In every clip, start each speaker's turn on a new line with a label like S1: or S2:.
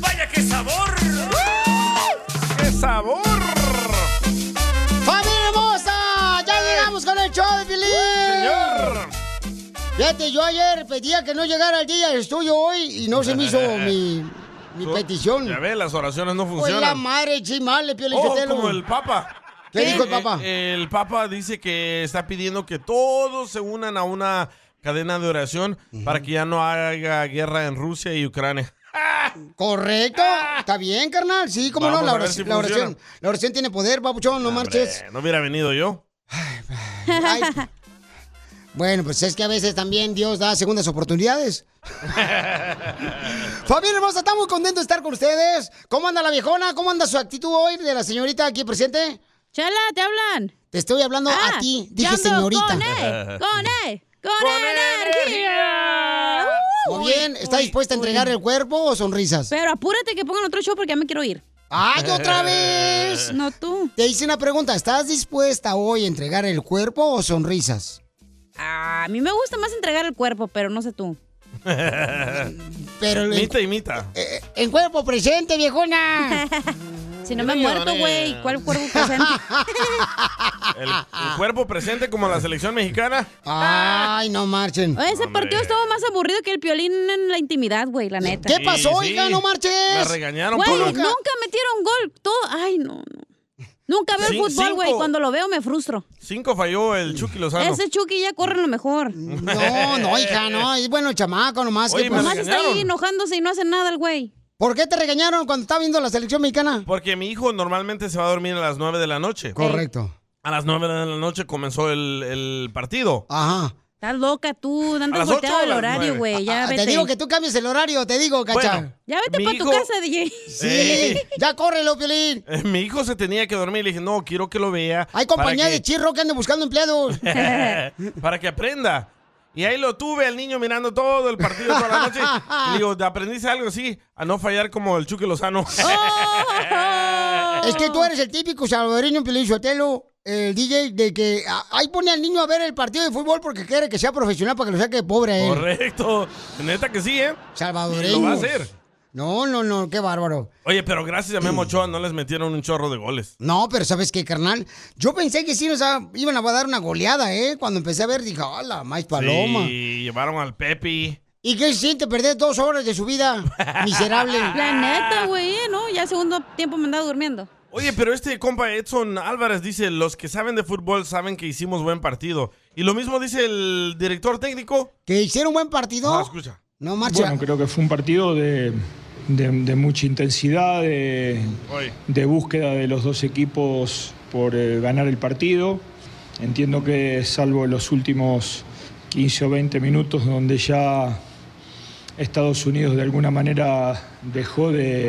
S1: ¡Vaya qué sabor!
S2: ¡Qué sabor!
S3: ¡Familia hermosa! ¡Ya llegamos con el show de Piolín!
S2: ¡Señor!
S3: Fíjate, yo ayer pedía que no llegara el día del estudio hoy y no se me hizo mi, mi
S2: Tú-
S3: petición.
S2: Ya ves, las oraciones no
S3: Pues la
S2: funcionan.
S3: madre chimale, Piolín
S2: Oh,
S3: Sotelo.
S2: como el Papa.
S3: ¿Qué dijo el
S2: Eh,
S3: papá?
S2: el Papa dice que está pidiendo que todos se unan a una cadena de oración para que ya no haya guerra en Rusia y Ucrania.
S3: Correcto, está bien, carnal. Sí, cómo no,
S2: Ah. Vamos
S3: la
S2: a ver
S3: oración,
S2: si
S3: la, oración,
S2: funciona.
S3: la oración tiene poder, papuchón, no marches.
S2: Eh, no hubiera venido yo.
S3: Ay, Bueno, pues es que a veces también Dios da segundas oportunidades. Familia hermosa, estamos contentos de estar con ustedes. ¿Cómo anda la viejona? ¿Cómo anda su actitud hoy de la señorita aquí presente?
S4: Chela, te hablan.
S3: Te estoy hablando
S4: Ah,
S3: a ti,
S4: yo
S3: dije
S4: ando
S3: señorita.
S4: Con E, con E, con,
S2: Con
S4: energía.
S3: Muy bien, ¿está dispuesta a entregar el cuerpo o sonrisas?
S4: Pero apúrate que pongan otro show porque ya me quiero ir.
S3: ¡Ay, otra vez!
S4: Pues, No tú.
S3: Te hice una pregunta, ¿estás dispuesta hoy a entregar el cuerpo o sonrisas?
S4: Ah, a mí me gusta más entregar el cuerpo, pero no sé tú.
S3: Pero en,
S2: Imita, imita.
S3: eh, en cuerpo presente, viejona.
S4: Si no me he
S2: Mira,
S4: muerto,
S2: Leonel.
S4: güey, ¿cuál cuerpo presente?
S3: ah,
S2: El, el cuerpo presente como la selección mexicana.
S3: Ay, no marchen.
S4: Oye, ese
S2: Hombre.
S4: partido estaba más aburrido que el piolín en la intimidad, güey, la neta.
S3: ¿Qué pasó,
S2: Sí, sí.
S3: hija? No
S2: Me
S3: marches.
S2: regañaron
S4: Güey,
S2: por...
S4: nunca metieron gol. Todo, ay, no, no. Nunca veo el
S2: Cin-
S4: fútbol, güey.
S2: cinco.
S4: Cuando lo veo me frustro.
S2: Cinco falló el Chucky Lozano.
S4: Ese Chucky ya corre lo mejor.
S3: No, no, hija, no. Es bueno el chamaco nomás.
S2: Oye,
S3: que,
S2: me
S3: pues,
S4: Nomás está
S2: regañaron.
S4: ahí enojándose y no hace nada el güey.
S3: ¿Por qué te regañaron cuando estaba viendo la selección mexicana?
S2: Porque mi hijo normalmente se va a dormir a las nueve de la noche.
S3: Correcto.
S2: A las nueve de la noche comenzó el, el partido.
S3: Ajá.
S4: Estás loca tú,
S2: ¿A
S4: dando
S2: las
S4: volteado
S2: ocho o
S4: el
S2: las
S4: horario,
S2: nueve?
S4: güey. Ya
S3: Ah,
S4: vete.
S3: te digo que tú cambies el horario, te digo, cacha.
S2: Bueno.
S4: Ya vete
S2: Mi
S4: para tu
S2: hijo-
S4: casa, DJ.
S3: Sí,
S2: Sí.
S3: ya córrelo, Piolín.
S2: Eh, Mi hijo se tenía que dormir. Le dije, no, quiero que lo vea.
S3: Hay
S2: para
S3: compañía
S2: que-
S3: de chirro que andan buscando empleados.
S2: para que aprenda. Y ahí lo tuve al niño mirando todo el partido toda la noche. Y le digo, ¿te aprendiste algo así? A no fallar como el Chucky Lozano.
S4: Oh.
S3: Es que tú eres el típico salvadoreño, Piolín Sotelo, el DJ, de que ah, ahí pone al niño a ver el partido de fútbol porque quiere que sea profesional para que lo saque de pobre ¿eh? a él.
S2: Correcto. Neta que sí, ¿eh?
S3: Salvadoreño.
S2: Lo va a hacer.
S3: No, no, no, qué bárbaro.
S2: Oye, pero gracias a Memo Ochoa no les metieron un chorro de goles.
S3: No, pero ¿sabes qué, carnal? Yo pensé que sí nos a- iban a dar una goleada, ¿eh? Cuando empecé a ver, dije, ¡hala, más paloma!
S2: Sí, llevaron al Pepe.
S3: ¿Y qué se siente perder dos horas de su vida, miserable?
S4: La neta, güey, eh, ¿no? Ya segundo tiempo me andaba durmiendo.
S2: Oye, pero este compa Edson Álvarez dice, los que saben de fútbol saben que hicimos buen partido. Y lo mismo dice el director técnico.
S3: ¿Que hicieron buen partido?
S2: Ah, escucha.
S3: No, marcha.
S5: Bueno, creo que fue un partido de, de- de mucha intensidad, de,
S2: Oye.
S5: de búsqueda de los dos equipos por eh, ganar el partido. Entiendo que salvo los últimos 15 o 20 minutos donde ya Estados Unidos de alguna manera dejó de,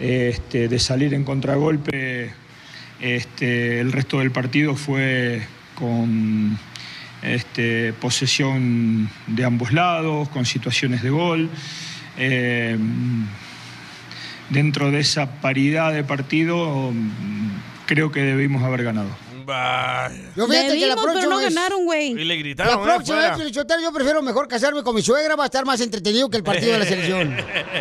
S5: eh, este, de salir en contragolpe, este, el resto del partido fue con este, posesión de ambos lados, con situaciones de gol. Eh, dentro de esa paridad de partido, mm, creo que debimos haber ganado.
S2: Vaya.
S3: Yo fíjate que
S4: Debimos,
S3: la
S4: pero
S3: próxima
S4: no
S3: vez-
S4: ganaron,
S2: Y
S4: güey.
S2: le
S3: La
S2: gritaron. ¿eh?
S3: próxima vez,
S2: Fuera.
S3: Pelichotero, yo prefiero mejor casarme con mi suegra, va a estar más entretenido que el partido de la selección.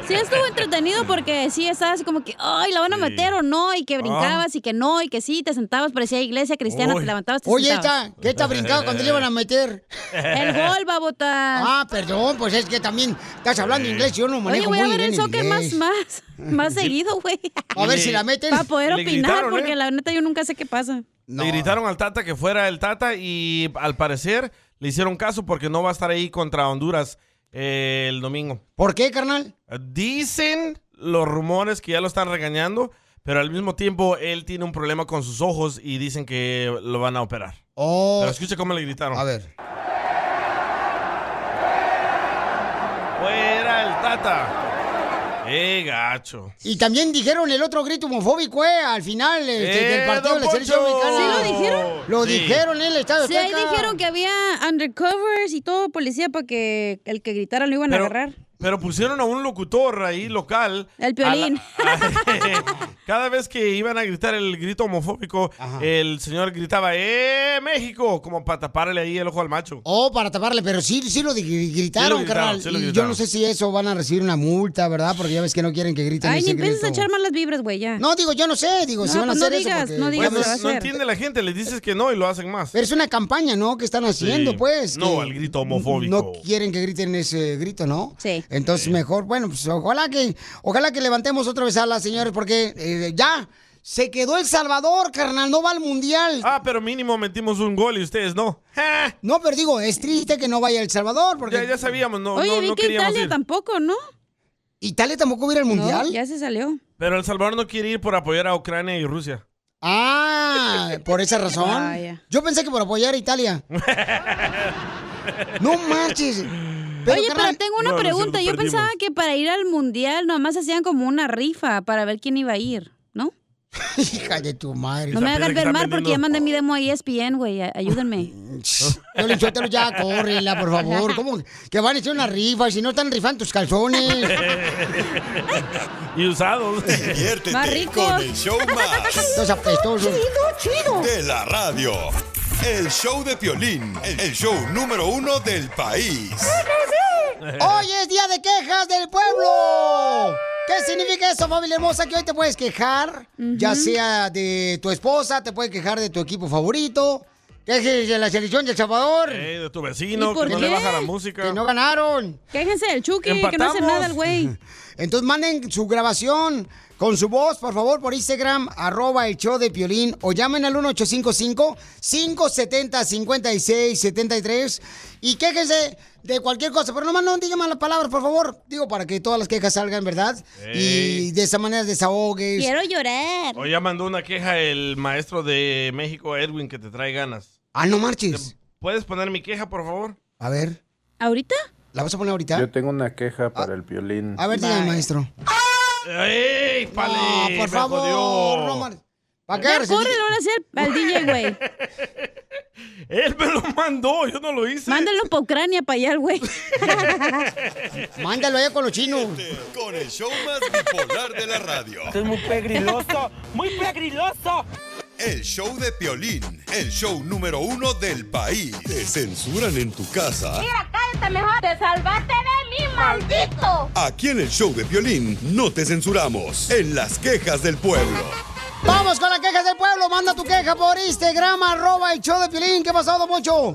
S4: Sí estuvo entretenido porque sí estabas así como que, ay, la van a
S2: Sí. Ah.
S4: meter o no, y que brincabas y que no, y que sí, te sentabas, parecía iglesia cristiana,
S2: Uy.
S4: te levantabas, te
S3: Oye,
S4: sentabas.
S3: esta, ¿qué está brincada cuando le iban a meter?
S4: El gol, babota.
S3: Ah, perdón, pues es que también estás hablando inglés, yo no
S4: Oye,
S3: manejo
S4: voy a
S3: muy
S4: ver
S3: bien
S4: el soccer más,
S3: inglés.
S4: más, más seguido, güey.
S3: A ver si la meten.
S4: Para poder
S2: Le
S4: opinar,
S2: gritaron,
S4: porque
S2: ¿eh?
S4: la neta yo nunca sé qué pasa.
S3: No.
S2: Le gritaron al Tata que fuera el Tata y al parecer le hicieron caso porque no va a estar ahí contra Honduras eh, el domingo.
S3: ¿Por qué, carnal?
S2: Dicen los rumores que ya lo están regañando, pero al mismo tiempo él tiene un problema con sus ojos y dicen que lo van a operar.
S3: Oh,
S2: Pero escucha cómo le gritaron.
S3: a ver.
S2: Fuera el Tata. Eh, gacho.
S3: Y también dijeron el otro grito homofóbico, eh, al final este,
S2: Eh,
S3: del partido de
S2: don
S3: la selección
S2: Poncho.
S3: mexicana.
S4: ¿Sí lo dijeron?
S3: Lo
S2: Sí.
S3: dijeron eh, en el Estadio
S4: Sí, ahí
S3: Azteca.
S4: dijeron que había undercovers y todo policía para que el que gritara lo iban a
S2: Pero,
S4: agarrar.
S2: pero pusieron a un locutor ahí local.
S4: El Piolín.
S2: a la- a- Cada vez que iban a gritar el grito homofóbico, el señor gritaba, ¡Eh, México! Como para taparle ahí el ojo al macho.
S3: Oh, para taparle, pero sí, sí lo di- gritaron,
S2: gritaron,
S3: carnal.
S2: sí lo
S3: Y yo
S2: gritaron.
S3: no sé si eso van a recibir una multa, ¿verdad? Porque ya ves que no quieren que griten
S4: Ay,
S3: ese
S4: ni empieces a
S3: grito.
S4: echar malas vibras, güey, ya.
S3: No, digo, yo no sé, digo, si
S4: No,
S3: van a
S4: pues no
S3: hacer eso
S4: digas,
S3: porque-
S4: no digas,
S2: Bueno,
S4: lo va a
S2: no
S4: hacer.
S2: entiende la gente, le dices que no y lo hacen más.
S3: Pero es una campaña, ¿no? Que están haciendo,
S2: Sí.
S3: pues.
S2: No,
S3: que
S2: al grito homofóbico.
S3: No quieren que griten ese grito, ¿no?
S4: Sí.
S3: Entonces, mejor, bueno, pues ojalá que, ojalá que levantemos otra vez alas, señores, porque eh, ya se quedó El Salvador, carnal, no va al mundial.
S2: Ah, pero mínimo metimos un gol y ustedes no. ¡Ja!
S3: No, pero digo, es triste que no vaya El Salvador, porque
S2: Ya, ya sabíamos, no,
S4: Oye,
S2: no,
S4: vi
S2: no
S4: que
S2: queríamos
S4: Italia
S2: ir.
S4: tampoco, ¿no?
S3: Italia tampoco va a ir al mundial.
S4: No, ya se salió.
S2: Pero El Salvador no quiere ir por apoyar a Ucrania y Rusia.
S3: Ah, por esa razón.
S4: Vaya.
S3: Yo pensé que por apoyar a Italia. no marches. Pero,
S4: Oye, pero
S3: carnal,
S4: tengo una
S2: No, nosotros
S4: pregunta. Yo
S2: perdimos.
S4: pensaba que para ir al mundial nomás hacían como una rifa para ver quién iba a ir, ¿no?
S3: hija de tu madre.
S4: No me
S2: Esa piedra
S4: hagas
S2: que
S4: ver
S2: están
S4: mal porque
S2: vendiendo.
S4: ya mandé mi demo a E ESPN, güey. a- Ayúdenme.
S3: Yo Sotelo, ya córrela, por favor. ¿Cómo que van a hacer una rifa si no están rifando tus calzones?
S2: Y usados.
S4: Más
S1: Diviértete
S4: rico.
S1: con el show más
S3: Estos apestosos.
S1: de la radio. El show de Piolín, el show número uno del país.
S3: Hoy es día de quejas del pueblo. ¿Qué significa eso, familia hermosa? Que hoy te puedes quejar, ya sea de tu esposa, te puedes quejar de tu equipo favorito, quejes de la selección de El Salvador,
S2: Eh, de tu vecino,
S4: ¿Y por
S2: que no le
S4: qué?
S2: baja la música.
S3: que no ganaron.
S4: Quéjense del Chucky, que no hace
S2: Empatamos.
S4: nada el güey.
S3: Entonces manden su grabación con su voz, por favor, por Instagram, arroba el show de Piolín, o llamen al 1855-570-5673 y quéjense de cualquier cosa, pero nomás no digan malas palabras, por favor, digo, para que todas las quejas salgan, ¿verdad?
S2: Ey.
S3: Y de esa manera desahogues.
S4: Quiero llorar.
S2: Hoy ya mandó una queja el maestro de México, Edwin, que te trae ganas.
S3: Ah, no marches.
S2: ¿Puedes poner mi queja, por favor?
S3: A ver,
S4: ¿Ahorita?
S3: ¿la vas a poner ahorita? Ah.
S6: Yo tengo una queja para el violín.
S3: A ver, diga, maestro.
S2: ¡Ey, pale!
S3: No, por
S2: me
S3: favor,
S2: jodió.
S3: no marches. ¿Para
S4: Ya
S3: qué?
S4: córrelo ahora sí al- al DJ, güey.
S2: Él me lo mandó, yo no lo hice.
S4: Mándalo para Ucrania, para allá, el güey.
S3: Mándalo allá con los chinos.
S1: Con el show más bipolar de la radio.
S7: Es muy pegriloso, muy pegriloso.
S1: El show de Piolín, el show número uno del país. Te censuran en tu casa.
S8: Mira, cállate mejor. Te salvaste de mí, maldito.
S1: Aquí en el show de Piolín no te censuramos. En las quejas del pueblo.
S3: Vamos con las quejas del pueblo. Manda tu queja por Instagram, arroba el show de Piolín. ¿Qué ha pasado, mucho?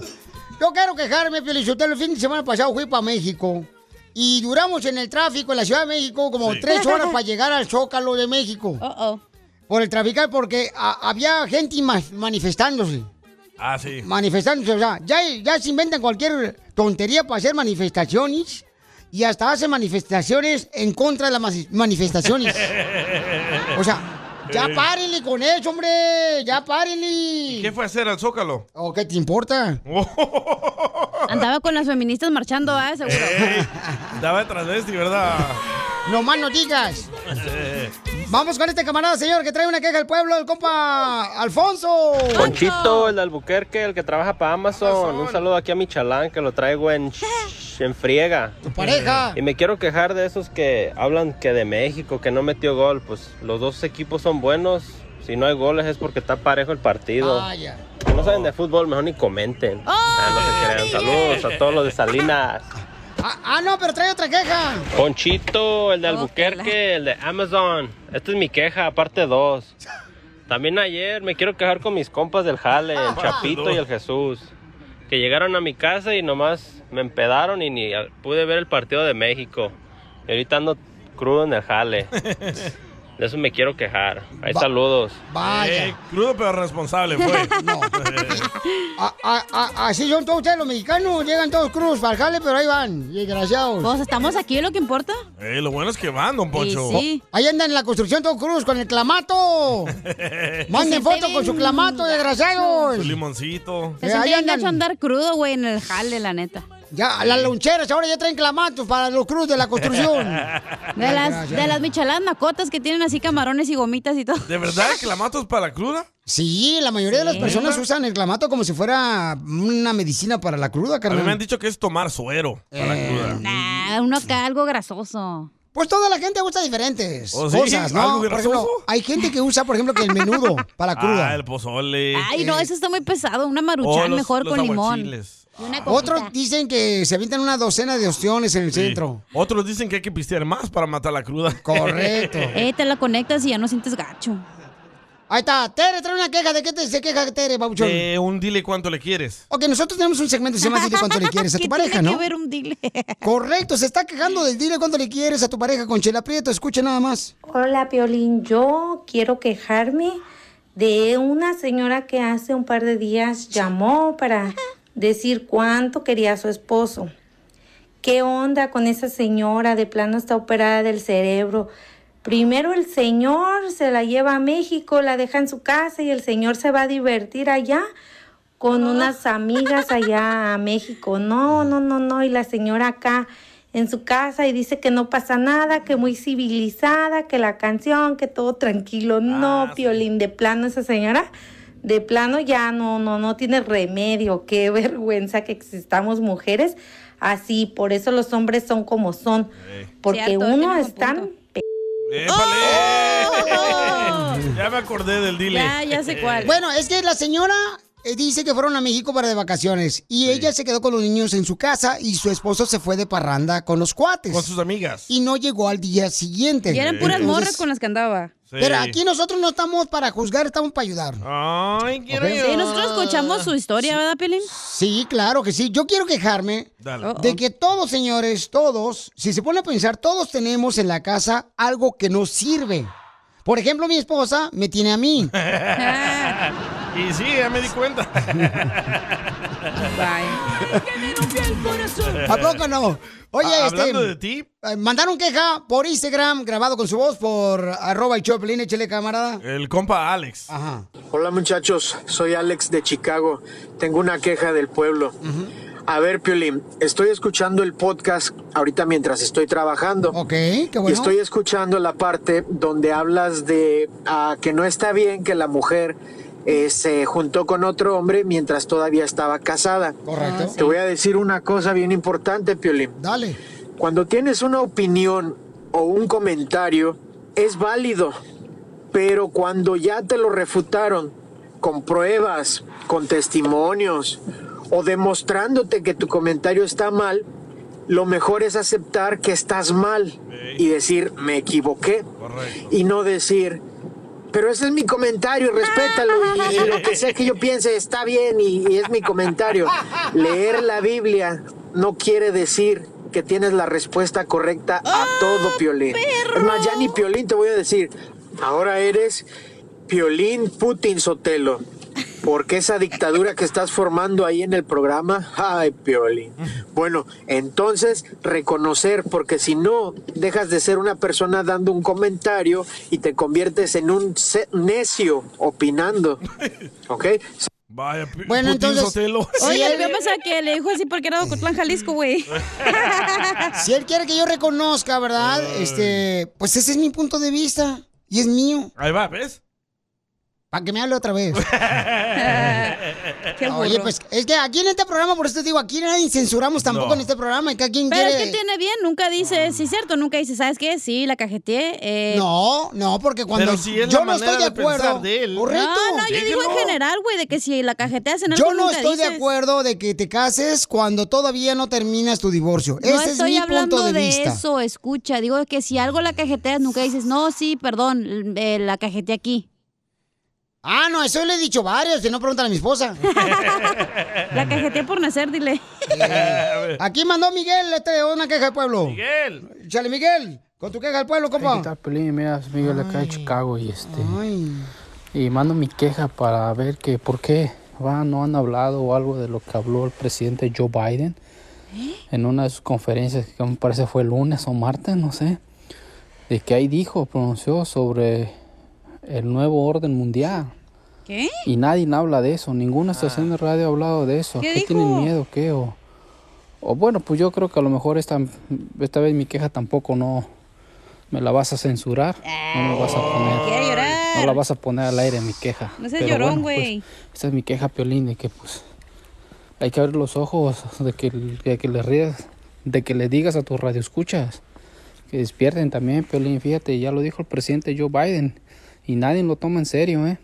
S3: Yo quiero quejarme, Piolín. Yo el fin de semana pasado fui para México. Y duramos en el tráfico en la Ciudad de México como tres horas para llegar al Zócalo de México.
S4: Oh, oh.
S3: Por el traficar, porque a- había gente ma- manifestándose.
S2: Ah, sí.
S3: Manifestándose, o sea, ya, ya se inventan cualquier tontería para hacer manifestaciones. Y hasta hacen manifestaciones en contra de las mas- manifestaciones. O sea, ya párenle con eso, hombre. Ya párenle.
S2: ¿Qué fue a hacer al Zócalo? Oh,
S3: ¿O qué te importa?
S4: Andaba con las feministas marchando, ah, seguro.
S2: ¡Ey! Daba de transvesti, ¿verdad?
S3: No más no digas. Vamos con este camarada, señor, que trae una queja al pueblo, el compa Alfonso.
S7: Ponchito, el de Albuquerque, el que trabaja para Amazon. Un saludo aquí a mi chalán que lo traigo en, sh- en friega.
S3: Tu pareja.
S7: Y me quiero quejar de esos que hablan que de México, que no metió gol. Pues los dos equipos son buenos. Si no hay goles es porque está parejo el partido.
S9: Ah,
S3: Vaya.
S7: Si no saben de fútbol, mejor ni comenten. Ah, no se crean. Saludos a todos los de Salinas.
S3: Ah, ah, no, pero trae otra queja.
S7: Ponchito, el de
S4: Ojalá.
S7: Albuquerque, el de Amazon. Esta es mi queja, parte 2. También ayer me quiero quejar con mis compas del Jale, el Chapito y el Jesús. Que llegaron a mi casa y nomás me empedaron y ni al- pude ver el partido de México. Y ahorita ando crudo en el Jale. De eso me quiero quejar. Ahí
S3: Va-
S7: saludos.
S2: Eh,
S3: Vaya.
S2: crudo pero responsable fue.
S3: No. A- a- a- Ah, así son todos ustedes los mexicanos. Llegan todos cruz, para el jale, pero ahí van. Desgraciados.
S4: Pues estamos aquí, lo que importa.
S2: Eh, lo bueno es que van, don Poncho.
S4: Y sí.
S3: Ahí andan en la construcción todos cruz con el clamato. Manden foto con su clamato,
S2: Su
S3: desgraciados.
S2: limoncito.
S4: Se
S3: Eh,
S4: siente
S3: ahí
S4: Pues bien
S3: andan.
S4: gacho andar crudo, güey, en el jale, la neta.
S3: Ya, las loncheras ahora ya traen clamatos para los cruz de la construcción.
S4: De las, de las micheladas macotas que tienen así camarones y gomitas y todo.
S2: ¿De verdad que la matos para cruda?
S3: Sí, la mayoría de las personas usan el clamato como si fuera una medicina para la cruda,
S2: A mí me
S3: carnal. Eh,
S4: Ah,
S2: han dicho que es tomar suero para cruda.
S4: Nah, uno acá algo grasoso.
S3: Pues toda la gente usa diferentes
S2: ¿Oh, sí?
S3: cosas, ¿no?
S2: ¿Algo
S3: Por ejemplo,
S2: grasoso?
S3: hay gente que usa, por ejemplo, que el menudo para la cruda.
S2: Ah, el pozole.
S4: Ay, no, eso está muy pesado. Una maruchan
S2: Oh, los-
S4: mejor
S2: los
S4: con limón.
S2: aguachiles.
S4: Y una coquita.
S3: Otros dicen que se avientan una docena de ostiones en el
S2: Sí.
S3: centro.
S2: Otros dicen que hay que pistear más para matar la cruda.
S3: Correcto.
S4: Eh, te la conectas y ya no sientes gacho.
S3: Ahí está. Tere, trae una queja. ¿De qué te- se queja Tere, Bauchón?
S2: Eh, un dile cuánto le quieres.
S3: Ok, nosotros tenemos un segmento que se llama Dile cuánto le quieres a
S4: ¿Qué
S3: tu pareja,
S4: tiene
S3: ¿no?
S4: que ver un dile?
S3: Correcto, se está quejando del Dile cuánto le quieres a tu pareja con Chela Prieto. Escuche nada más.
S10: Hola, Piolín. Yo quiero quejarme de una señora que hace un par de días llamó para decir cuánto quería a su esposo. ¿Qué onda con esa señora? De plano está operada del cerebro. Primero el señor se la lleva a México, la deja en su casa y el señor se va a divertir allá con unas amigas allá a México. No, no, no, no. Y la señora acá en su casa y dice que no pasa nada, que muy civilizada, que la canción, que todo
S4: Ah,
S10: tranquilo. No, Piolín, de plano esa señora, de plano ya no, no, no tiene remedio. Qué vergüenza que existamos mujeres así. Por eso los hombres son como son. Porque
S4: Cierto,
S10: uno
S4: tienes un
S10: están...
S4: punto.
S2: ¡Épale!
S4: Oh,
S2: Ya me acordé del dile.
S4: ya, ya sé
S2: Eh.
S4: cuál.
S3: Bueno, es que la señora eh, dice que fueron a México para de vacaciones y ella se quedó con los niños en su casa y su esposo se fue de parranda con los cuates.
S2: Con sus amigas.
S3: Y no llegó al día siguiente.
S4: y eran puras
S3: Entonces-
S4: morras con las que andaba.
S2: Sí.
S3: Pero ah, aquí nosotros no estamos para juzgar, estamos para ayudar.
S2: Ay, quiero
S3: Ok.
S2: yo.
S4: Sí, nosotros escuchamos su historia, ¿verdad, Pelín?
S3: Sí, claro que sí. Yo quiero quejarme
S2: Dale.
S4: Oh.
S3: de que todos, señores, todos, si se pone a pensar, todos tenemos en la casa algo que nos sirve. Por ejemplo, mi esposa me tiene a mí.
S2: Y sí, ya me di cuenta.
S3: ¿A poco no? Oye,
S2: Ah,
S3: este,
S2: Hablando de ti,
S3: eh, mandaron queja por Instagram, grabado con su voz, por arroba y choplin, échale camarada.
S2: el compa Alex.
S3: Ajá.
S11: Hola muchachos, soy Alex de Chicago. Tengo una queja del pueblo. A ver, Piolín, estoy escuchando el podcast ahorita mientras estoy trabajando.
S3: Ok, qué bueno.
S11: Y estoy escuchando la parte donde hablas de ah, que no está bien que la mujer eh, se juntó con otro hombre mientras todavía estaba casada.
S3: Correcto.
S11: Te voy a decir una cosa bien importante, Piolín.
S3: Dale.
S11: Cuando tienes una opinión o un comentario, es válido, pero cuando ya te lo refutaron con pruebas, con testimonios o demostrándote que tu comentario está mal, lo mejor es aceptar que estás mal y decir, me equivoqué,
S2: Correcto.
S11: y no decir, pero ese es mi comentario, respétalo y, y lo que sea que yo piense está bien y, y es mi comentario. Leer la Biblia no quiere decir que tienes la respuesta correcta a todo, Piolín. Es más, ya ni Piolín te voy a decir, ahora eres Piolín Putin Sotelo. Porque esa dictadura que estás formando ahí en el programa, ay, Piolín. Bueno, entonces reconocer, porque si no, dejas de ser una persona dando un comentario y te conviertes en un se- necio opinando. ¿Ok?
S2: Vaya, pi-
S3: Bueno,
S2: Putin
S3: entonces-
S2: Sotelo.
S3: Sí,
S4: Oye,
S3: él-
S4: yo pensaba que le dijo así porque era de Ocotlán, Jalisco, güey.
S3: Si él quiere que yo reconozca, ¿verdad? Este, pues ese es mi punto de vista y es mío.
S2: Ahí va, ¿ves?
S3: Para que me hable otra vez.
S4: Qué
S3: Oye,
S4: burro.
S3: pues es que aquí en este programa, por eso te digo, aquí nadie censuramos tampoco
S2: No.
S3: en este programa. y cada quien
S4: Pero
S3: quiere...
S4: es que tiene bien, nunca dice, sí, cierto, nunca dice, ¿sabes qué? Sí, la cajeteé. Eh,
S3: No, no, porque cuando
S2: Pero si es
S3: yo
S2: la
S3: no estoy de
S2: manera de
S3: acuerdo.
S2: pensar de él.
S3: Correcto.
S4: No, no, yo digo en
S2: Déjelo.
S4: general, güey, de que si la cajeteas en algo
S3: yo no
S4: nunca
S3: estoy de
S4: dices.
S3: acuerdo de que te cases cuando todavía no terminas tu divorcio.
S4: No
S3: Ese
S4: estoy
S3: es mi
S4: hablando
S3: punto de,
S4: de,
S3: vista.
S4: eso, escucha. Digo que si algo la cajeteas, nunca dices, no, sí, perdón, eh, la cajeteé aquí.
S3: Ah, no, eso le he dicho varios, si no preguntan a mi esposa.
S4: La cajeteé por nacer, dile.
S3: Aquí mandó Miguel este, una queja al pueblo.
S2: Miguel.
S3: Chale, Miguel, con tu queja al pueblo,
S12: Aquí
S3: compa.
S12: está Pelín, mira, soy Miguel acá de Chicago y este.
S3: Ay.
S12: Y mando mi queja para ver que por qué va, no han hablado o algo de lo que habló el presidente Joe Biden en una de sus conferencias, que me parece fue lunes o martes, no sé, de que ahí dijo, pronunció sobre el nuevo orden mundial.
S4: ¿Qué?
S12: Y nadie habla de eso, ninguna estación de radio ha hablado de eso.
S4: ¿Qué
S12: ¿Qué,
S4: dijo?
S12: tienen miedo? ¿Qué? O, o bueno, pues yo creo que a lo mejor esta, esta vez mi queja tampoco no me la vas a censurar, no me vas a poner.
S4: Quiere
S12: No la
S4: llorar.
S12: vas a poner al aire mi queja.
S4: No seas
S12: Pero
S4: llorón,
S12: bueno,
S4: güey.
S12: pues, esa es mi queja, Piolín, de que pues hay que abrir los ojos, de que, de que le rías, de que le digas a tus radioescuchas que despierten también, Piolín. Fíjate, ya lo dijo el presidente Joe Biden y nadie lo toma en serio, ¿eh?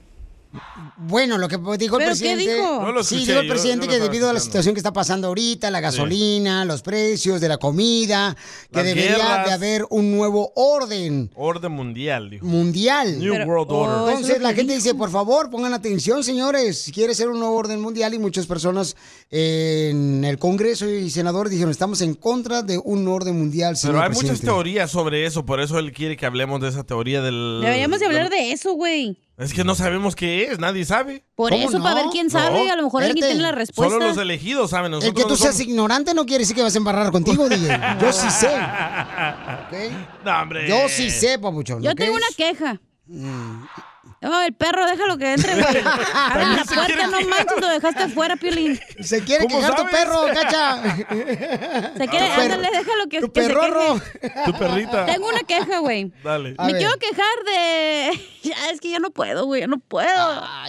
S3: Bueno, lo que dijo el
S4: ¿Pero qué
S3: presidente.
S4: dijo? No lo
S3: sí,
S4: escuché,
S3: dijo el
S4: yo- yo
S3: presidente
S4: lo
S3: que
S4: estaba
S3: debido a la
S4: escuchando.
S3: situación que está pasando ahorita, la gasolina, los precios de la comida, que
S2: Las
S3: debería
S2: guerras.
S3: de haber un nuevo orden
S2: Orden mundial, dijo.
S3: mundial.
S2: New Pero- World Order. Oh, eso es
S3: Entonces
S2: lo
S3: la gente dice, por favor, pongan atención, señores, quiere ser un nuevo orden mundial y muchas personas eh, en el Congreso y senador dijeron, estamos en contra de un orden mundial, señor
S2: Pero hay
S3: presidente.
S2: muchas teorías sobre eso, por eso él quiere que hablemos de esa teoría del...
S4: Deberíamos de hablar de eso, güey.
S2: Es que no sabemos qué es, nadie sabe.
S4: Por eso, para ver quién sabe, a lo mejor alguien tiene la respuesta.
S2: Solo los elegidos saben.
S3: El
S2: Nosotros
S3: que tú
S2: no
S3: seas
S2: somos-
S3: ignorante no quiere decir que vas a embarrar contigo, DJ. Yo sí sé.
S2: No, hombre.
S3: Yo sí sé, papuchón.
S4: Yo
S3: ¿ok?
S4: tengo una queja. Oh, el perro, déjalo que entre, güey. Abre la puerta, no manches, lo dejaste fuera, Piolín.
S3: Se quiere
S4: ¿Cómo
S3: quejar tu
S4: sabes?
S3: perro, cacha.
S4: Se quiere,
S3: Tu perro-
S4: ándale, déjalo que,
S3: tu
S4: que se
S3: perrorro.
S4: queje.
S2: Tu perrita.
S4: Tengo una queja, güey.
S2: Dale.
S4: Me quiero quejar de... Ya, es que ya no puedo, güey, ya no puedo.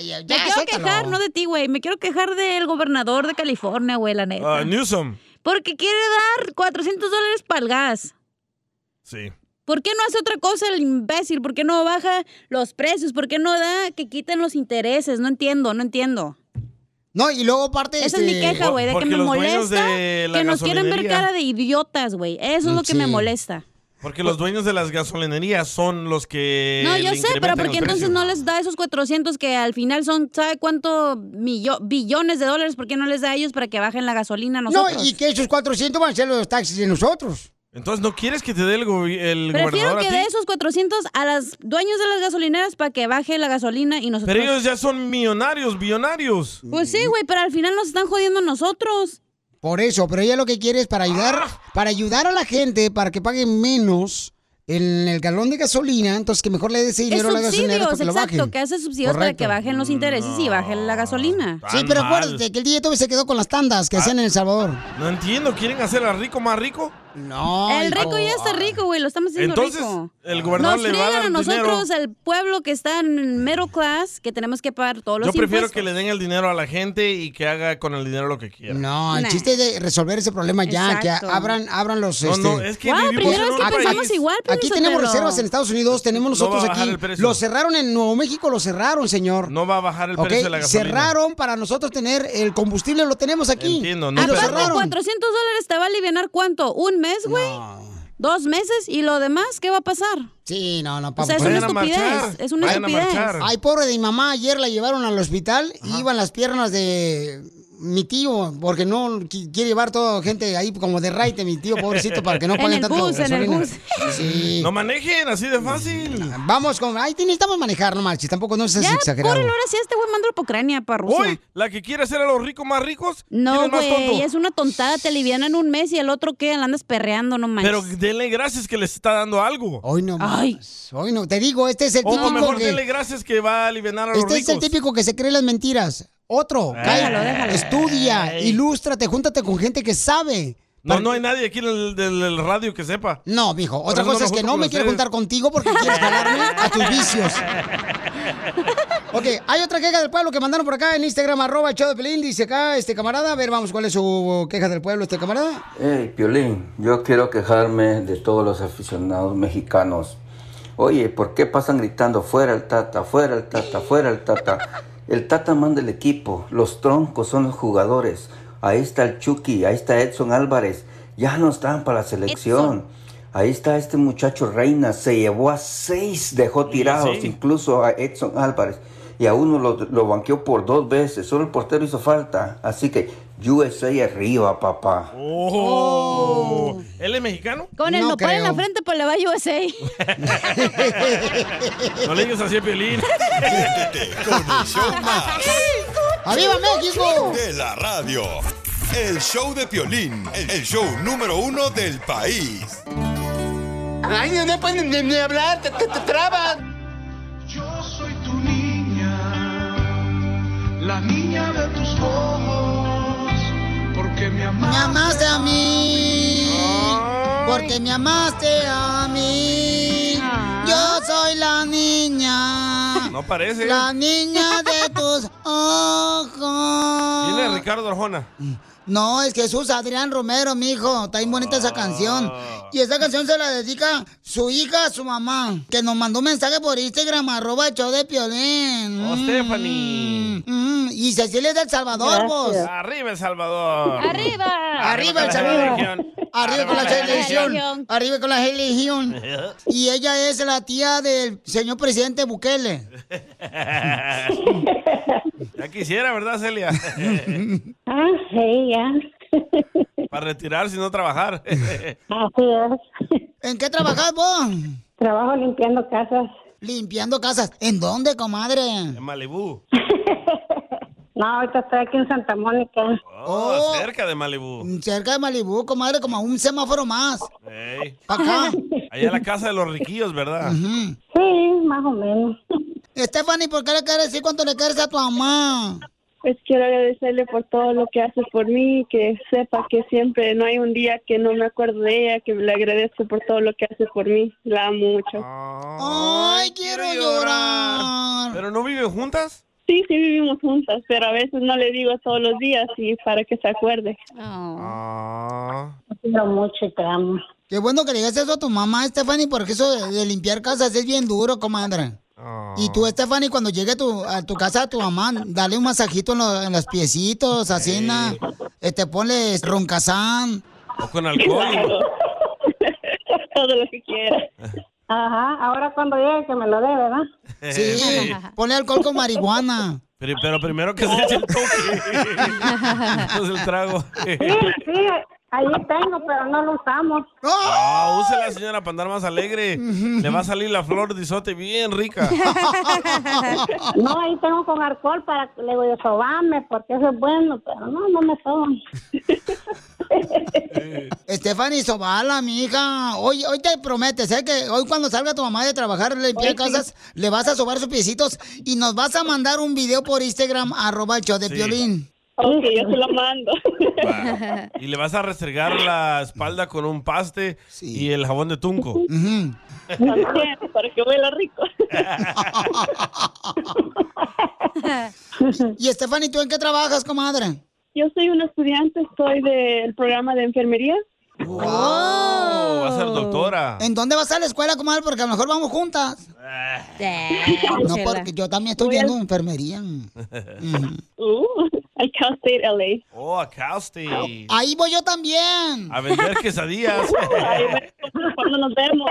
S3: ya,
S4: me quiero
S2: suéltalo.
S4: quejar, no de ti, güey. Me quiero quejar del gobernador de California, güey, la neta.
S2: Ah, Newsom.
S4: Porque quiere dar 400 dólares para el gas.
S2: Sí.
S4: ¿Por qué no hace otra cosa el imbécil? ¿Por qué no baja los precios? ¿Por qué no da que quiten los intereses? No entiendo, no entiendo.
S3: No, y luego aparte...
S4: Esa es mi
S3: este-
S4: queja, güey, de que
S3: Porque
S4: me
S3: los dueños
S4: molesta
S2: de la
S4: que nos quieren ver
S2: gasolinería-
S4: cara de idiotas, güey. Eso es lo que me
S2: Sí.
S4: molesta.
S2: Porque los dueños de las gasolinerías son los que.
S4: No, yo
S2: le
S4: sé, pero
S2: incrementan
S4: ¿por qué
S2: los
S4: entonces
S2: precios.
S4: no les da esos 400 que al final son, ¿sabe cuánto? Millo- billones de dólares. ¿Por qué no les da a ellos para que bajen la gasolina a
S3: No,
S4: nosotros?
S3: y que esos 400 van a ser los taxis de nosotros.
S2: Entonces, ¿no quieres que te dé el, gobi- el
S4: Prefiero
S2: gobernador
S4: que
S2: a ti?
S4: dé esos 400 a los dueños de las gasolineras para que baje la gasolina y nosotros...
S2: Pero ellos ya son millonarios, billonarios.
S4: Pues sí, güey, pero al final nos están jodiendo a nosotros.
S3: Por eso, pero ella lo que quiere es para ayudar,
S2: Ah.
S3: para ayudar a la gente para que paguen menos en el galón de gasolina, entonces que mejor le des ese
S4: Es
S3: dinero a la gasolinera
S4: subsidios,
S3: para que lo
S4: exacto,
S3: bajen.
S4: que hace subsidios para que
S3: Correcto.
S4: bajen los intereses y bajen la gasolina.
S3: Sí, pero acuérdate que el DJ todavía se quedó con las tandas
S2: Ah,
S3: que hacían en El Salvador.
S2: No entiendo, ¿quieren hacer al rico más rico?
S3: No.
S4: El rico ya está rico, güey, lo estamos haciendo
S2: Entonces,
S4: rico.
S2: el gobernador
S4: Nos
S2: le va a
S4: friegan
S2: dar
S4: a nosotros,
S2: dinero.
S4: el pueblo que está en middle class, que tenemos que pagar todos los
S2: Yo prefiero
S4: impuestos.
S2: que le den el dinero a la gente y que haga con el dinero lo que quiera.
S3: No, el chiste es de resolver ese problema ya,
S2: Exacto.
S3: que abran, abran los.
S2: No,
S3: este-
S2: no, es que Wow, vivimos primero en es que un país- pensamos pues,
S4: igual, Piolín
S3: Aquí tenemos
S4: Sotelo.
S3: reservas en Estados Unidos, tenemos
S2: No va a
S3: nosotros
S2: bajar el
S3: aquí.
S2: precio.
S3: Lo cerraron en Nuevo México, lo cerraron, señor.
S2: No va a bajar el precio de la gasolina.
S3: cerraron para nosotros tener el combustible, lo tenemos aquí.
S2: Entiendo, no,
S3: y lo
S2: pero-
S4: Aparte,
S3: cerraron.
S4: 400 dólares te va a aliviar cuánto? ¿Un mes, güey? ¿Dos meses? ¿Y lo demás qué va a pasar?
S3: Sí, no, no,
S4: O sea, es una
S3: Vayan a marchar,
S4: estupidez, es una
S3: vayan a
S4: estupidez.
S3: marchar. Ay, pobre de mi mamá, ayer la llevaron al hospital y iban las piernas de mi tío, porque no qui- quiere llevar toda gente ahí como de raite, mi tío, pobrecito, para que no
S2: En
S3: paguen
S2: el
S3: tanto
S2: bus, en el
S3: gasolina.
S2: bus.
S3: Sí.
S2: No manejen así de fácil.
S3: Vamos con... Ay, te necesitamos manejar, no marches, tampoco no seas
S2: Ya,
S3: exagerado.
S2: córrelo
S4: ahora sí, este güey manda para Ucrania, para Rusia.
S2: Hoy, la que quiere hacer a los ricos más ricos, ¿quién
S4: No,
S2: es más tonto?
S4: güey, es una tontada, te alivianan un mes y el otro que la andas perreando, no manches.
S2: Pero denle gracias que les está dando algo.
S3: Hoy no
S4: Ay.
S3: Hoy no, te digo, este es el
S2: O
S3: típico
S2: mejor
S3: que-
S2: denle gracias que va a aliviar a los
S3: Este es
S2: ricos.
S3: el típico que se cree las mentiras. Otro,
S2: Déjalo,
S3: cállate,
S2: déjalo.
S3: estudia, ilústrate, júntate con gente que sabe.
S2: No, no hay nadie aquí en el, del- del radio que sepa.
S3: No, mijo.
S2: Por
S3: Otra
S2: eso
S3: cosa
S2: me
S3: es que
S2: junto
S3: no
S2: con
S3: me quiero
S2: ustedes.
S3: juntar contigo porque quieres jalarme a tus vicios. Ok, hay otra queja del pueblo que mandaron por acá en Instagram, arroba el show de Pelín. Dice acá este camarada. A ver, vamos, ¿cuál es su queja del pueblo, este camarada?
S13: Hey, Piolín, yo quiero quejarme de todos los aficionados mexicanos. Oye, ¿por qué pasan gritando fuera el Tata, fuera el Tata, fuera el Tata? El Tata manda el equipo, los troncos son los jugadores. Ahí está el Chucky, ahí está Edson Álvarez. Ya no están para la selección. Ahí está este muchacho Reina, se llevó a seis, dejó tirados,
S14: sí.
S13: incluso a Edson Álvarez. Y a uno lo, lo banqueó por dos veces, solo el portero hizo falta. Así que USA arriba, papá.
S14: Uh,
S2: Oh. ¿Él es mexicano?
S4: Con el nopal en la frente, pues le va a USA.
S2: No le digas así a Piolín.
S3: ¡Arriba México!
S1: De la radio. El show de Piolín, el show número uno del país.
S15: Ay, no, no pueden ni, ni hablar, te, te, te trabas.
S9: La niña de tus ojos, porque me
S3: Me amaste a mí, porque me amaste a mí. Yo soy la niña,
S2: No parece.
S3: la niña de tus ojos.
S2: Viene Ricardo Arjona.
S3: No, es Jesús Adrián Romero, mijo. Está bien bonita esa canción.
S2: Ah.
S3: Y esa canción se la dedica su hija a su mamá, que nos mandó un mensaje por Instagram, arroba el show de Piolín.
S2: Oh, Stephanie.
S3: Mm, y Cecilia es de El Salvador, pues. vos.
S2: Arriba El Salvador.
S3: Arriba. Arriba El
S2: la
S3: Salvador.
S2: religión.
S3: Arriba con la
S2: Arriba la
S3: religión.
S2: religión.
S3: Arriba con la religión. Y ella es la tía del señor presidente Bukele.
S2: Ya quisiera, ¿verdad, Celia?
S14: Ah, sí, ya.
S2: Para retirarse y no trabajar.
S14: Así es.
S3: ¿En qué trabajas vos?
S14: Trabajo limpiando casas.
S3: Limpiando casas. ¿En dónde, comadre?
S2: En Malibú.
S14: No, ahorita estoy aquí en Santa Mónica.
S2: Oh, cerca de Malibú.
S3: Cerca de Malibú, comadre, como a un semáforo más.
S2: Ey.
S3: Pa' acá.
S2: Allá en la casa de los riquillos, ¿verdad?
S14: Sí, más o menos.
S3: Stephanie, ¿por qué le quieres decir cuánto le quieres a tu mamá?
S16: Pues quiero agradecerle por todo lo que hace por mí, que sepa que siempre no hay un día que no me acuerdo de ella, que le agradezco por todo lo que hace por mí. La amo mucho.
S3: Ay, quiero llorar.
S2: ¿Pero no viven juntas?
S16: Sí, sí vivimos juntas, pero a veces no le digo todos los días y para que se acuerde.
S14: Te quiero mucho y te amo.
S3: Qué bueno que le digas eso a tu mamá, Stephanie, porque eso de, de limpiar casas es bien duro, comadre. Y tú, Stephanie, cuando llegue a tu, a tu casa a tu mamá, dale un masajito en, lo- en los piecitos, así, na. Este, ponle roncazán.
S2: ¿O con alcohol?
S16: Todo lo que quiera.
S14: Ajá, ahora cuando llegue que me lo dé, ¿verdad?
S3: Sí, ponle alcohol con marihuana.
S2: Pero, pero primero que se eche el toque. Después el trago.
S14: Sí, sí, ahí tengo, pero no lo usamos.
S2: Ah, úsela, señora, para andar más alegre. Le va a salir la flor de isote bien rica.
S14: No, ahí tengo con alcohol para, le digo yo, sobame, porque eso es bueno, pero no, no me soban.
S3: Stephanie, sobala, mi hija. Hoy, hoy te prometes, ¿eh? Que hoy cuando salga tu mamá de trabajar, a limpiar
S14: Hoy sí.
S3: casas, le vas a sobar sus piecitos y nos vas a mandar un video por Instagram, arroba el show de
S2: Sí.
S3: Piolín.
S16: Ok, yo se lo mando.
S2: Y le vas a restregar la espalda con un paste y el jabón de tunco.
S16: También, para que huela rico.
S3: Y Stephanie, ¿tú en qué trabajas, comadre?
S16: Yo soy una estudiante, estoy del programa de enfermería.
S2: Oh, va a ser doctora.
S3: ¿En dónde vas a la escuela, comadre? Porque a lo mejor vamos juntas. No,
S16: Chela.
S3: porque yo también estoy viendo enfermería.
S16: Uh, al Cal State LA.
S2: Oh, a Cal State.
S3: Ahí voy yo también.
S2: A vender quesadillas.
S16: Ah, Cuando nos vemos.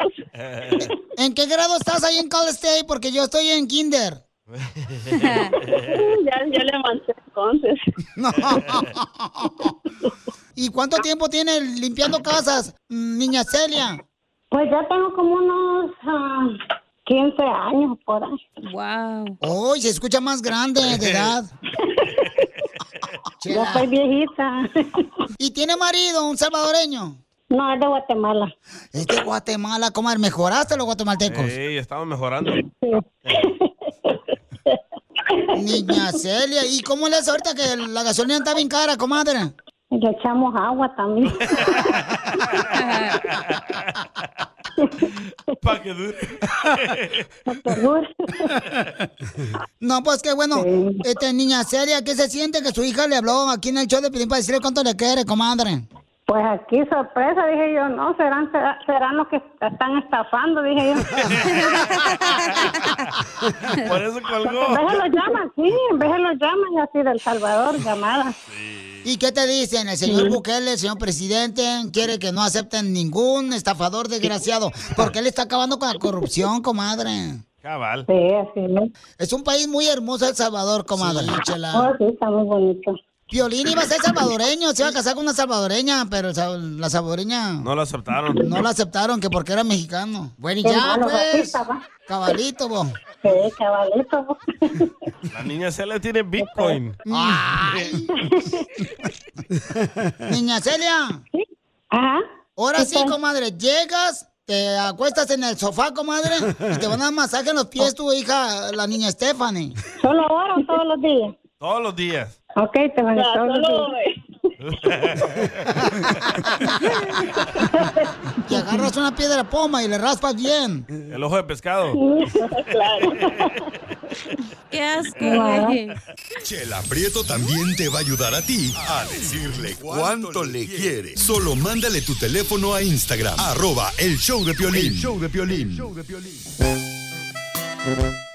S3: ¿En qué grado estás ahí en Cal State? Porque yo estoy en kinder.
S16: Ya, ya le avancé entonces.
S3: ¿Y cuánto tiempo tiene limpiando casas, mm, niña Celia?
S14: Pues ya tengo como unos ah, 15 años por ahí.
S3: Wow. Hoy se escucha más grande de edad.
S14: Ya soy viejita.
S3: ¿Y tiene marido, un salvadoreño?
S14: No, es de Guatemala.
S3: Es de Guatemala, comadre. ¿Mejoraste los guatemaltecos?
S2: Ey, estamos mejorando.
S3: Niña Celia, ¿y cómo le hace ahorita que la gasolina está bien cara, comadre?
S14: Le echamos agua también.
S2: Para que dure.
S3: No, pues qué bueno. Este, niña Celia, ¿qué se siente que su hija le habló aquí en el show de Pilín para decirle cuánto le quiere, comadre?
S14: Pues aquí sorpresa, dije yo, no, serán será- serán los que están estafando, dije yo.
S2: Por eso colgó.
S14: En vez de los llaman, sí, en vez de los llaman así del Salvador, llamadas.
S3: ¿Y qué te dicen? El señor Bukele, el señor presidente, quiere que no acepten ningún estafador desgraciado, porque él está acabando con la corrupción, comadre.
S2: Cabal.
S14: Sí, así es.
S3: Es un país muy hermoso, El Salvador, comadre.
S14: Oh,
S3: chela.
S14: sí, está muy bonito.
S3: Piolín iba a ser salvadoreño, se iba a casar con una salvadoreña, pero el sa- la salvadoreña
S2: No lo aceptaron.
S3: no la aceptaron, que porque era mexicano. Bueno, y
S14: Qué
S3: ya,
S14: malo,
S3: pues.
S14: racista, va.
S3: Cabalito, vos.
S14: Sí, cabalito. va.
S2: La niña Celia tiene Bitcoin.
S3: Niña Celia.
S14: Ajá.
S3: Ahora
S14: ¿Qué
S3: sí,
S14: tal?
S3: comadre, llegas, te acuestas en el sofá, comadre, y te van a dar masaje en los pies tu hija, la niña Stephanie.
S14: ¿Solo ahora o todos los días?
S2: Todos los días.
S14: Ok, te van a
S16: Ya,
S14: todos los
S16: solo
S14: días.
S3: Y agarras una piedra poma y le raspas bien.
S2: El ojo de pescado.
S4: Qué asco,
S3: Wow.
S4: güey.
S1: Chela Prieto también te va a ayudar a ti a decirle cuánto le quiere. Solo mándale tu teléfono a Instagram, arroba el show de Piolín.
S3: El
S1: show de Piolín.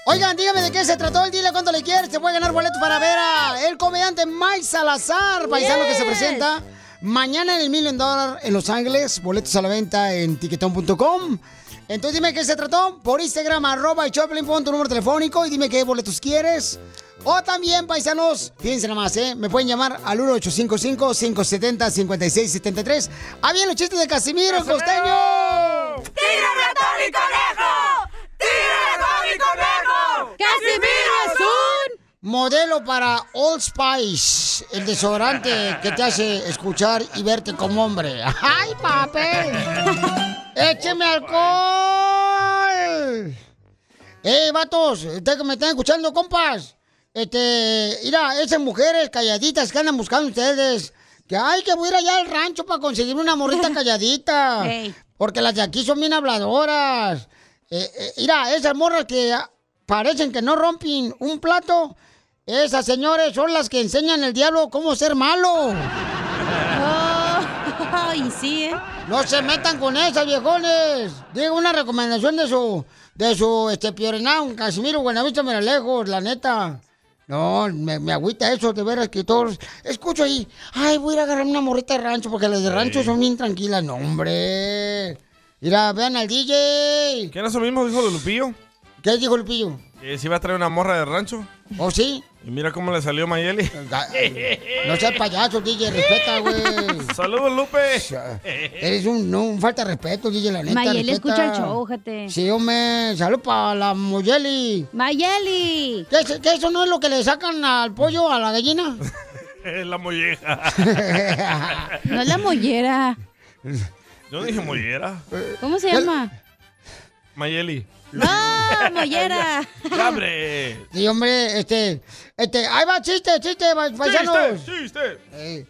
S3: Oigan, dígame de qué se trató el Dile Cuánto Le Quieres. Te puede ganar boleto para ver a el comediante Mike Salazar, paisano que se
S17: Yes.
S3: presenta mañana en el Million Dollar en Los Ángeles. Boletos a la venta en tiquetón.com. Entonces dime de qué se trató por Instagram, arroba y Choplin, pon tu número telefónico y dime qué boletos quieres. O también, paisanos, fíjense nomás, ¿eh? Me pueden llamar al 1855-570-5673. ¡Ah, bien, los chistes de Casimiro, el costeño!
S9: ratón y conejo! ¡Tira ratón y conejo!
S3: ¡Casimiro es un modelo para Old Spice, el desodorante que te hace escuchar y verte como hombre. ¡Ay, papel! ¡Écheme alcohol! ¡Ey, vatos! Ustedes que me están escuchando, compas. Este, mira, esas mujeres calladitas que andan buscando ustedes. Que ay, que voy a ir allá al rancho para conseguir una morrita calladita.
S9: Ey.
S3: Porque las de aquí son bien habladoras. Eh, eh, mira, esas morras que ah, parecen que no rompen un plato. Esas señores son las que enseñan al diablo cómo ser malo. y sí, ¿eh? No se metan con esas, viejones. Digo una recomendación de su, de su, este, Piorenán, Casimiro Buenavista lejos, la neta. No, me, me agüita eso, de veras que todos... Escucho ahí, ay, voy a ir a agarrar una morrita de rancho, porque las de rancho son bien tranquilas. No, hombre. Mira, vean al DJ.
S2: ¿Qué era eso mismo que dijo de Lupillo?
S3: ¿Qué dijo Lupillo?
S2: Que se iba a traer una morra de rancho.
S3: ¿Oh, sí?
S2: Y mira cómo le salió a Mayeli.
S3: No seas payaso, DJ, respeta, güey.
S2: Saludos, Lupe.
S3: Eres un, no, un falta de respeto, DJ, la neta.
S4: Mayeli, escucha
S3: respeta.
S4: el show, ojete.
S3: Sí, hombre, salud para la Moyeli. Mayeli. ¿Qué, es- qué eso no es lo que le sacan al pollo, a la gallina?
S2: la molleja.
S4: No es la mollera.
S2: Yo no dije mollera.
S3: Eh.
S4: ¿Cómo se llama?
S2: Mayeli.
S4: ¡No, mollera!
S2: ¡Ya, ¡Hombre!
S3: Sí, hombre, este, este, ahí va, chiste, chiste, pa- paisanos.
S2: ¡Chiste! ¡Chiste!
S3: Eh,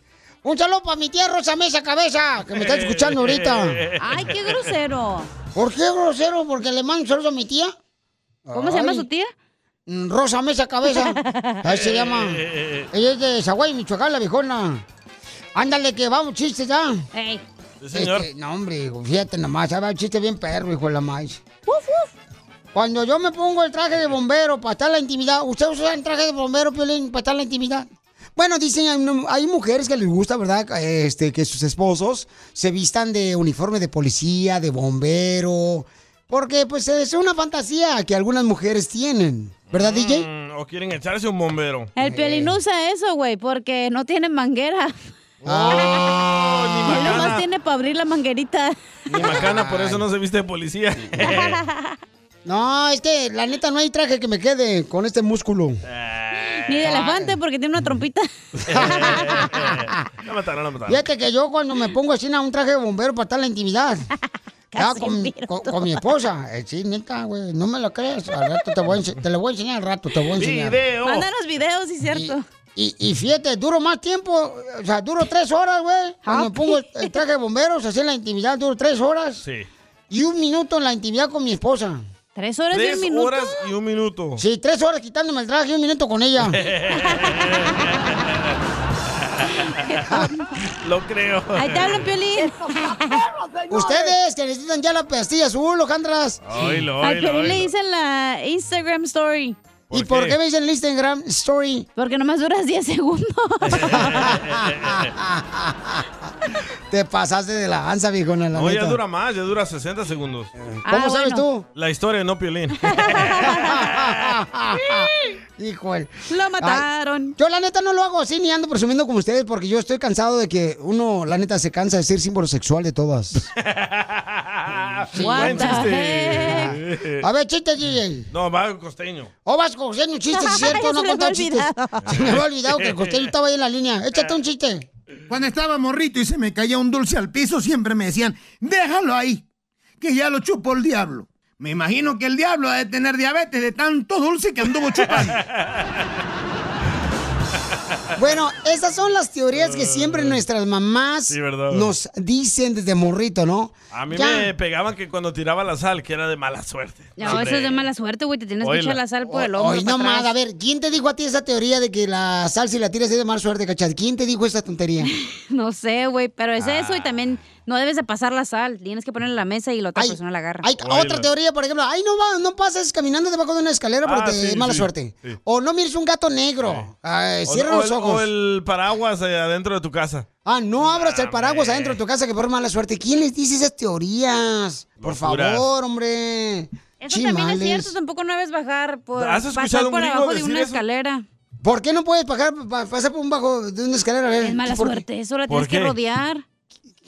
S3: un saludo para mi tía Rosa Mesa Cabeza, que me está escuchando ahorita.
S4: ¡Ay, qué grosero!
S3: ¿Por qué grosero? ¿Porque le mando un saludo a mi tía? Mm,
S4: ¿Cómo se llama su tía?
S3: Rosa Mesa Cabeza. Ahí se llama.
S2: Eh,
S3: Ella es de Zaguay, Michoacán, la viejona. Ándale, que vamos, chiste ya.
S4: Ey.
S2: señor.
S3: Este, no, hombre, fíjate nomás, ahí va un chiste bien perro, hijo de la maíz. Cuando yo me pongo el traje de bombero para estar en la intimidad, ¿ustedes usan traje de bombero, Piolín, para estar en la intimidad? Bueno, dicen, hay, no- hay mujeres que les gusta, ¿verdad? Este, que sus esposos se vistan de uniforme de policía, de bombero. Porque, pues, es una fantasía que algunas mujeres tienen. ¿Verdad, DJ?
S2: Mm, ¿O quieren echarse un bombero?
S4: El piolín usa eso, güey, porque no tiene manguera.
S3: Ah,
S4: Él nomás tiene para abrir la manguerita.
S2: Ni macana, por eso no se viste de policía.
S3: No, es que la neta no hay traje que me quede con este músculo.
S2: Eh.
S3: Ah.
S4: Ni de elefante, porque tiene una trompita.
S2: La mataron, la mataron.
S3: Fíjate que yo cuando me pongo así a un traje de bombero para estar en la intimidad. ya, con, con- con mi esposa. Eh, sí, neta, güey. No me lo creas. Al rato te, voy a ense- te lo voy a enseñar al rato, te voy a enseñar.
S4: Mándanos videos, sí, cierto.
S3: Y, y fíjate, duro más tiempo, o sea, duro tres horas, güey. Cuando me pongo el, el traje de bomberos, así en la intimidad, duro tres horas.
S2: Sí.
S3: Y un minuto en la intimidad con mi esposa. ¿Tres
S2: Tres horas y un minuto.
S3: Sí, tres horas quitándome el traje y un minuto con ella.
S2: eh, eh. Lo creo.
S3: Ahí te hablan, Piolín. Ustedes que necesitan ya la pastilla azul, Lojandras.
S2: Oílo,
S4: Al
S2: oílo,
S4: Piolín le
S2: oílo.
S4: dicen la Instagram Story.
S3: ¿Y por qué me dicen el Instagram Story?
S4: Porque nomás duras 10 segundos.
S3: Te pasaste de la ansa, viejona, la
S2: No, ya
S3: neta.
S2: dura más, ya dura 60 segundos. ¿Cómo
S3: Ah, sabes bueno.
S2: La historia, no Piolín.
S3: Ah. Hijo él.
S4: Lo mataron.
S3: yo la neta no lo hago así ni ando presumiendo como ustedes porque yo estoy cansado de que uno, la neta, se cansa de ser símbolo sexual de todas.
S2: Buen
S3: the
S2: chiste.
S3: A ver, chiste, DJ.
S2: No, va el costeño.
S3: O vas costeño, chiste, ¿sí es cierto,
S2: Se
S3: no
S2: me había
S3: contó chistes.
S2: olvidado.
S3: Se me había olvidado que el costeño estaba ahí en la línea. Échate un chiste.
S18: Cuando estaba morrito y se me caía un dulce al piso, siempre me decían, déjalo ahí, que ya lo chupó el diablo. Me imagino que el diablo ha de tener diabetes de tanto dulce que anduvo chupando.
S3: Bueno, esas son las teorías que siempre nuestras mamás
S2: Sí, ¿verdad?
S3: nos dicen desde morrito, ¿no?
S2: A mí
S3: Ya.
S2: me pegaban que cuando tiraba la sal, que era de mala suerte.
S4: No, eso es de mala suerte, güey. Te tienes que
S2: Oíla.
S4: echar la sal por el hombro.
S3: Ay, no más, a ver, ¿quién te dijo a ti esa teoría de que la sal si la tiras es de mala suerte, cachas? ¿Quién te dijo esa tontería?
S4: No sé, güey, pero es eso y
S3: Ah.
S4: también no debes de pasar la sal. Tienes que ponerla en la mesa y la otra persona la agarra.
S3: Hay otra teoría, por ejemplo, ay, no, va, no pases caminando debajo de una escalera porque
S2: Ah,
S3: te-
S2: sí,
S3: es mala
S2: sí,
S3: suerte.
S2: sí.
S3: O no mires un gato negro. Ay, Eh, cierra
S2: O- o
S3: los
S2: el-
S3: ojos.
S2: O el paraguas eh, adentro de tu casa.
S3: Ah, no abras el paraguas adentro de tu casa que por mala suerte. ¿Quién les dice esas teorías? Por
S2: Locuras.
S3: favor, hombre.
S4: Eso también es
S3: Chimales.
S4: cierto, tampoco no debes bajar por
S3: ¿Has
S4: pasar
S3: escuchado un
S4: por
S3: gringo
S4: abajo de
S3: decir
S4: una
S3: eso?
S4: escalera.
S3: ¿Por qué no puedes bajar, pa- pasar por un bajo de una escalera? A ver,
S4: Es mala
S3: ¿por qué?
S4: suerte, eso la
S3: ¿Por
S4: tienes que
S3: qué?
S4: rodear.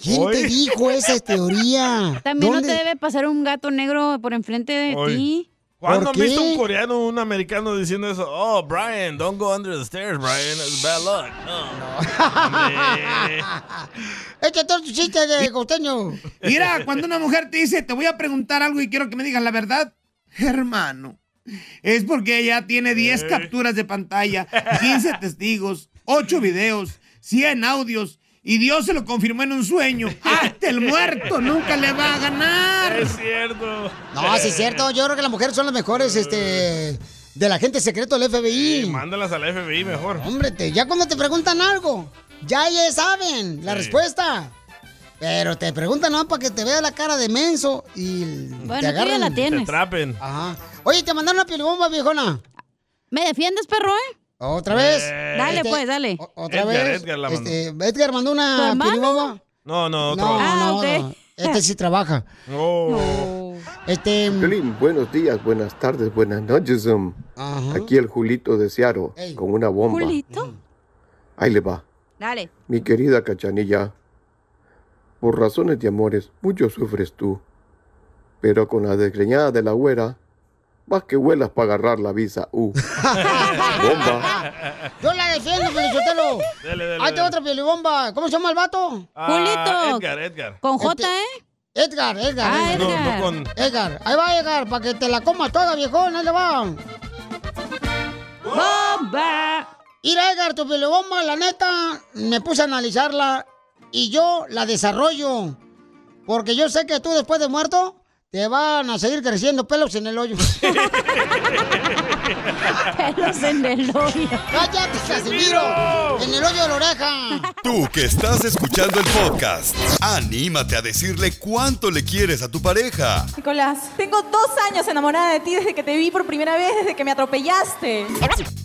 S3: ¿Quién te
S4: Hoy.
S3: dijo esa teoría?
S4: También no
S3: ¿Dónde?
S4: te debe pasar un gato negro por enfrente de
S2: Hoy.
S4: ti.
S2: ¿Cuándo
S4: ¿Por
S2: han visto
S4: qué?
S2: un coreano o un americano diciendo eso? Oh, Brian, don't go under the stairs, Brian. It's bad luck.
S3: Échate otro chiste de costeño.
S18: Mira, cuando una mujer te dice, te voy a preguntar algo y quiero que me digas la verdad, hermano, es porque ella tiene 10 capturas de pantalla, 15 testigos, 8 videos, 100 audios y Dios se lo confirmó en un sueño. Hasta el muerto nunca le va a ganar.
S2: Es cierto.
S3: No, sí es cierto. Yo creo que las mujeres son las mejores, este, de la gente secreto del FBI.
S2: Mándalas al FBI mejor.
S3: Hombre, te- ya cuando te preguntan algo, ya ya saben la
S2: Sí.
S3: respuesta. Pero te preguntan no para que te vea la cara de menso y te agarran.
S2: Te trapen. Ajá.
S3: Oye, te mandaron una pilbomba, viejona.
S4: ¿Me defiendes, perro, eh?
S3: ¿Otra vez? Este,
S2: Eh.
S4: Dale, pues, dale.
S3: ¿Otra
S2: Edgar,
S3: vez?
S2: Edgar la mandó.
S3: Este, Edgar mandó
S4: ¿Tu
S3: una
S4: hermano?
S3: pilbomba.
S2: No, no, otro.
S3: No,
S4: Ah,
S3: no, no. Este sí trabaja.
S2: Oh.
S3: Este.
S17: Piolín, buenos días, buenas tardes, buenas noches. um. Aquí el Julito de Searo
S4: Ey.
S17: con una bomba.
S4: Julito.
S17: Ahí le va.
S4: Dale.
S17: Mi querida cachanilla, por razones de amores, mucho sufres tú. Pero con la desgreñada de la güera, vas que vuelas para agarrar la visa U. bomba.
S3: Yo la defiendo, Felicitelo.
S2: Dale, dale,
S3: Ahí te
S2: dale.
S3: otra pilbomba. ¿Cómo se llama el vato?
S2: Ah, Edgar, Edgar.
S4: Con
S3: J, ¿eh? Edgar, Edgar.
S2: Ah, No, Edgar. no con-
S3: Edgar, ahí va Edgar, para que te la comas toda, viejón, ahí le va.
S4: ¡Bomba!
S3: Mira, Edgar, tu bomba, la neta, me puse a analizarla y yo la desarrollo. Porque yo sé que tú después de muerto te van a seguir creciendo pelos en el hoyo.
S4: pelos en el hoyo.
S3: ¡Cállate, Casimiro! En el hoyo de la oreja.
S1: Tú que estás escuchando el podcast, anímate a decirle cuánto le quieres a tu pareja.
S19: Nicolás, tengo dos años enamorada de ti desde que te vi por primera vez, desde que me atropellaste.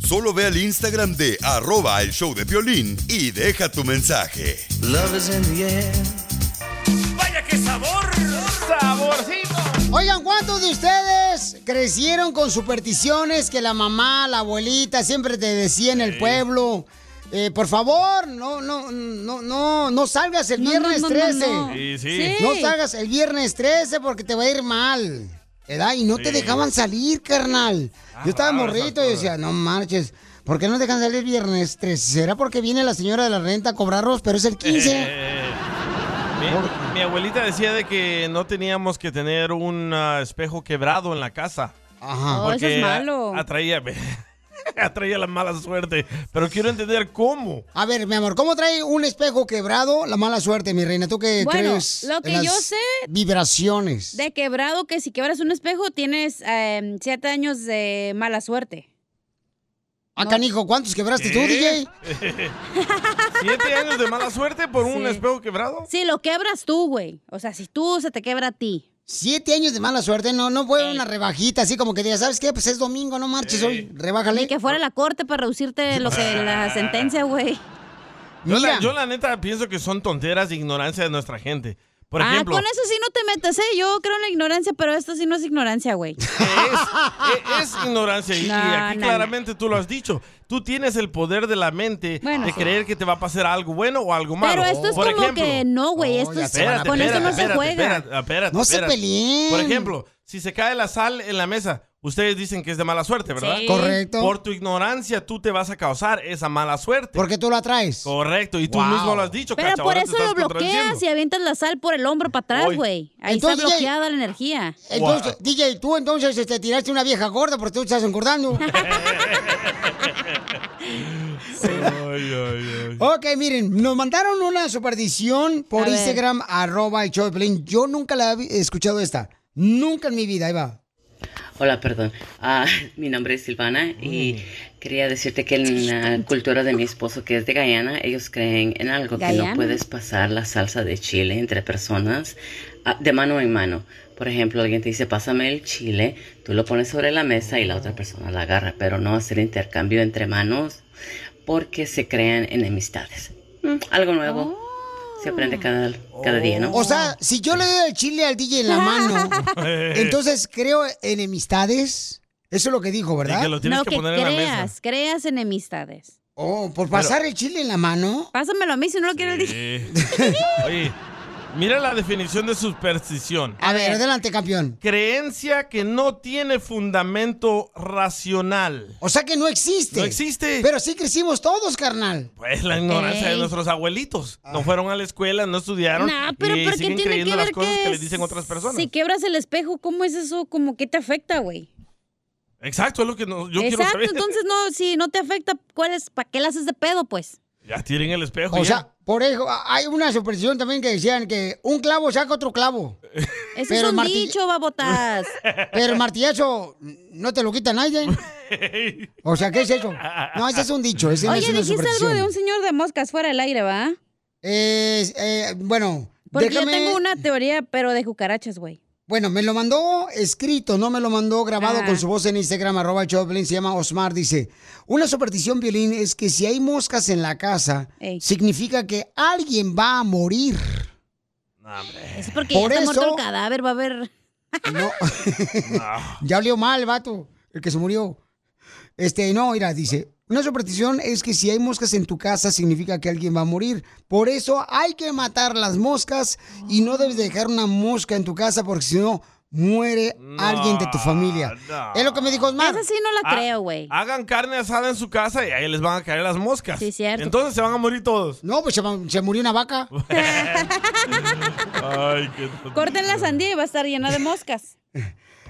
S1: Solo ve al Instagram de arroba el show de violín y deja tu mensaje.
S2: ¡Vaya qué sabor! ¡Saborcito!
S3: Oigan, ¿cuántos de ustedes crecieron con supersticiones que la mamá, la abuelita siempre te decía en el pueblo? Eh, por favor, no, no, no, no, no salgas el
S4: No, no,
S3: viernes
S4: no, no,
S3: 13.
S4: no. Sí, sí. Sí.
S3: No salgas el viernes 13 porque te va a ir mal. ¿Verdad? Y no te
S4: Sí. Ah,
S3: dejaban salir, carnal. Yo estaba
S4: raro esas
S3: morrito y decía, no marches. ¿Por qué no dejan salir viernes 13? ¿Será porque viene la señora de la renta a cobrarlos, pero es el 15?
S2: Eh, mi, mi abuelita decía de que no teníamos que tener un ah, espejo quebrado en la casa.
S3: Ajá.
S4: Oh, eso es
S2: Porque a-
S4: malo.
S2: Atraía, atraía la mala suerte. Pero quiero entender cómo.
S3: A ver, mi amor, ¿cómo trae un espejo quebrado la mala suerte, mi reina? ¿Tú qué
S4: Bueno,
S3: crees?
S4: lo
S3: en
S4: que yo
S3: las
S4: sé-
S3: Vibraciones.
S4: De quebrado que si quebras un espejo tienes eh, siete años de mala suerte.
S3: Ah, canijo, ¿cuántos quebraste tú,
S2: ¿Qué?
S3: DJ?
S2: ¿Siete años de mala suerte por un
S4: Sí.
S2: espejo quebrado?
S4: Si lo quebras tú, güey. O sea, si tú se te quebra a ti.
S3: Siete años de mala suerte, no, no fue una rebajita así como que digas, ¿sabes qué? Pues es domingo, no marches hoy, rebájale.
S4: Ni que fuera la corte para reducirte lo que la sentencia, güey.
S2: Yo
S4: Mira.
S2: la, yo la neta pienso que son tonteras de ignorancia de nuestra gente. Por
S4: ah,
S2: ejemplo,
S4: con eso sí no te metas, ¿eh? Yo creo en la ignorancia, pero esto sí no es ignorancia, güey.
S2: E-, es ignorancia y, y
S4: Ah, No,
S2: aquí
S4: no,
S2: claramente tú lo has dicho. Tú tienes el poder de la mente
S4: Bueno,
S2: de
S4: sí.
S2: creer que te va a pasar algo bueno o algo malo.
S4: Pero esto es
S2: Por
S4: como
S2: ejemplo,
S4: que no, güey. esto
S2: ya
S4: es-
S2: se van a
S4: con esto no
S2: espérate,
S4: se juega.
S2: Espérate, espérate,
S3: No se
S2: espérate.
S3: peleen.
S2: Por ejemplo, si se cae la sal en la mesa, ustedes dicen que es de mala suerte, ¿verdad?
S3: Sí. Correcto.
S2: Por tu ignorancia, tú te vas a causar esa mala suerte.
S3: Porque tú la traes.
S2: Correcto, y tú
S3: Wow.
S2: mismo lo has dicho,
S4: Pero
S2: Cacha,
S4: por
S2: ahora te
S4: eso
S2: estás
S4: lo bloqueas
S2: contradiciendo.
S4: y avientas la sal por el hombro para atrás,
S2: Hoy.
S4: güey. Ahí
S3: Entonces,
S4: está bloqueada la energía.
S3: Entonces, DJ, tú entonces te tiraste una vieja gorda porque tú estás engordando.
S2: Ay, ay, ay.
S3: ok, miren, nos mandaron una superdición por
S2: A ver.
S3: Instagram, arroba el show de Piolín. Yo nunca la he escuchado esta. Nunca en mi vida, ahí va.
S20: Hola, perdón. Ah, mi nombre es Silvana y quería decirte que en la cultura de mi esposo, que es de Guyana, ellos creen en algo que
S21: Guyana.
S20: no puedes pasar la salsa de chile entre personas ah, de mano en mano. Por ejemplo, alguien te dice, pásame el chile, tú lo pones sobre la mesa y la otra persona la agarra, pero no hacer intercambio entre manos porque se crean enemistades. Mm, algo nuevo. Se aprende cada, cada día, ¿no?
S3: O sea, si yo le doy el chile al DJ en la mano, entonces creo enemistades. Eso es lo que dijo, ¿verdad?
S4: no, que, creas, creas enemistades.
S3: Oh, por pasar el chile en la mano.
S4: Pásamelo a mí si no lo quiero el DJ.
S2: Eh, Oye, mira la definición de superstición.
S3: A ver, adelante, campeón.
S2: Creencia que no tiene fundamento racional.
S3: O sea que no existe.
S2: No existe.
S3: Este, Pero sí crecimos todos, carnal.
S2: Pues la ignorancia de nuestros abuelitos.
S3: Ah.
S2: No fueron a la escuela, no estudiaron.
S4: Nah, pero
S2: y
S4: ¿por qué
S2: siguen
S4: tiene
S2: creyendo
S4: que
S2: las
S4: ver
S2: cosas que,
S4: que
S2: les dicen otras personas.
S4: Si quebras el espejo, ¿cómo es eso? ¿Cómo que te afecta, güey?
S2: Exacto, es lo que no- yo quiero
S4: Exacto,
S2: saber.
S4: entonces no, si no te afecta, ¿cuál es? ¿Para qué la haces de pedo, pues?
S2: Ya tiren el espejo.
S3: O
S2: ya.
S3: sea, por eso hay una superstición también que decían que un clavo saca otro clavo.
S4: Ese
S3: Pero
S4: es un
S3: martill-
S4: dicho, babotas.
S3: Pero el martillazo no te lo quita nadie. O sea, ¿qué es eso? No, ese es un dicho. Ese no
S4: Oye,
S3: es una
S4: dijiste algo de
S3: superstición.
S4: un señor de moscas fuera del aire, ¿va?
S3: Eh, eh, bueno,
S4: Porque
S3: déjame-
S4: yo tengo una teoría, pero de cucarachas, güey.
S3: Bueno, me lo mandó escrito, no me lo mandó grabado
S4: Ah.
S3: con su voz en Instagram, arroba el show de Piolín, se llama Osmar, dice, una superstición, Violín, es que si hay moscas en la casa, significa que alguien va a morir.
S4: Es porque
S3: Por
S4: ya está
S3: eso-
S4: muerto el cadáver, va a haber...
S3: No. ya olió mal, vato, el que se murió. Este, no, mira, dice, una superstición es que si hay moscas en tu casa significa que alguien va a morir. Por eso hay que matar las moscas y no debes dejar una mosca en tu casa porque si no muere alguien de tu familia.
S2: no.
S3: Es lo que me dijo Osmar.
S4: Esa sí no
S2: Ah, Hagan carne asada en su casa y ahí les van a caer las moscas.
S3: Sí, cierto.
S2: Entonces se van a morir todos.
S3: No, pues se, va- se murió una vaca.
S2: Ay, qué tonto.
S4: Corten la sandía y va a estar llena de moscas.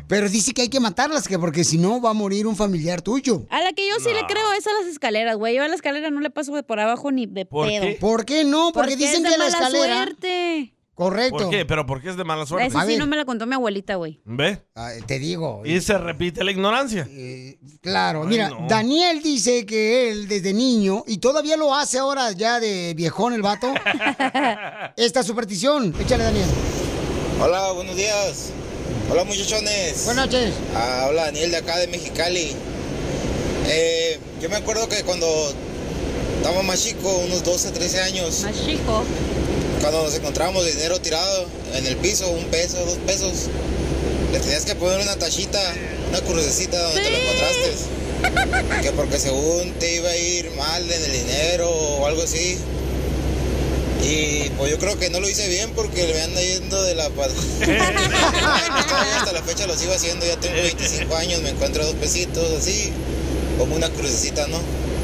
S3: Pero dice que hay que matarlas, que porque si no va a morir un familiar tuyo.
S4: A la que yo sí le creo es a las escaleras, güey. Yo a la escalera no le paso de por abajo ni de pedo.
S3: ¿Por qué no? Porque,
S4: Porque
S3: dicen
S4: es de
S3: que la
S4: mala
S3: escalera.
S4: suerte.
S3: Correcto.
S2: ¿Por qué? ¿Pero por qué es de mala suerte?
S4: Esa sí no me la contó mi abuelita, güey.
S2: ¿Ve?
S3: Ah, te digo. Eh,
S2: Y se repite la ignorancia.
S3: Claro,
S2: Ay,
S3: mira,
S2: no.
S3: Daniel dice que él desde niño, y todavía lo hace ahora ya de viejón el vato, esta superstición. Échale, Daniel.
S22: Hola, buenos días. Hola, muchachones.
S3: Buenas noches.
S22: habla Daniel de acá de Mexicali. Eh, yo me acuerdo que cuando estábamos más chicos, unos 12, 13 años. Más chico. Cuando nos encontrábamos dinero tirado en el piso, un peso, dos pesos, le tenías que poner una tachita, una crucecita donde te lo encontraste. Que porque según te iba a ir mal en el dinero o algo así. Y pues yo creo que no lo hice bien porque me anda yendo de la pata. hasta la fecha lo sigo haciendo, ya tengo 25 años, me encuentro dos pesitos así, como una crucecita, ¿no?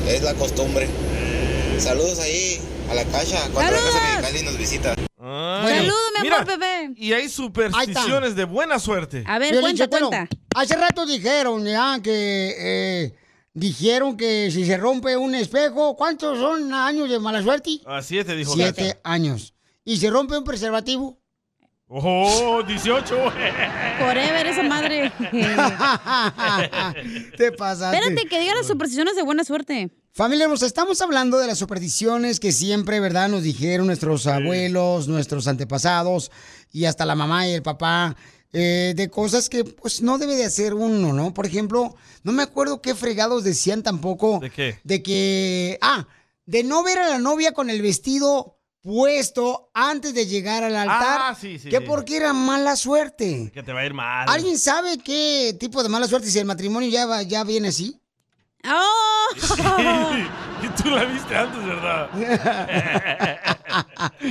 S22: Es la costumbre. Saludos ahí a la caja, cuando la casa mexicana y nos visita.
S2: Ah.
S4: Saludos, mi amor, bebé.
S2: Y hay supersticiones de buena suerte.
S3: Violín Sotelo, Hace rato dijeron, ya, que eh, dijeron que si se rompe un espejo, ¿cuántos son años de mala suerte?
S2: Ah, siete, dijo
S3: Siete
S2: Cacha.
S3: años. ¿Y se rompe un preservativo?
S2: ¡Oh, 18!
S4: Forever esa madre.
S3: Te pasaste.
S4: Espérate que diga las supersticiones de buena suerte.
S3: Familia hermosa, estamos hablando de las supersticiones que siempre, ¿verdad? Nos dijeron nuestros abuelos, nuestros antepasados y hasta la mamá y el papá. eh, de cosas que pues no debe de hacer uno, ¿no? Por ejemplo, no me acuerdo qué fregados decían tampoco.
S2: ¿De qué?
S3: De que, ah, de no ver a la novia con el vestido puesto antes de llegar al altar.
S2: Ah, sí, sí,
S3: Que
S2: sí.
S3: porque era mala suerte.
S2: Que te va a ir mal.
S3: ¿Alguien sabe qué tipo de mala suerte si el matrimonio ya, va- ya viene así?
S4: ¡Oh!
S2: Y tú la viste antes, ¿verdad?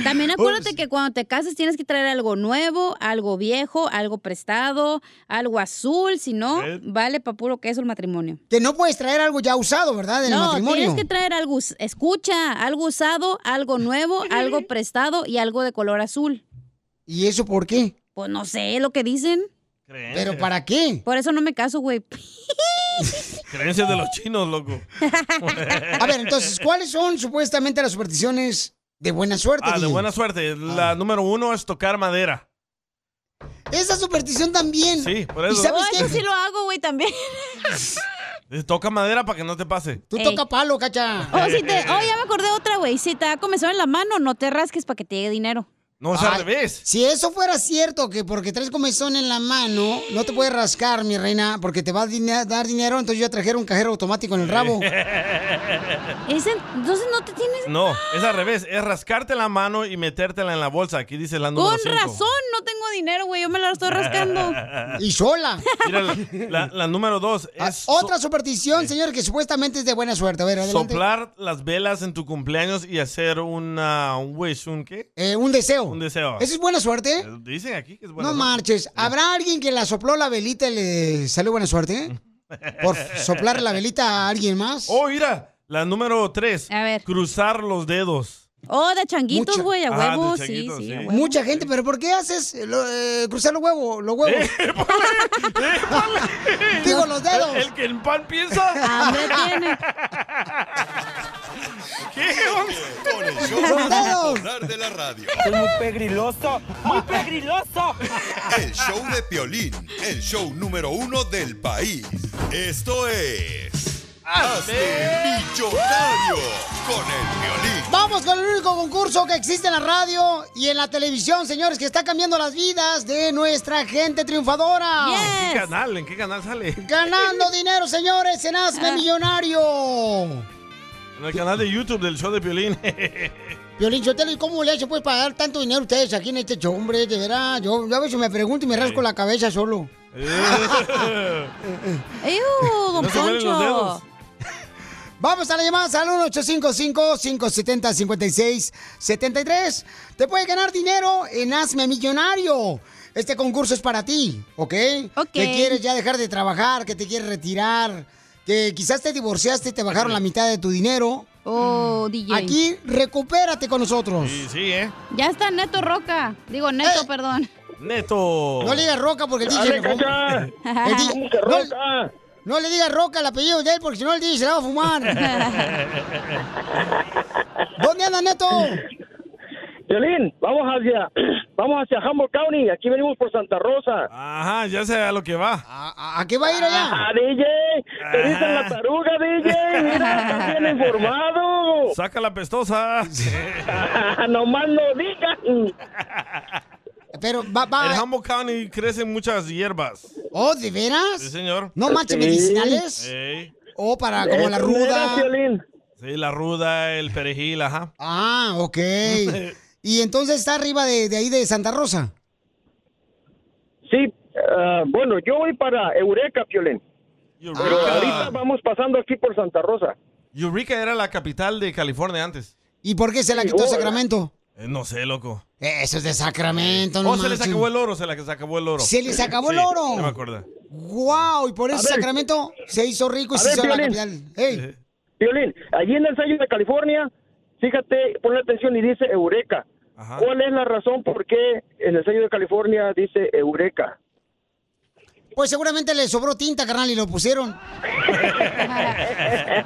S4: También acuérdate
S3: pues
S4: que cuando te cases tienes que traer algo nuevo, algo viejo, algo prestado, algo azul, si no, vale para puro que es el matrimonio.
S3: Que no puedes traer algo ya usado, ¿verdad? Del
S4: no,
S3: matrimonio.
S4: tienes que traer algo, us- escucha, algo usado, algo nuevo, algo prestado y algo de color azul.
S3: ¿Y eso por qué?
S4: Pues no sé lo que dicen.
S3: ¿Pero para qué?
S4: Por eso no me caso, güey.
S2: Creencias de los chinos, loco.
S3: A ver, entonces, ¿cuáles son supuestamente las supersticiones de buena suerte?
S2: Ah, de
S3: DJ?
S2: buena suerte. La número uno es tocar madera.
S3: Esa superstición también.
S2: Sí, por eso.
S3: ¿Y sabes
S4: No,
S3: qué?
S4: Oh, eso sí lo hago, güey, también. pues
S2: Eh, Toca madera para que no te pase.
S3: Tú toca palo, cacha.
S4: Oh, si te, oh, ya me acordé otra, güey. Si te da comezón en la mano, no te rasques para que te llegue dinero.
S2: No, es
S3: Ay,
S2: al revés.
S3: Si eso fuera cierto, que porque traes comezón en la mano, no te puedes rascar, mi reina, porque te va a dine- dar dinero, entonces yo trajera un cajero automático en
S2: Eh,
S3: el rabo.
S4: entonces no te tienes...
S2: No, es al revés. Es rascarte la mano y metértela en la bolsa. Aquí dice la número
S4: Con
S2: cinco.
S4: razón, no tengo dinero, güey. Yo me lo estoy rascando.
S3: Y sola.
S2: Mira, la, la- la número dos es
S3: Ah,
S2: eh.
S3: Otra superstición, señor, que supuestamente es de buena suerte. A ver, adelante.
S2: soplar las velas en tu cumpleaños y hacer una, un wish, ¿un qué?
S3: Eh, un deseo.
S2: Un deseo. Eh,
S3: ¿Eso es buena suerte?
S2: Dicen aquí que es buena
S3: No
S2: suerte.
S3: marches. ¿Habrá alguien que la sopló la velita y le salió buena suerte? ¿Por soplar la velita a alguien más?
S2: Oh, mira, la número tres.
S4: A ver.
S2: Cruzar los dedos.
S4: Oh, de changuitos,
S2: Mucha-
S4: güey, a
S2: Ah,
S4: huevo.
S2: de
S4: sí,
S2: changuitos,
S4: sí,
S2: sí.
S4: a huevo.
S3: Mucha gente, pero ¿por qué haces lo- eh, cruzar los huevos? Los
S2: Eh.
S3: huevos. Digo, los dedos.
S2: El, el que el pan piensa.
S3: Hambre tiene.
S1: Con el show
S9: Los
S1: más
S9: dedos.
S1: popular de la radio.
S9: Soy muy pegriloso, muy pegriloso.
S1: El show de Piolín, el show número uno del país. Esto es... ¡Hazte millonario con el Piolín!
S3: Vamos con el único concurso que existe en la radio y en la televisión, señores, que está cambiando las vidas de nuestra gente triunfadora.
S2: ¿En qué canal? ¿En qué canal sale?
S3: Ganando dinero, señores, en Hazme Millonario.
S2: En el canal de YouTube del show de Piolín.
S3: Violín Sotelo, ¿y cómo le hace pues pagar tanto dinero a ustedes aquí en este show, hombre? De verdad, yo, yo a veces me pregunto y me rasco la cabeza solo.
S4: ¡Ew, oh, don
S3: No se huelen los dedos.
S4: Poncho!
S3: Vamos a la llamada al 1-855-570-5673. Te puede ganar dinero en Hazme Millonario. Este concurso es para ti, ¿ok? Ok. Que quieres ya dejar de trabajar, que te quieres retirar, que quizás te divorciaste y te bajaron la mitad de tu dinero. Mm.
S4: Oh, DJ.
S3: Aquí, recupérate con nosotros.
S2: Sí, sí, ¿eh?
S4: Ya está Neto Roca. Digo, Neto, perdón.
S2: Neto.
S3: Eh. No le digas roca porque el DJ.
S2: Dale,
S3: lo-
S2: cacha.
S3: El DJ-
S2: ¿Cómo que
S3: no- No, le digas roca el apellido de él porque si no el DJ se la va a fumar. ¿Dónde anda Neto?
S5: Violín, vamos hacia, vamos hacia Humboldt County. Aquí venimos por Santa Rosa.
S2: Ajá, ya sé a lo que va.
S3: ¿A, qué va a ir allá?
S5: Ah, DJ, te dicen la taruga, DJ. Mira, estás bien informado.
S2: Saca la pestosa.
S5: Nomás no digan.
S3: Pero va,
S2: En Humboldt County crecen muchas hierbas.
S3: Oh, ¿de veras?
S2: Sí, señor.
S3: No manches, medicinales.
S2: Ey.
S3: O para como la ruda.
S2: Sí, la ruda, el perejil, ajá.
S3: Ah, ok. Y entonces está arriba de, de ahí de Santa Rosa.
S5: Sí, ah, bueno, yo voy para Eureka, Violín. Pero
S2: Eureka.
S5: ahorita vamos pasando aquí por Santa Rosa.
S2: Eureka era la capital de California antes.
S3: ¿Y por qué se la quitó Sacramento?
S2: Eh, no sé, loco.
S3: Eso es de Sacramento, no
S2: Oh, se les
S3: manches.
S2: acabó el oro, se les acabó el oro.
S3: Se les acabó el
S2: Sí,
S3: oro.
S2: No me acuerdo.
S3: ¡Wow! Y por eso
S5: A ver.
S3: Sacramento se hizo rico y
S5: A
S3: se
S5: ver,
S3: hizo la
S5: Piolín.
S3: capital.
S2: Eh.
S3: Ey,
S5: Violín, allí en el sello de California, fíjate, ponle atención y dice Eureka. ¿Cuál es la razón por qué en el sello de California dice Eureka?
S3: pues seguramente le sobró tinta, carnal, y lo pusieron.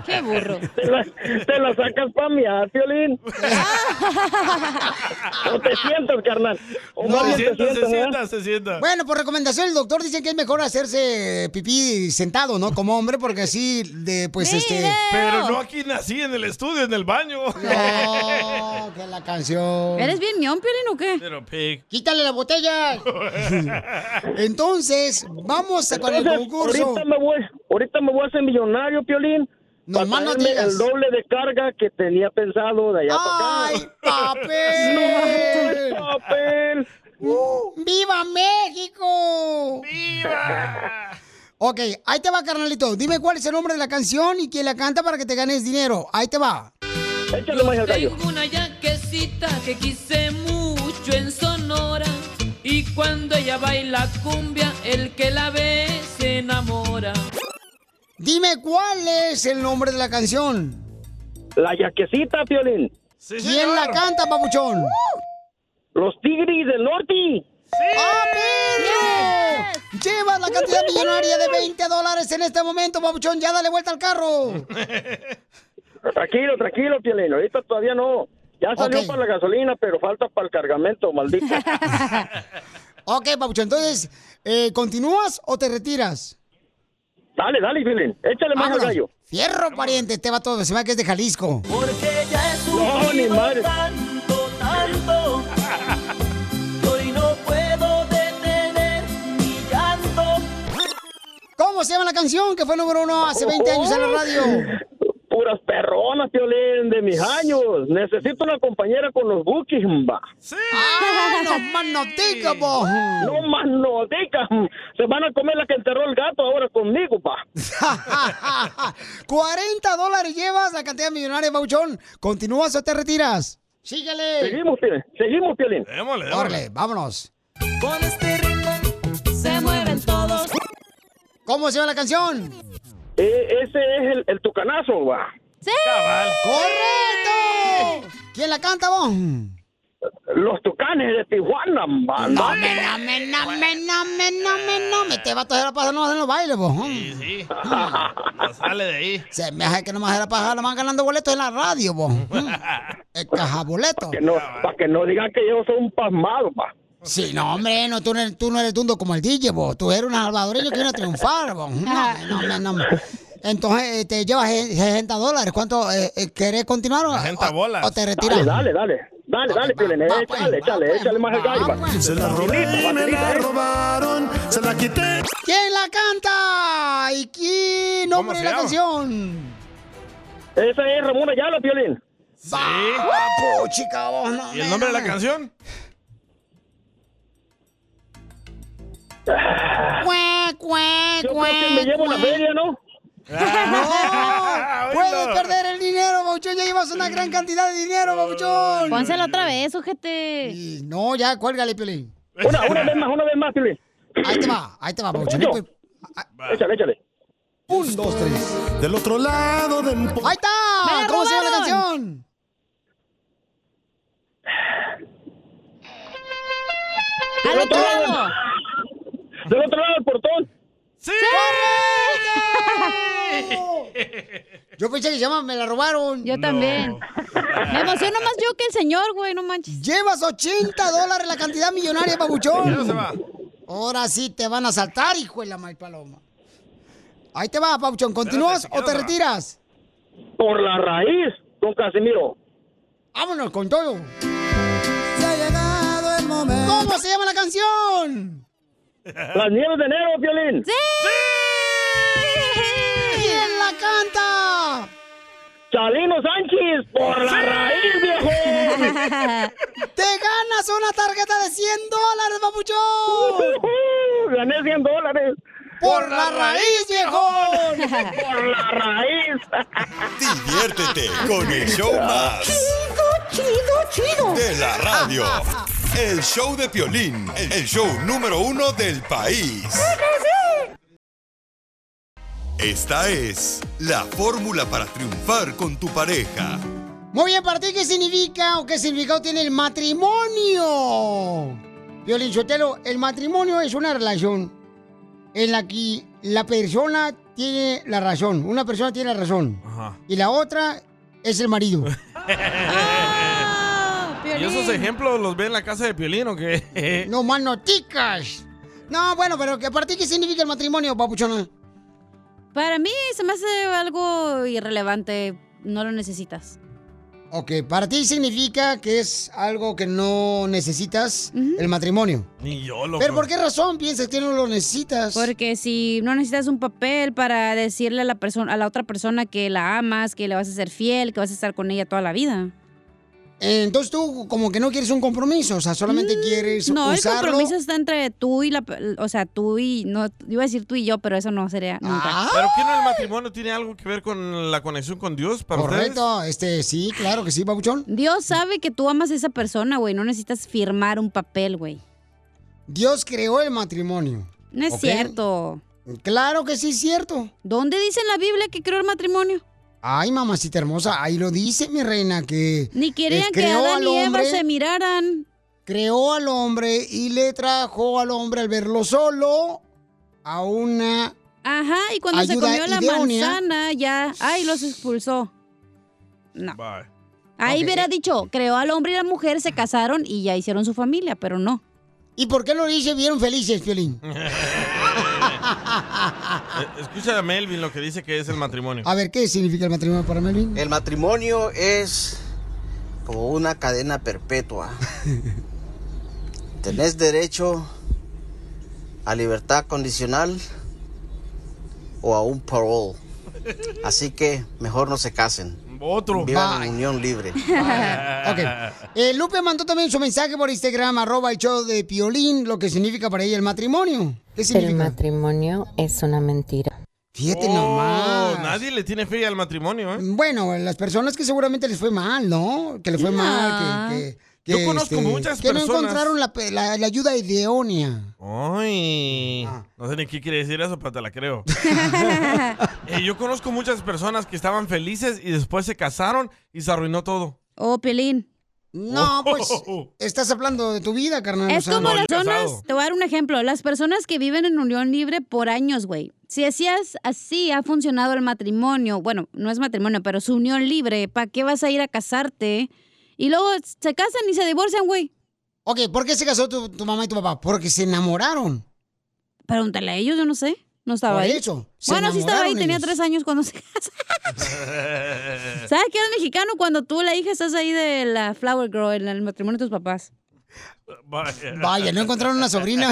S5: ¡Qué burro! Te la, te la sacas pa' mi Violín. no te sientas, carnal. O más
S2: se
S5: bien te
S2: sienta, se
S5: sientas, ¿verdad?
S2: sienta, se sienta.
S3: Bueno, por recomendación el doctor dice que es mejor hacerse pipí sentado, ¿no? Como hombre, porque así, de, pues, este...
S2: Pero no aquí nací, en el estudio, en el baño.
S3: No, que la canción.
S4: ¿Eres bien mión, Piolín, o qué?
S2: Pero pig.
S3: ¡Quítale la botella! Entonces, vamos a- con el
S5: Entonces,
S3: concurso.
S5: Ahorita me voy, ahorita me voy a hacer millonario, Piolín. No,
S3: Nomás no digas.
S5: el doble de carga que tenía pensado de allá para
S3: ¡Ay,
S5: acá.
S3: papel!
S5: No, papel!
S3: Uh. ¡Viva México!
S2: ¡Viva!
S3: Ok, ahí te va, carnalito. Dime cuál es el nombre de la canción y quién la canta para que te ganes dinero. Ahí te va.
S5: Échale más
S9: una ya que es
S14: jovencita que quise mucho en Sonora y cuando ella baila cumbia el que la ve se enamora.
S3: Dime cuál es el nombre de la canción.
S12: La yaquecita, Piolín.
S3: ¿Quién la canta, papuchón?
S12: Los Tigres del Norte.
S3: ¡Ah, perro! Lleva la cantidad millonaria de 20 dólares en este momento, papuchón. Ya dale vuelta al carro.
S12: Tranquilo, tranquilo, Piolín. Ahorita todavía no. Ya salió para la gasolina, pero falta para el cargamento, maldito.
S3: Ok, papuchón. Entonces, eh, ¿continúas o te retiras?
S12: dale, dale, Piolín. Échale mano al
S3: Vámonos.
S12: gallo.
S3: Fierro, pariente. Este va todo. Se me va que es de Jalisco.
S9: Porque ya es
S12: No, ni madre.
S9: tanto, tanto. que Hoy no puedo detener mi
S3: Ah,
S9: llanto.
S3: ¿Cómo se llama la canción que fue número uno hace 20 años en la radio?
S12: Oh, Puras perronas, Piolín, de mis años. Necesito una compañera con los buques, va.
S3: ¡Ah, no más notica, po!
S12: No más notica. Se van a comer la que enterró el gato ahora conmigo, pa.
S3: 40 dólares llevas la cantidad millonaria, Bauchón. ¿Continúas o te retiras? Síguele.
S12: Seguimos, Piolín. Seguimos, Piolín.
S3: Órale, vámonos.
S9: Con este ritmo se mueven todos.
S3: ¿Cómo se llama la canción?
S12: E- ese es el, el tucanazo, va.
S3: ¡Sí! ¡Correcto! ¿Quién la canta, vos?
S12: Los tucanes de Tijuana, va.
S3: No me, no me, no me, no me, no me, no me. Te va a tocar la paja nomás en los bailes, vos.
S2: Sí. No sale de ahí.
S3: Se me hace que nomás era paja, nomás ganando boletos en la radio, vos. El cajaboleto.
S12: Que no, para que no digan que yo soy un pasmado, pa.
S3: Sí, no, hombre, no, tú, no eres, tú no eres dundo como el DJ, vos. Tú eres un salvadoreño que viene a triunfar, vos. No, no, no, no. Entonces, eh, te llevas eh, 60 dólares. ¿Cuánto eh, eh, querés continuar o, o- o te retiras? pues,
S12: Dale, dale, dale. Dale, dale, Piolín. Échale, échale, échale, más el gallo, va. eh.
S9: Se la
S12: robé y me la
S9: robaron. Se la quité.
S3: ¿Quién la canta? ¿Y quién nombre de la canción?
S12: Esa es Ramón Ayala, Piolín.
S3: Sí. Papu, chica, vos no
S2: ¿Y el
S3: me,
S2: nombre de
S3: no
S2: la
S3: me.
S2: canción?
S3: Cue, cue,
S9: Yo creo que me llevo la
S3: cue.
S9: feria,
S12: ¿no?
S3: ¡No! ¡Puedes perder el dinero, Bauchón! Ya llevas una gran cantidad de dinero, Bauchón.
S4: Pónsela otra vez, ojete.
S3: No, ya, cuélgale, Piolín.
S12: Una, una vez más, una vez más, Piolín.
S3: Ahí te va, ahí te va, Bauchón.
S12: Ocho. Échale, échale.
S3: Un, dos, tres.
S9: Del otro lado del...
S3: ¡Ahí está!
S9: Me
S3: ¿Cómo se llama la
S9: robaron.
S3: canción?
S12: ¡Al otro lado! Del otro lado del portón.
S2: ¡Sí!
S3: Yo pensé que se llama Me la robaron.
S4: Yo también. Me emociono más yo que el señor, güey, no manches.
S3: Llevas 80 dólares la cantidad millonaria,
S4: Ya se va.
S3: Pabuchón. Ahora sí te van a saltar, hijo de la mal paloma. Ahí te va, Pabuchón. ¿Continúas o te retiras?
S12: Por la raíz, don Casimiro.
S3: Vámonos con todo. ¿Cómo se llama la canción?
S12: Las nieves de enero, Piolín.
S3: ¿Quién la canta?
S12: Chalino Sánchez, por la raíz, viejo.
S3: ¡Te ganas una tarjeta de 100 dólares, papuchón!
S12: Gané 100 dólares.
S3: ¡Por la raíz, viejón!
S12: Por la raíz.
S1: Diviértete con el show más
S9: Chido, chido, chido.
S1: de la radio. El show de Piolín, el show número uno del país. Esta es la fórmula para triunfar con tu pareja.
S3: Muy bien, ¿para ti qué significa o qué significado tiene el matrimonio? Violín Sotelo, el matrimonio es una relación en la que la persona tiene la razón. Una persona tiene la razón.
S2: Ajá.
S3: Y la otra es el marido. Ah,
S2: ¿Y esos ejemplos los ve en la casa de Piolín o qué?
S3: No más noticas. No, bueno, pero que ¿para ti qué significa el matrimonio, papuchona?
S4: Para mí se me hace algo irrelevante. No lo necesitas.
S3: Ok, para ti significa que es algo que no necesitas el matrimonio.
S2: Ni yo lo
S3: Pero ¿por qué razón piensas que no lo necesitas?
S4: Porque si no necesitas un papel para decirle a la persona, a la otra persona que la amas, que le vas a ser fiel, que vas a estar con ella toda la vida.
S3: Eh, Entonces tú como que no quieres un compromiso, o sea,
S2: Mm,
S3: solamente quieres
S4: Mm, No, el
S3: usarlo.
S4: compromiso está entre tú y la... pe- O sea, tú y... No, iba a decir tú y yo, pero eso no
S3: Ah,
S4: sería nunca.
S2: ¿Pero qué no el matrimonio tiene algo que ver con la conexión con Dios para ustedes?
S3: Correcto, este, sí, claro que sí, babuchón.
S4: Dios sabe que tú amas a esa persona, güey. No necesitas firmar un papel, güey.
S3: Dios creó el matrimonio.
S4: No es
S3: ¿Ok?
S4: cierto.
S3: Claro que sí es cierto.
S4: ¿Dónde dice en la Biblia que creó el matrimonio?
S3: Ay, mamacita hermosa, ahí lo dice mi reina que
S4: Ni querían
S3: eh,
S4: que
S3: creó
S4: Adán
S3: al
S4: y Eva
S3: hombre,
S4: se miraran.
S3: Creó al hombre y le trajo al hombre al verlo solo a una
S4: Ajá, y cuando se
S3: Ayuda
S4: comió la
S3: idónea.
S4: manzana, ya. Ay, los expulsó. No. Ahí
S3: Ok.
S4: hubiera dicho, creó al hombre y la mujer, se casaron y ya hicieron su familia, pero no.
S3: ¿Y por qué lo dice vieron felices, Piolín?
S2: Eh, Escucha a Melvin lo que dice que es el matrimonio.
S3: A ver, ¿qué significa el matrimonio para Melvin?
S8: El matrimonio es como una cadena perpetua. Tenés derecho a libertad condicional o a un parole. Así que mejor no se casen.
S2: Otro.
S8: Vivan en unión libre.
S3: Ok. Eh, Lupe mandó también su mensaje por Instagram, arroba el show de Piolín, lo que significa para ella el matrimonio. ¿Qué
S21: El
S3: significa?
S21: matrimonio es una mentira.
S3: Fíjate
S2: Oh,
S3: nomás.
S2: nadie le tiene fe al matrimonio, ¿eh?
S3: Bueno, las personas que seguramente les fue mal, ¿no? Que les fue
S2: No.
S3: mal, que... que- que,
S2: ah.
S3: este,
S2: Yo conozco muchas
S3: que no
S2: personas.
S3: encontraron la, pe- la- la ayuda ideónea.
S2: Ay,
S3: Ah.
S2: no sé ni qué quiere decir eso, pero te la creo. Eh, yo conozco muchas personas que estaban felices y después se casaron y se arruinó todo.
S4: Oh, Pelín.
S2: No, pues,
S3: estás hablando de tu vida, carnal.
S4: Es
S3: o sea,
S4: como
S3: no.
S4: las personas, te voy a dar un ejemplo, las personas que viven en unión libre por años, güey. Si hacías así, ha funcionado el matrimonio, bueno, no es matrimonio, pero su unión libre, ¿para qué vas a ir a casarte? Y luego se casan y se divorcian, güey.
S3: Ok, ¿por qué se casó tu, mamá y tu papá? Porque se enamoraron.
S4: Pregúntale a ellos, yo no sé, no estaba
S3: Por
S4: ahí.
S3: eso, se
S4: bueno, sí estaba ahí,
S3: enamoraron
S4: tenía
S3: ellos.
S4: tres años cuando se casó. ¿Sabes que eres mexicano cuando tú, la hija, estás ahí de la flower girl, en el matrimonio de tus papás?
S2: Vaya.
S3: Vaya, no encontraron una sobrina.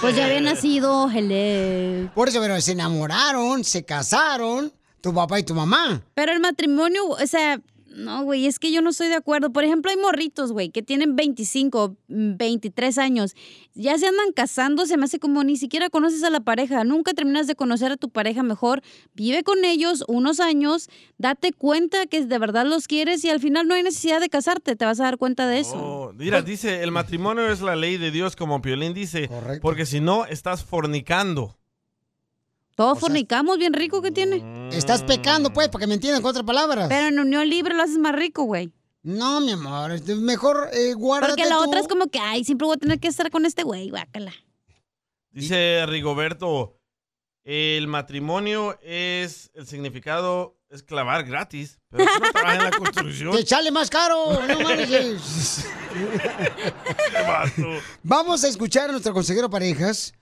S4: Pues ya había nacido, hello.
S3: Por eso, pero se enamoraron, se casaron, tu papá y tu mamá.
S4: Pero el matrimonio, o sea, no, güey, es que yo no estoy de acuerdo. Por ejemplo, hay morritos, güey, que tienen 25, mm, 23 años. Ya se andan casando, se me hace como ni siquiera conoces a la pareja. Nunca terminas de conocer a tu pareja mejor. Vive con ellos unos años, date cuenta que de verdad los quieres y al final no hay necesidad de casarte. Te vas a dar cuenta de eso.
S2: Mira,
S3: Pues,
S2: dice, el matrimonio es la ley de Dios, como Piolín dice, porque si no, estás fornicando.
S4: Todos fornicamos bien rico que tiene.
S3: Estás pecando, pues, para que me entiendan con otras palabras.
S4: Pero en unión libre lo haces más rico, güey.
S3: No, mi amor, este, mejor eh, guárdate
S4: Porque la
S3: tú.
S4: otra es como que, ay, siempre voy a tener que estar con este güey, guácala.
S2: Dice Rigoberto, el matrimonio es, el significado es clavar gratis, pero tú no trabajas en la construcción.
S3: Te sale más caro, no manches. Vamos a escuchar a nuestro consejero parejas.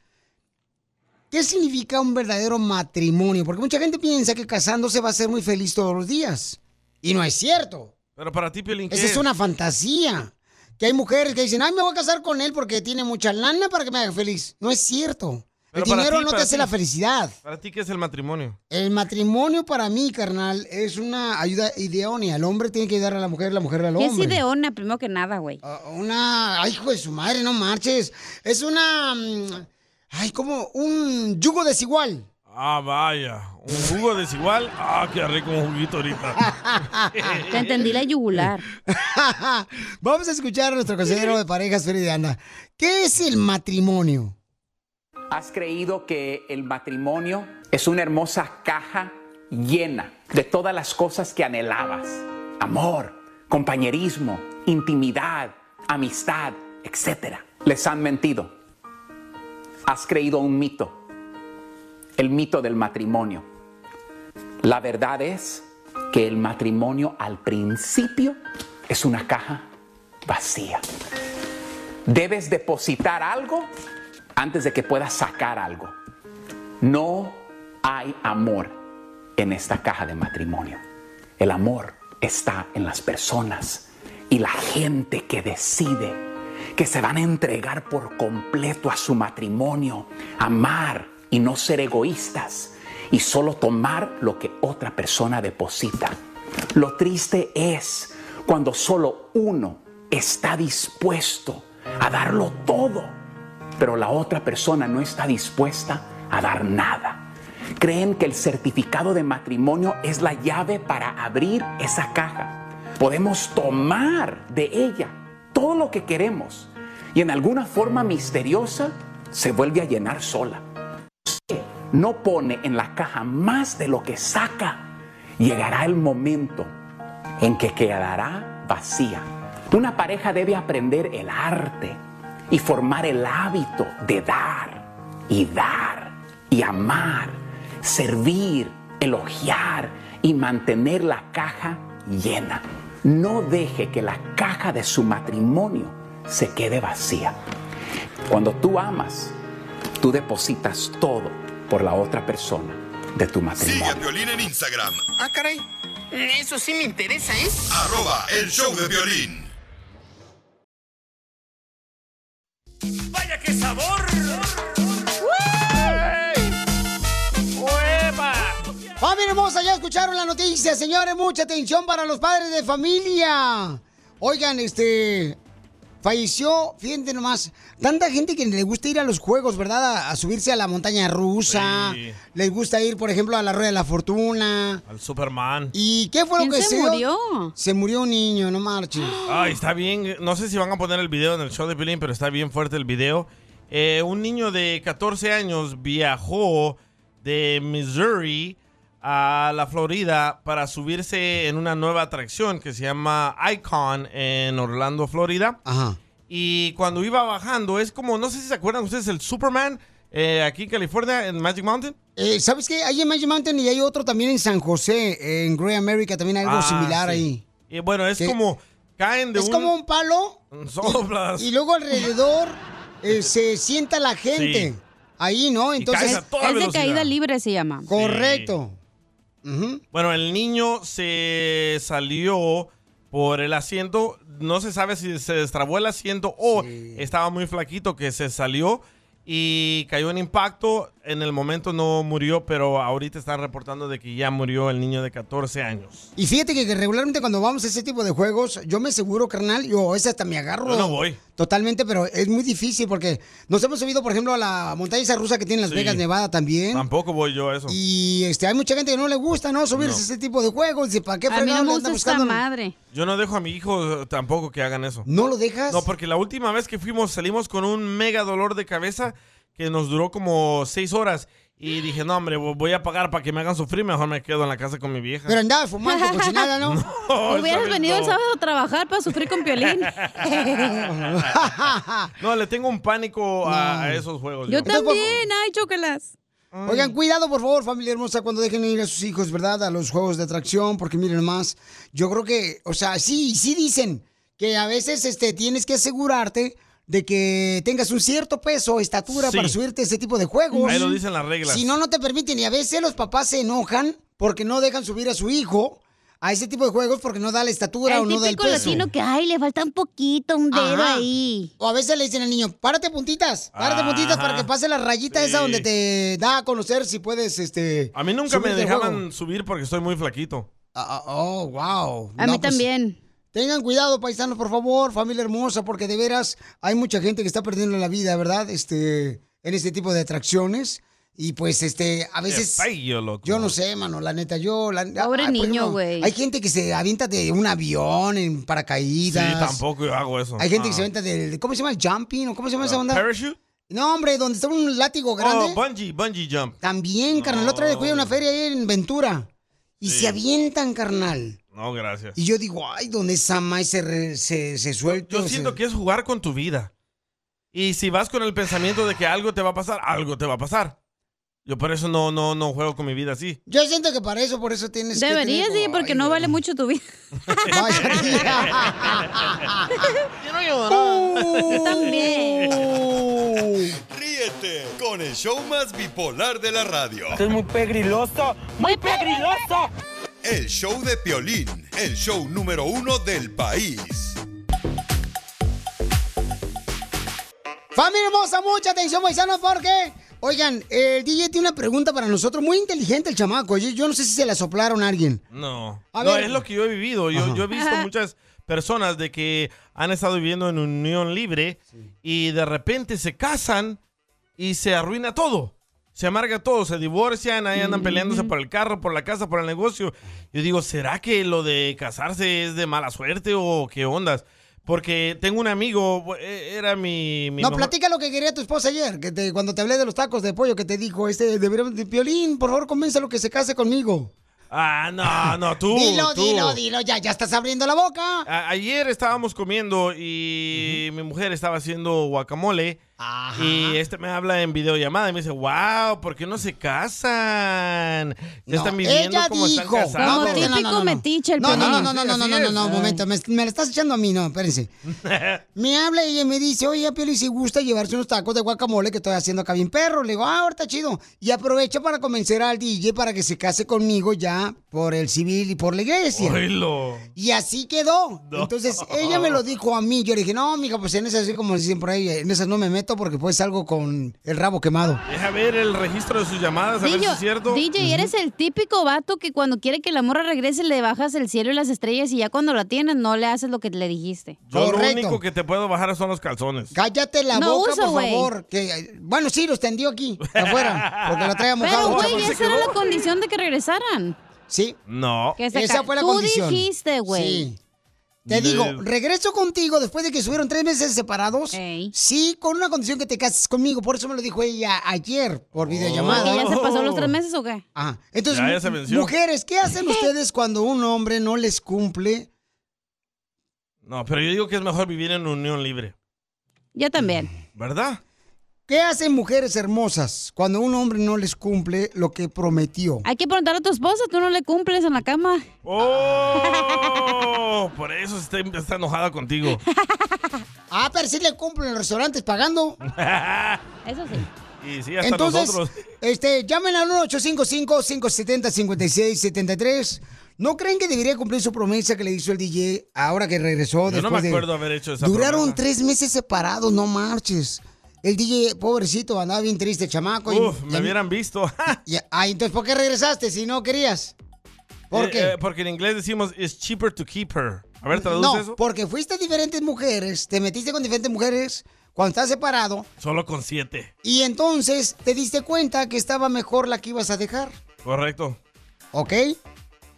S3: ¿Qué significa un verdadero matrimonio? Porque mucha gente piensa que casándose va a ser muy feliz todos los días. Y no es cierto.
S2: Pero para ti, Piolín, ¿qué
S3: Esa es
S2: es?
S3: una fantasía. Que hay mujeres que dicen, ay, me voy a casar con él porque tiene mucha lana para que me haga feliz. No es cierto.
S2: Pero
S3: El
S2: para
S3: dinero
S2: ti,
S3: no te
S2: para
S3: hace
S2: ti.
S3: la felicidad.
S2: Para ti, ¿qué es el matrimonio?
S3: El matrimonio para mí, carnal, es una ayuda ideónea. El hombre tiene que ayudar a la mujer, la mujer al
S4: ¿Qué es
S3: hombre.
S4: ideona, primero que nada, güey?
S3: Una, Ah, ay, hijo de su madre, no marches. Es una, mm, ay, como un yugo desigual.
S2: Ah, vaya, un jugo desigual. Ah, qué rico un juguito ahorita.
S4: Te entendí la yugular.
S3: Vamos a escuchar a nuestro consejero de parejas, Freddy Anda. ¿Qué es el matrimonio?
S23: ¿Has creído que el matrimonio es una hermosa caja llena de todas las cosas que anhelabas? Amor, compañerismo, intimidad, amistad, etc. Les han mentido. Has creído un mito, el mito del matrimonio. La verdad es que el matrimonio al principio es una caja vacía. Debes depositar algo antes de que puedas sacar algo. No hay amor en esta caja de matrimonio. El amor está en las personas y la gente que decide que se van a entregar por completo a su matrimonio, amar y no ser egoístas y solo tomar lo que otra persona deposita. Lo triste es cuando solo uno está dispuesto a darlo todo, pero la otra persona no está dispuesta a dar nada. Creen que el certificado de matrimonio es la llave para abrir esa caja. Podemos tomar de ella todo lo que queremos y en alguna forma misteriosa se vuelve a llenar sola. No pone en la caja más de lo que saca. Llegará el momento en que quedará vacía. Una pareja debe aprender el arte y formar el hábito de dar y dar y amar, servir, elogiar y mantener la caja llena. No deje que la caja de su matrimonio se quede vacía. Cuando tú amas, tú depositas todo por la otra persona de tu
S1: Sigue a
S23: matrimonio.
S1: Piolín en Instagram.
S15: Ah, caray. Eso sí me interesa, ¿eh?
S1: Arroba el show de violín.
S9: ¡Vaya qué sabor!
S3: ¡Familia hermosa! Ya escucharon la noticia, señores. Mucha atención para los padres de familia. Oigan, este. Falleció, fíjense nomás, tanta gente que le gusta ir a los juegos, ¿verdad? A, a subirse a la montaña rusa.
S2: Sí.
S3: Les gusta ir, por ejemplo, a la Rueda de la Fortuna.
S2: Al Superman.
S3: ¿Y qué fue lo que se dio? Se murió un niño, no marches.
S2: Ay, está bien. No sé si van a poner el video en el show de Pilín, pero está bien fuerte el video. Eh, un niño de 14 años viajó de Missouri a la Florida para subirse en una nueva atracción que se llama Icon en Orlando, Florida.
S3: Ah.
S2: Y cuando iba bajando, es como, no sé si se acuerdan ustedes, el Superman eh, aquí en California, en Magic Mountain.
S3: Eh, ¿Sabes qué? Hay en Magic Mountain y hay otro también en San José, en Grey America, también algo
S2: Ah,
S3: similar
S2: sí.
S3: ahí.
S2: Y bueno, es
S3: Que-
S2: como caen de
S3: es
S2: un-
S3: como un palo
S2: Soplas.
S3: y luego alrededor eh, se sienta la gente.
S2: Sí.
S3: Ahí, ¿no? Entonces.
S2: caes a toda
S4: Es de caída libre, se llama.
S3: Correcto.
S2: Bueno, el niño se salió por el asiento. No se sabe si se destrabó el asiento o estaba muy flaquito que se salió y cayó en impacto. En el momento no murió, pero ahorita están reportando de que ya murió el niño de 14 años.
S3: Y fíjate que regularmente cuando vamos a ese tipo de juegos, yo me aseguro, carnal, yo esa hasta me agarro.
S2: Yo no voy.
S3: Totalmente, pero es muy difícil porque nos hemos subido, por ejemplo, a la montaña esa rusa que tiene Las
S2: Sí.
S3: Vegas, Nevada también.
S2: Tampoco voy yo a eso.
S3: Y este, hay mucha gente que no le gusta, ¿no? Subirse
S2: No.
S3: a ese tipo de juegos. Dice, ¿para qué
S4: A mí no
S3: fregado
S4: me
S3: le
S4: gusta
S3: andan
S4: esta
S3: buscando?
S4: madre.
S2: Yo no dejo a mi hijo eh, tampoco que hagan eso.
S3: ¿No lo dejas?
S2: No, porque la última vez que fuimos salimos con un mega dolor de cabeza que nos duró como seis horas. Y dije, no, hombre, vo- voy a pagar para que me hagan sufrir. Mejor me quedo en la casa con mi vieja.
S3: Pero andaba fumando, cochinada, ¿no?
S2: No,
S4: Hubieras
S2: esa vez
S4: venido el
S2: no.
S4: sábado a trabajar para sufrir con Piolín.
S2: no, le tengo un pánico a, a esos juegos.
S4: Yo también, ay, chócalas.
S3: Oigan, cuidado, por favor, familia hermosa, cuando dejen ir a sus hijos, ¿verdad? A los juegos de atracción, porque miren más. Yo creo que, o sea, sí, sí dicen que a veces este, tienes que asegurarte de que tengas un cierto peso, estatura
S2: Sí.
S3: para subirte a ese tipo de juegos.
S2: Ahí lo dicen las reglas.
S3: Si no, no te permiten. Y a veces los papás se enojan porque no dejan subir a su hijo a ese tipo de juegos porque no da la estatura o
S4: El
S3: no da el
S4: típico
S3: peso.
S4: latino que, ay, le falta un poquito, un dedo
S3: Ajá.
S4: ahí.
S3: O a veces le dicen al niño, párate puntitas, párate
S2: Ajá.
S3: puntitas para que pase la rayita
S2: Sí.
S3: esa donde te eh, da a conocer si puedes, este...
S2: A mí nunca me
S3: subirte al
S2: dejaban
S3: juego.
S2: subir porque estoy muy flaquito.
S3: oh, wow.
S4: A mí también.
S3: Tengan cuidado, paisanos, por favor, familia hermosa, porque de veras hay mucha gente que está perdiendo la vida, ¿verdad? Este, en este tipo de atracciones. Y pues, este, a veces...
S2: Fallo, loco.
S3: Yo no sé, mano, la neta, yo... La,
S4: Pobre
S3: por
S4: niño,
S3: ejemplo,
S4: güey.
S3: Hay gente que se avienta de un avión en
S2: Sí,
S3: paracaídas.
S2: tampoco yo hago eso.
S3: Hay gente que
S2: Ah.
S3: se avienta del. ¿Cómo se llama? ¿Jumping? ¿O ¿Cómo se llama esa
S2: Ah,
S3: onda?
S2: ¿parachute?
S3: No, hombre, donde está un látigo grande.
S2: Oh, bungee, bungee jump.
S3: También, carnal. La otra vez fui a una feria ahí en Ventura. Y se avientan, carnal.
S2: No, gracias.
S3: Y yo digo, ay, ¿dónde esa más se, re- se, se suelta?
S2: Yo
S3: o
S2: siento que es jugar con tu vida. Y si vas con el pensamiento de que algo te va a pasar, algo te va a pasar. Yo por eso no, no, no juego con mi vida así.
S3: se- Yo siento que para eso, por eso tienes que
S4: Deberías,
S3: tener-
S4: sí, porque no vale mucho tu vida.
S3: Yo
S4: también.
S1: Ríete con el show más bipolar de la radio.
S9: Esto Este es muy pegriloso, muy pegriloso.
S1: El show de Piolín, el show número uno del país.
S3: Familia hermosa, mucha atención, paisanos, porque... Oigan, el DJ tiene una pregunta para nosotros. Muy inteligente el chamaco. Yo, yo no sé si se la soplaron a alguien.
S2: No.
S3: A
S2: no,
S3: ver.
S2: es lo que yo he vivido. Yo, yo he visto muchas personas de que han estado viviendo en unión libre y de repente se casan y se arruina todo. Se amarga todo, se divorcian, ahí andan peleándose por el carro, por la casa, por el negocio. Yo digo, ¿será que lo de casarse es de mala suerte o qué ondas? Porque tengo un amigo, eh, era mi... mi
S3: no,
S2: mejor-
S3: platica lo que quería tu esposa ayer, que te- cuando te hablé de los tacos de pollo que te dijo, este, deberíamos de violín, por favor, convénzalo que se case conmigo.
S2: Ah, no, no, tú.
S3: dilo,
S2: tú.
S3: dilo, dilo, ya, ya estás abriendo la boca.
S2: A- ayer estábamos comiendo y mi mujer estaba haciendo guacamole. Y este me habla en videollamada y me dice, wow, ¿por qué no se casan? Ya están viviendo
S3: Ella
S2: como están
S3: dijo.
S2: casados.
S3: No, no, no, no, no. No, no, no, no, no, no, no, no, no, no, momento, me, me la estás echando a mí, no, espérense. Me habla y ella me dice, oye, Pioli, si gusta llevarse unos tacos de guacamole que estoy haciendo acá bien perro. Le digo, ah, ahorita chido. Y aprovecho para convencer al DJ para que se case conmigo ya por el civil y por la iglesia.
S2: Oílo.
S3: Y así quedó.
S2: No.
S3: Entonces, ella me lo dijo a mí. Yo le dije, no, mija, pues en esas, así como dicen por ahí, en esas no me meto porque pues salgo con el rabo quemado.
S2: Deja ver el registro de sus llamadas, a ver si
S4: DJ,
S2: es cierto.
S4: DJ, eres el típico vato que cuando quiere que la morra regrese le bajas el cielo y las estrellas y ya cuando la tienes no le haces lo que le dijiste.
S2: Yo lo único que te puedo bajar son los calzones.
S3: Cállate la
S4: No
S3: boca,
S4: uso,
S3: por
S4: güey.
S3: favor. Que, bueno, sí, los tendió aquí, afuera, porque lo traía mojado.
S4: Pero, güey, esa era la condición de que regresaran.
S3: Sí.
S2: No.
S4: Que se
S3: Oh, Esa
S4: ca-
S3: fue la
S4: Tú
S3: condición.
S4: dijiste, güey.
S3: Sí. Te digo, regreso contigo después de que estuvieron tres meses separados. Sí, con una condición que te cases conmigo. Por eso me lo dijo ella ayer por videollamada.
S4: ¿Y ya se pasó los tres meses o qué?
S3: Ah, entonces,
S4: Oh. Ya, ya se venció.
S3: mujeres, ¿qué hacen ustedes cuando un hombre no les cumple?
S2: No, pero yo digo que es mejor vivir en unión libre,
S4: Yo también.
S2: ¿verdad?
S3: ¿Qué hacen mujeres hermosas cuando un hombre no les cumple lo que prometió?
S4: Hay que preguntarle a tu esposa, tú no le cumples en la cama.
S2: ¡Oh! Por eso está, está enojada contigo.
S3: Ah, pero sí le cumplen en los restaurantes pagando.
S4: Eso sí.
S2: Y sí, hasta
S3: Entonces,
S2: nosotros.
S3: este, llamen al 1-855-570-5673. ¿No creen que debería cumplir su promesa que le hizo el DJ ahora que regresó?
S2: Yo no me
S3: después de-
S2: acuerdo haber hecho esa
S3: Duraron
S2: promesa.
S3: tres meses separados, no marches. El DJ, pobrecito, andaba bien triste, chamaco. y-
S2: Uf,
S3: y-
S2: me hubieran visto.
S3: y- ah, entonces, ¿por qué regresaste si no querías? ¿Por
S2: Eh,
S3: qué?
S2: eh, porque en inglés decimos it's cheaper to keep her. A ver, traduce
S3: no,
S2: eso.
S3: porque fuiste a diferentes mujeres, te metiste con diferentes mujeres cuando estás separado
S2: Solo con siete.
S3: y entonces te diste cuenta que estaba mejor la que ibas a dejar.
S2: Correcto.
S3: ¿Ok?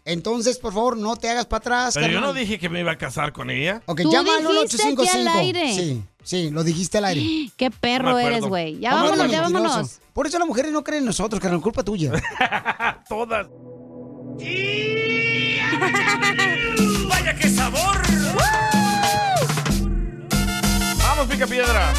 S3: Entonces, por favor, no te hagas para atrás.
S2: Pero yo
S3: carnal.
S2: no dije que me iba a casar con ella.
S3: Ok,
S4: Tú
S3: llama al
S4: dijiste aquí
S3: 1855.
S4: al aire.
S3: Sí, sí, lo dijiste al aire.
S4: Qué perro
S3: No me acuerdo.
S4: eres, güey. Ya
S3: Cómo eres
S4: vámonos, ya
S3: mentiroso.
S4: vámonos.
S3: Por eso las mujeres no creen en nosotros, carnal, culpa tuya.
S2: Todas.
S9: ¡Vaya qué sabor!
S2: Vamos, pica piedra.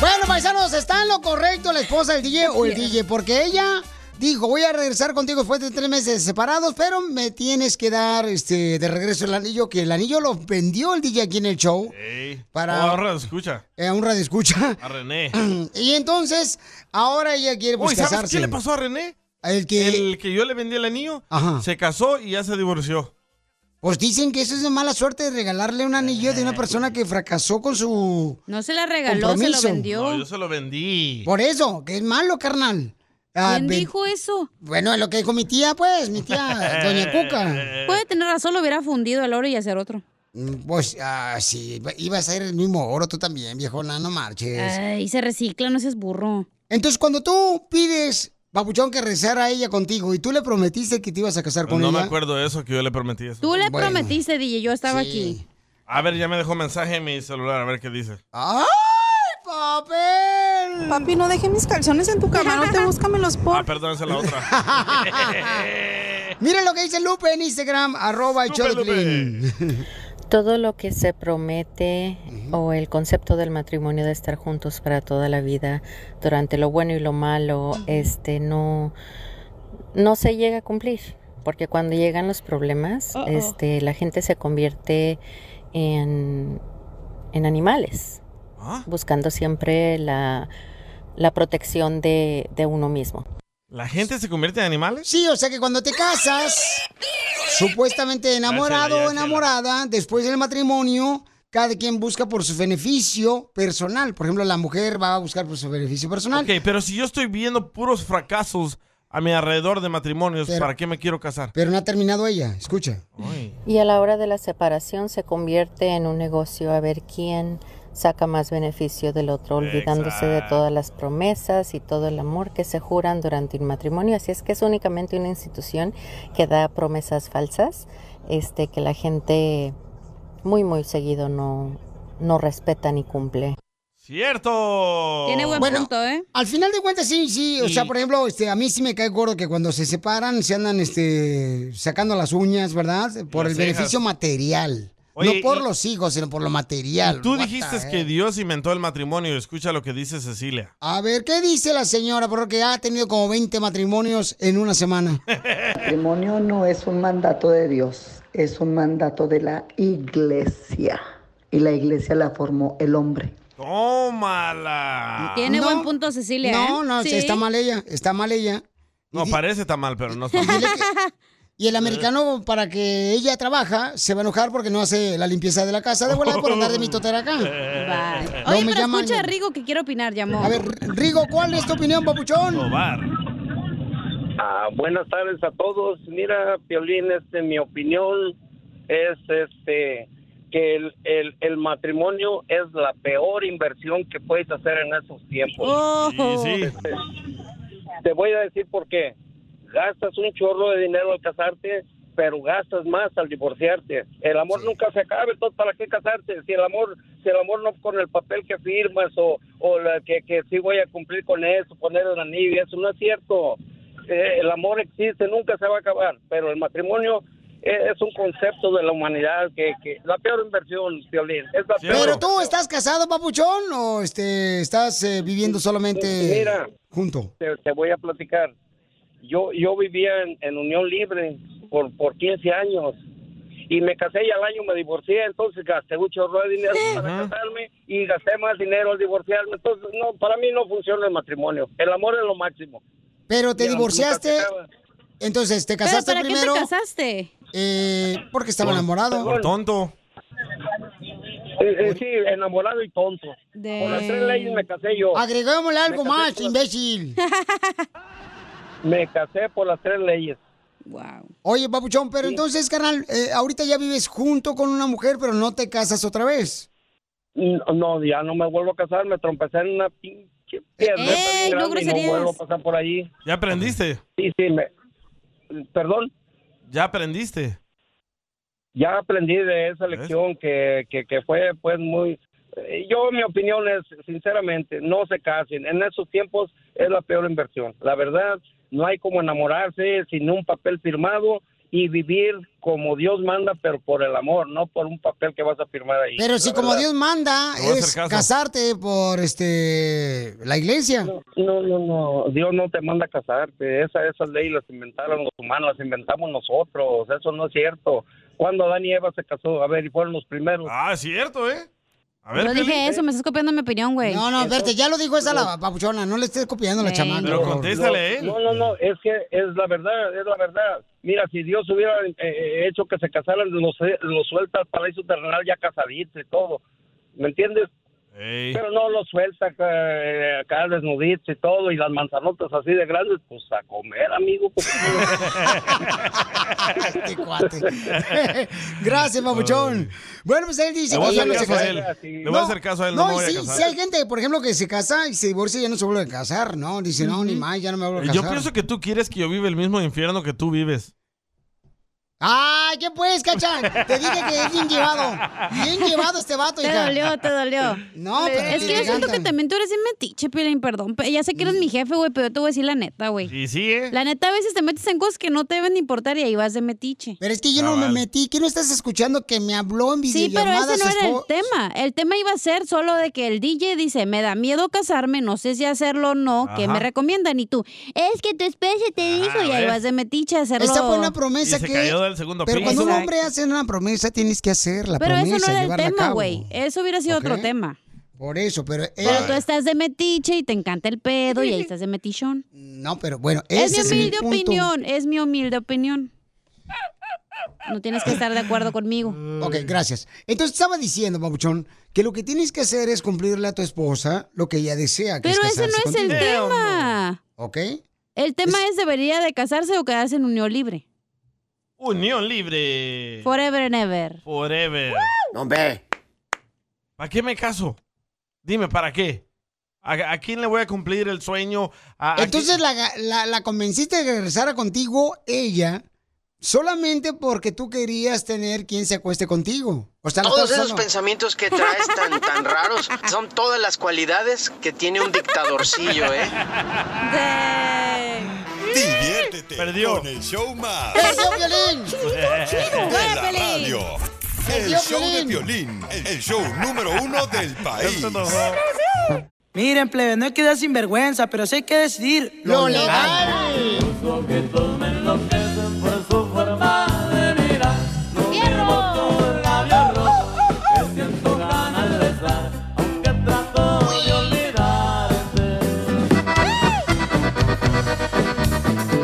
S3: Bueno, paisanos, ¿está en lo correcto la esposa del DJ o el DJ? Porque ella dijo, voy a regresar contigo después de tres meses separados, pero me tienes que dar este, de regreso el anillo, que el anillo lo vendió el DJ aquí en el show.
S2: Ey.
S3: Para-
S2: Oh, ahora escucha.
S3: eh, A un radio escucha.
S2: A René.
S3: Y entonces, ahora ella quiere pues,
S2: Uy, ¿sabes
S3: casarse.
S2: qué le pasó a René?
S3: El que...
S2: El que yo le vendí el anillo
S3: Ajá.
S2: se casó y ya se divorció.
S3: Pues dicen que eso es de mala suerte de regalarle un anillo de una
S2: Eh.
S3: persona que fracasó con su...
S4: No se la regaló, se
S3: Compromiso.
S4: lo vendió.
S2: No, yo se lo vendí.
S3: Por eso, que es malo, carnal. Ah,
S4: ¿Quién
S3: ven-
S4: dijo eso?
S3: Bueno, es lo que dijo mi tía, pues, mi tía, doña
S2: Eh.
S3: Cuca.
S4: Puede tener razón, lo hubiera fundido el oro y hacer otro.
S3: Mm, Pues, ah, sí, iba- iba a ser el mismo oro tú también, viejona, no marches.
S4: Ay, se recicla, no seas burro.
S3: Entonces, cuando tú pides, Papuchón, que rezara a ella contigo y tú le prometiste que te ibas a casar con
S2: Pues No me
S3: ella...
S2: acuerdo de eso que yo le prometí eso.
S4: Tú le prometiste, DJ, yo estaba
S3: Sí.
S4: aquí.
S2: A ver, ya me dejó mensaje en mi celular, a ver qué dice.
S3: ¡Ay, papel!
S7: Papi, no deje mis calzones en tu cama, no te búscamelos por...
S2: Ah, perdón, esa es la otra.
S3: Mira lo que dice Lupe en Instagram, arroba el show de Piolín.
S21: Todo lo que se promete o el concepto del matrimonio de estar juntos para toda la vida, durante lo bueno y lo malo, este no no se llega a cumplir, porque cuando llegan los problemas,
S10: Uh-oh.
S21: este la gente se convierte en en animales,
S10: Ah.
S21: buscando siempre la la protección de, de uno mismo.
S2: ¿La gente se convierte en animales?
S3: Sí, o sea que cuando te casas, supuestamente
S2: Ya,
S3: enamorado
S2: chela,
S3: o
S2: ya, chela.
S3: enamorada, después del matrimonio, cada quien busca por su beneficio personal. Por ejemplo, la mujer va a buscar por su beneficio personal.
S2: Ok, pero si yo estoy viendo puros fracasos a mi alrededor de matrimonios,
S21: Pero-
S2: ¿para qué me quiero casar?
S3: Pero no ha terminado ella, escucha.
S21: Y a la hora de la separación se convierte en un negocio a ver quién saca más beneficio del otro, olvidándose de
S10: Exacto.
S21: todas las promesas y todo el amor que se juran durante el matrimonio. Así es que es únicamente una institución que da promesas falsas, este que la gente muy muy seguido no no respeta ni cumple.
S2: ¡Cierto!
S3: Bueno,
S4: ¿eh?
S3: Al final de cuentas, sí, sí. O
S21: Y-
S3: sea, por ejemplo, este, a mí sí me cae gordo que cuando se separan se andan este, sacando las uñas, ¿verdad? Por
S2: Las cejas.
S3: el beneficio material.
S2: Oye,
S3: no por
S2: y-
S3: los hijos, sino por lo material. ¿eh?
S2: Tú
S3: What
S2: dijiste
S3: the
S2: que
S3: heck?
S2: Dios inventó el matrimonio. Escucha lo que dice Cecilia.
S3: A ver, ¿qué dice la señora? Porque ha tenido como 20 matrimonios en una semana.
S11: matrimonio no es un mandato de Dios, es un mandato de la iglesia. Y la iglesia la formó el hombre.
S2: ¡Tómala!
S4: Tiene buen punto Cecilia.
S3: No,
S4: ¿eh?
S3: no,
S4: Sí.
S3: está mal ella, está mal ella.
S2: No, parece tan mal, pero no está mal.
S3: Y el americano, para que ella trabaja, se va a enojar porque no hace la limpieza de la casa de volada por andar de mi total acá.
S2: Bye.
S3: No
S4: Oye,
S3: me
S4: pero
S3: llaman-
S4: escucha a Rigo que quiero opinar, llamó.
S3: A ver, Rigo, ¿cuál es tu opinión, papuchón?
S12: Ah, buenas tardes a todos. Mira, Piolín, este, mi opinión es este que el, el, el matrimonio es la peor inversión que puedes hacer en esos tiempos.
S9: Sí, sí.
S12: Este, te voy a decir por qué. Gastas un chorro de dinero al casarte, pero gastas más al divorciarte. El amor nunca se acaba, entonces ¿para qué casarte? Si el amor, si el amor no con el papel que firmas o, o la que, que sí voy a cumplir con eso, poner el anillo, eso no es cierto. Eh, el amor existe, nunca se va a acabar, pero el matrimonio es, es un concepto de la humanidad que, que la peor inversión, Violín, es la peor.
S3: Pero tú estás casado, papuchón, o este, estás eh, viviendo solamente
S12: Mira.
S3: junto.
S12: te, te voy a platicar. Yo yo vivía en, en unión libre por, por 15 años y me casé y al año me divorcié, entonces gasté un chorro de dinero para casarme y gasté más dinero al divorciarme. Entonces, no, para mí no funciona el matrimonio. El amor es lo máximo.
S3: Pero te
S12: Ya,
S3: divorciaste,
S12: nunca se acaba.
S3: entonces te
S12: ¿Pero
S3: casaste
S12: para qué te
S3: primero.
S4: casaste?
S3: Eh, porque estaba
S12: Por-
S3: enamorado.
S12: por
S2: tonto.
S12: Eh, eh, sí, enamorado y tonto.
S4: De-
S12: Con las tres leyes me casé yo.
S3: Agregámosle algo
S12: Me casé
S3: más, imbécil.
S12: Me casé por las tres leyes.
S4: Wow.
S3: Oye, papuchón, pero entonces, carnal, eh, ahorita ya vives junto con una mujer, pero no te casas otra vez.
S12: No, ya no me vuelvo a casar, me trompecé en una pinche piedra.
S3: Eh,
S4: ¡Ey,
S12: tan
S4: no
S12: grande y
S4: groserías!
S12: vuelvo a pasar por ahí.
S2: ¿Ya aprendiste?
S12: Sí, sí, me... ¿Perdón?
S2: ¿Ya aprendiste?
S12: ya aprendí de esa lección que, que, que fue pues muy eh, yo mi opinión es sinceramente no se casen en esos tiempos es la peor inversión la verdad no hay como enamorarse sin un papel firmado y vivir como Dios manda pero por el amor no por un papel que vas a firmar ahí
S3: Pero si
S12: la
S3: como
S12: verdad.
S3: Dios manda
S12: Te voy a hacer
S3: es
S12: caso.
S3: casarte por este la iglesia.
S12: no no no Dios no te manda a casarte esa esas leyes las inventaron los humanos las inventamos nosotros eso no es cierto cuando Adán y Eva se casó a ver y fueron los primeros
S2: ah cierto eh a
S4: Yo dije eso, me estás copiando mi opinión, güey.
S12: No, no,
S3: Verte, ya lo dijo esa la papuchona, no le estés copiando a la chamaca. por favor.
S12: No, no, no, es que es la verdad, es la verdad. Mira, si Dios hubiera eh, hecho que se casaran, los, los suelta al paraíso terrenal ya casaditos y todo. ¿Me entiendes? Pero no los suelta eh, acá desnuditos y todo, y las manzanotas así de grandes, pues a comer, amigo. pues.
S3: Gracias, papuchón. Bueno, pues él dice
S2: Le voy a
S3: que ya
S2: hacer
S3: no se
S2: caso a
S3: casa.
S2: él. Le voy a hacer caso a él, no me voy a
S3: y sí,
S2: casar.
S3: sí hay gente, por ejemplo, que se casa y se divorcia y ya no se vuelve a casar, ¿no? Dice, no, ni más, ya no me vuelvo a casar.
S2: Yo pienso que tú quieres que yo viva el mismo infierno que tú vives.
S3: ¡Ay, qué pues, cachan! Te dije que es bien llevado. Bien llevado este vato,
S4: Te
S3: hija.
S4: dolió, te dolió.
S3: No, pero
S4: Es
S3: te
S4: que yo siento que
S3: encantan.
S4: también tú eres bien metiche, Piolín, perdón. Pe- Ya sé que eres
S3: Mm.
S4: mi jefe, güey, pero yo te voy a decir la neta, güey.
S2: Y sí, ¿eh?
S4: La neta, a veces te metes en cosas que no te deben de importar y ahí vas de metiche.
S3: Pero es que yo no me metí. ¿Qué no estás escuchando que me habló en
S4: Sí, pero
S3: videollamada?
S4: ese no
S3: su
S4: era el
S3: espo-
S4: tema. El tema iba a ser solo de que el DJ dice, me da miedo casarme, no sé si hacerlo o no, ¿qué
S3: Ajá.
S4: me recomiendan? Y tú, es que tu especie
S2: Ah,
S4: te dijo y ahí
S3: ¿ves?
S4: vas de metiche a hacerlo.
S3: Esta fue una promesa que. pero cuando un hombre hace una promesa, tienes que hacer la
S4: Pero
S3: promesa,
S4: eso no era el
S3: llevarla a
S4: tema,
S3: cabo.
S4: güey. Eso hubiera sido otro
S3: ¿Ok?
S4: tema.
S3: Por eso, pero. eh,
S4: Pero tú estás de metiche y te encanta el pedo y ahí estás de metichón.
S3: No, pero bueno,
S4: Es mi
S3: ese
S4: humilde
S3: punto.
S4: opinión, es mi humilde opinión. No tienes que estar de acuerdo conmigo.
S3: Ok, gracias. Entonces estaba diciendo, Pabuchón, que lo que tienes que hacer es cumplirle a tu esposa lo que ella desea. Que
S4: Pero
S3: es
S4: ese no
S3: casarse
S4: es el
S8: mm,
S3: contigo.
S4: tema.
S8: ah,
S3: ¿Ok?
S4: El tema es, ¿debería de casarse o quedarse en unión libre?
S2: Unión libre.
S4: Forever and ever.
S2: Forever.
S17: Hombre.
S2: ¿Para qué me caso? Dime, ¿para qué? ¿A, a quién le voy a cumplir el sueño? ¿A- a
S3: Entonces la, la- la convenciste de que regresara contigo ella solamente porque tú querías tener quien se acueste contigo. O sea, la
S8: Todos
S3: estás
S8: esos
S3: usando-
S8: pensamientos que traes tan, tan raros son todas las cualidades que tiene un dictadorcillo, ¿eh?
S1: Diviértete con el show más.
S9: Perdió,
S3: Piolín.
S1: De
S9: Dale,
S1: la
S9: Piolín.
S1: radio. El
S9: Perdió,
S1: show de violín. El show número uno del país.
S10: Miren, plebe, no hay que dar sinvergüenza, pero sí hay que decidir
S9: Lo legal.
S3: Hoy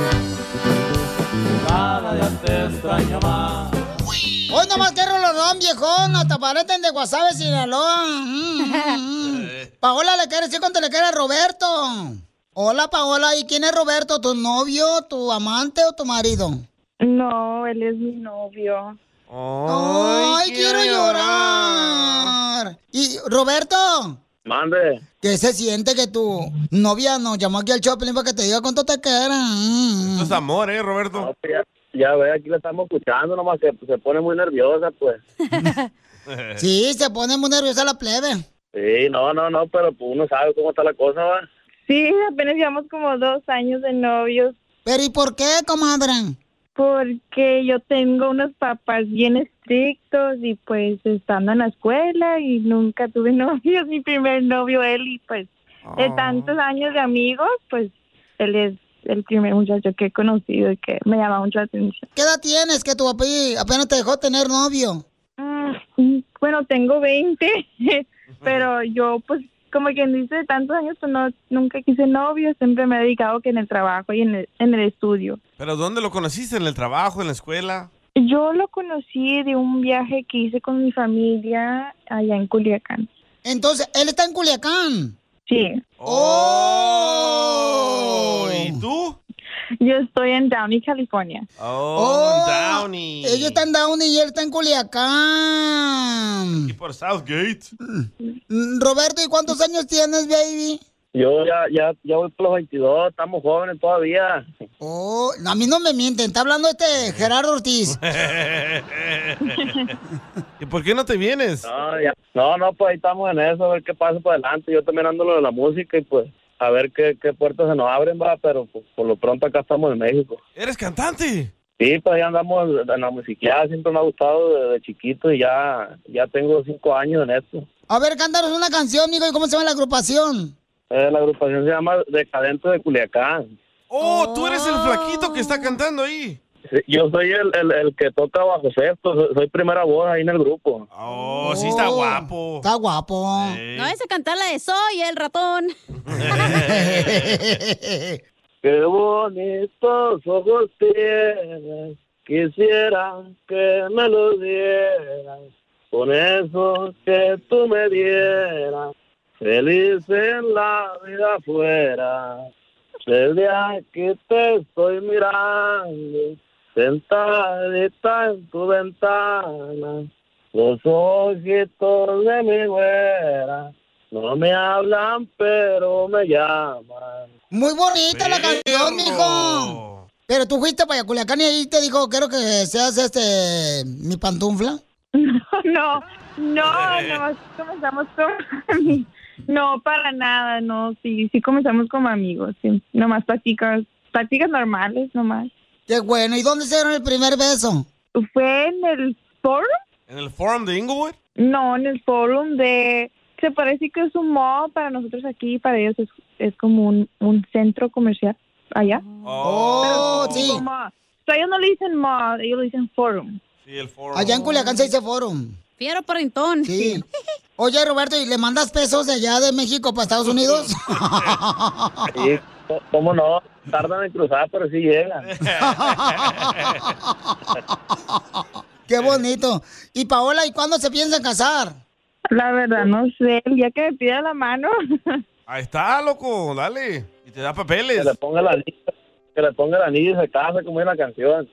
S3: Pues nomás quiero rolón, viejón, hasta parecen de Guasave, Sinaloa. Mm, mm, mm. Paola le quiere decir cuánto le quiere a Roberto. Hola, Paola, ¿y quién es Roberto? ¿Tu novio, tu amante o tu marido?
S13: No, él es mi novio.
S3: ¡Ay, quiero llorar! Y, Roberto,
S5: Mande.
S3: ¿qué se siente que tu novia nos llamó aquí al Choplin para que te diga cuánto te quiere? Mm.
S2: Esto es amor, ¿eh, Roberto?
S5: Ya, ya ve, aquí la estamos escuchando, nomás que se pone muy nerviosa, pues.
S3: Sí, se pone muy nerviosa la plebe.
S5: Sí, no, no, no, pero pues, uno sabe cómo está la cosa, va.
S13: Sí, apenas llevamos como dos años de novios.
S3: ¿Pero y por qué, comadre?
S13: Porque yo tengo unos papás bien estrictos y pues estando en la escuela y nunca tuve novios. Mi primer novio él y pues de tantos años de amigos, pues él es el primer muchacho que he conocido y que me llama mucho la atención.
S3: ¿Qué edad tienes que tu papi apenas te dejó tener novio?
S13: Ah, Bueno, tengo 20, pero yo pues como quien dice, de tantos años pues, no, nunca quise novio, siempre me he dedicado que en el trabajo y en el, en el estudio.
S2: ¿Pero dónde lo conociste? ¿En el trabajo? ¿En la escuela?
S13: Yo lo conocí de un viaje que hice con mi familia allá en Culiacán.
S3: Entonces, él está en Culiacán.
S13: Sí.
S2: ¡Oh! ¿Y tú?
S13: Yo estoy en Downey, California.
S2: Oh,
S13: Oh,
S2: Downey.
S3: Ella está en Downey y él está en Culiacán.
S2: Y por Southgate.
S3: Mm, Roberto, ¿y cuántos años tienes, baby?
S5: Yo ya, ya, ya voy por los 22, estamos jóvenes todavía.
S3: Oh, a mí no me mienten, está hablando este Gerardo Ortiz.
S2: ¿Y por qué no te vienes?
S5: No, ya- no, no, pues ahí estamos en eso, a ver qué pasa para adelante. Yo también ando lo de la música y pues a ver qué, qué puertas se nos abren, va, pero pues, por lo pronto acá estamos en México.
S2: ¿Eres cantante?
S5: Sí, pues ya andamos en la musiqueada, siempre me ha gustado desde chiquito y ya, ya tengo cinco años en esto.
S3: A ver, cántanos una canción, amigo, ¿y cómo se llama la agrupación?
S5: Eh, la agrupación se llama Decadente de Culiacán.
S2: Oh, tú eres el flaquito que está
S3: Oh.
S2: cantando ahí.
S5: Sí, Yo soy el, el, el que toca bajo sexto, soy- soy primera voz ahí en el grupo.
S2: Oh, sí está guapo.
S3: Está guapo.
S4: No es a cantar la de Soy el ratón.
S5: Qué bonitos ojos tienes, quisiera que me los dieras, con eso que tú me dieras, feliz en la vida fuera. Desde aquí te estoy mirando, sentadita en tu ventana, los ojitos de mi güera, no me hablan pero me llaman.
S3: Muy bonita la canción, mijo. Pero tú fuiste para Culiacán y ahí te dijo, quiero que seas este, mi pantufla.
S13: No, no, no, comenzamos con... No, para nada, no, sí, sí comenzamos como amigos, sí. Nomás pláticas, pláticas normales, nomás.
S3: Qué bueno, ¿y dónde se dieron el primer beso?
S13: Fue en el forum,
S2: ¿En el forum de Inglewood?
S13: no, en el forum de... Se parece que es un mall para nosotros aquí, para ellos es, es como un, un centro comercial allá.
S3: Oh, sí.
S13: Como- o sea, ellos no le dicen mall, ellos le dicen forum.
S2: Sí, el forum.
S3: Allá en Culiacán se dice forum.
S4: Fiero porrentón.
S3: Sí. Oye, Roberto, ¿y le mandas pesos de allá de México para Estados Unidos?
S5: Sí, c- cómo no, tardan en cruzar, pero sí llegan.
S3: Qué bonito. Y Paola, ¿y cuándo se piensan casar?
S13: La verdad, no sé, el día que me pida la mano.
S2: Ahí está, loco, Ah, dale. Y te da papeles.
S5: Que le ponga la lista,
S12: que le ponga el anillo y se casa, como es la canción.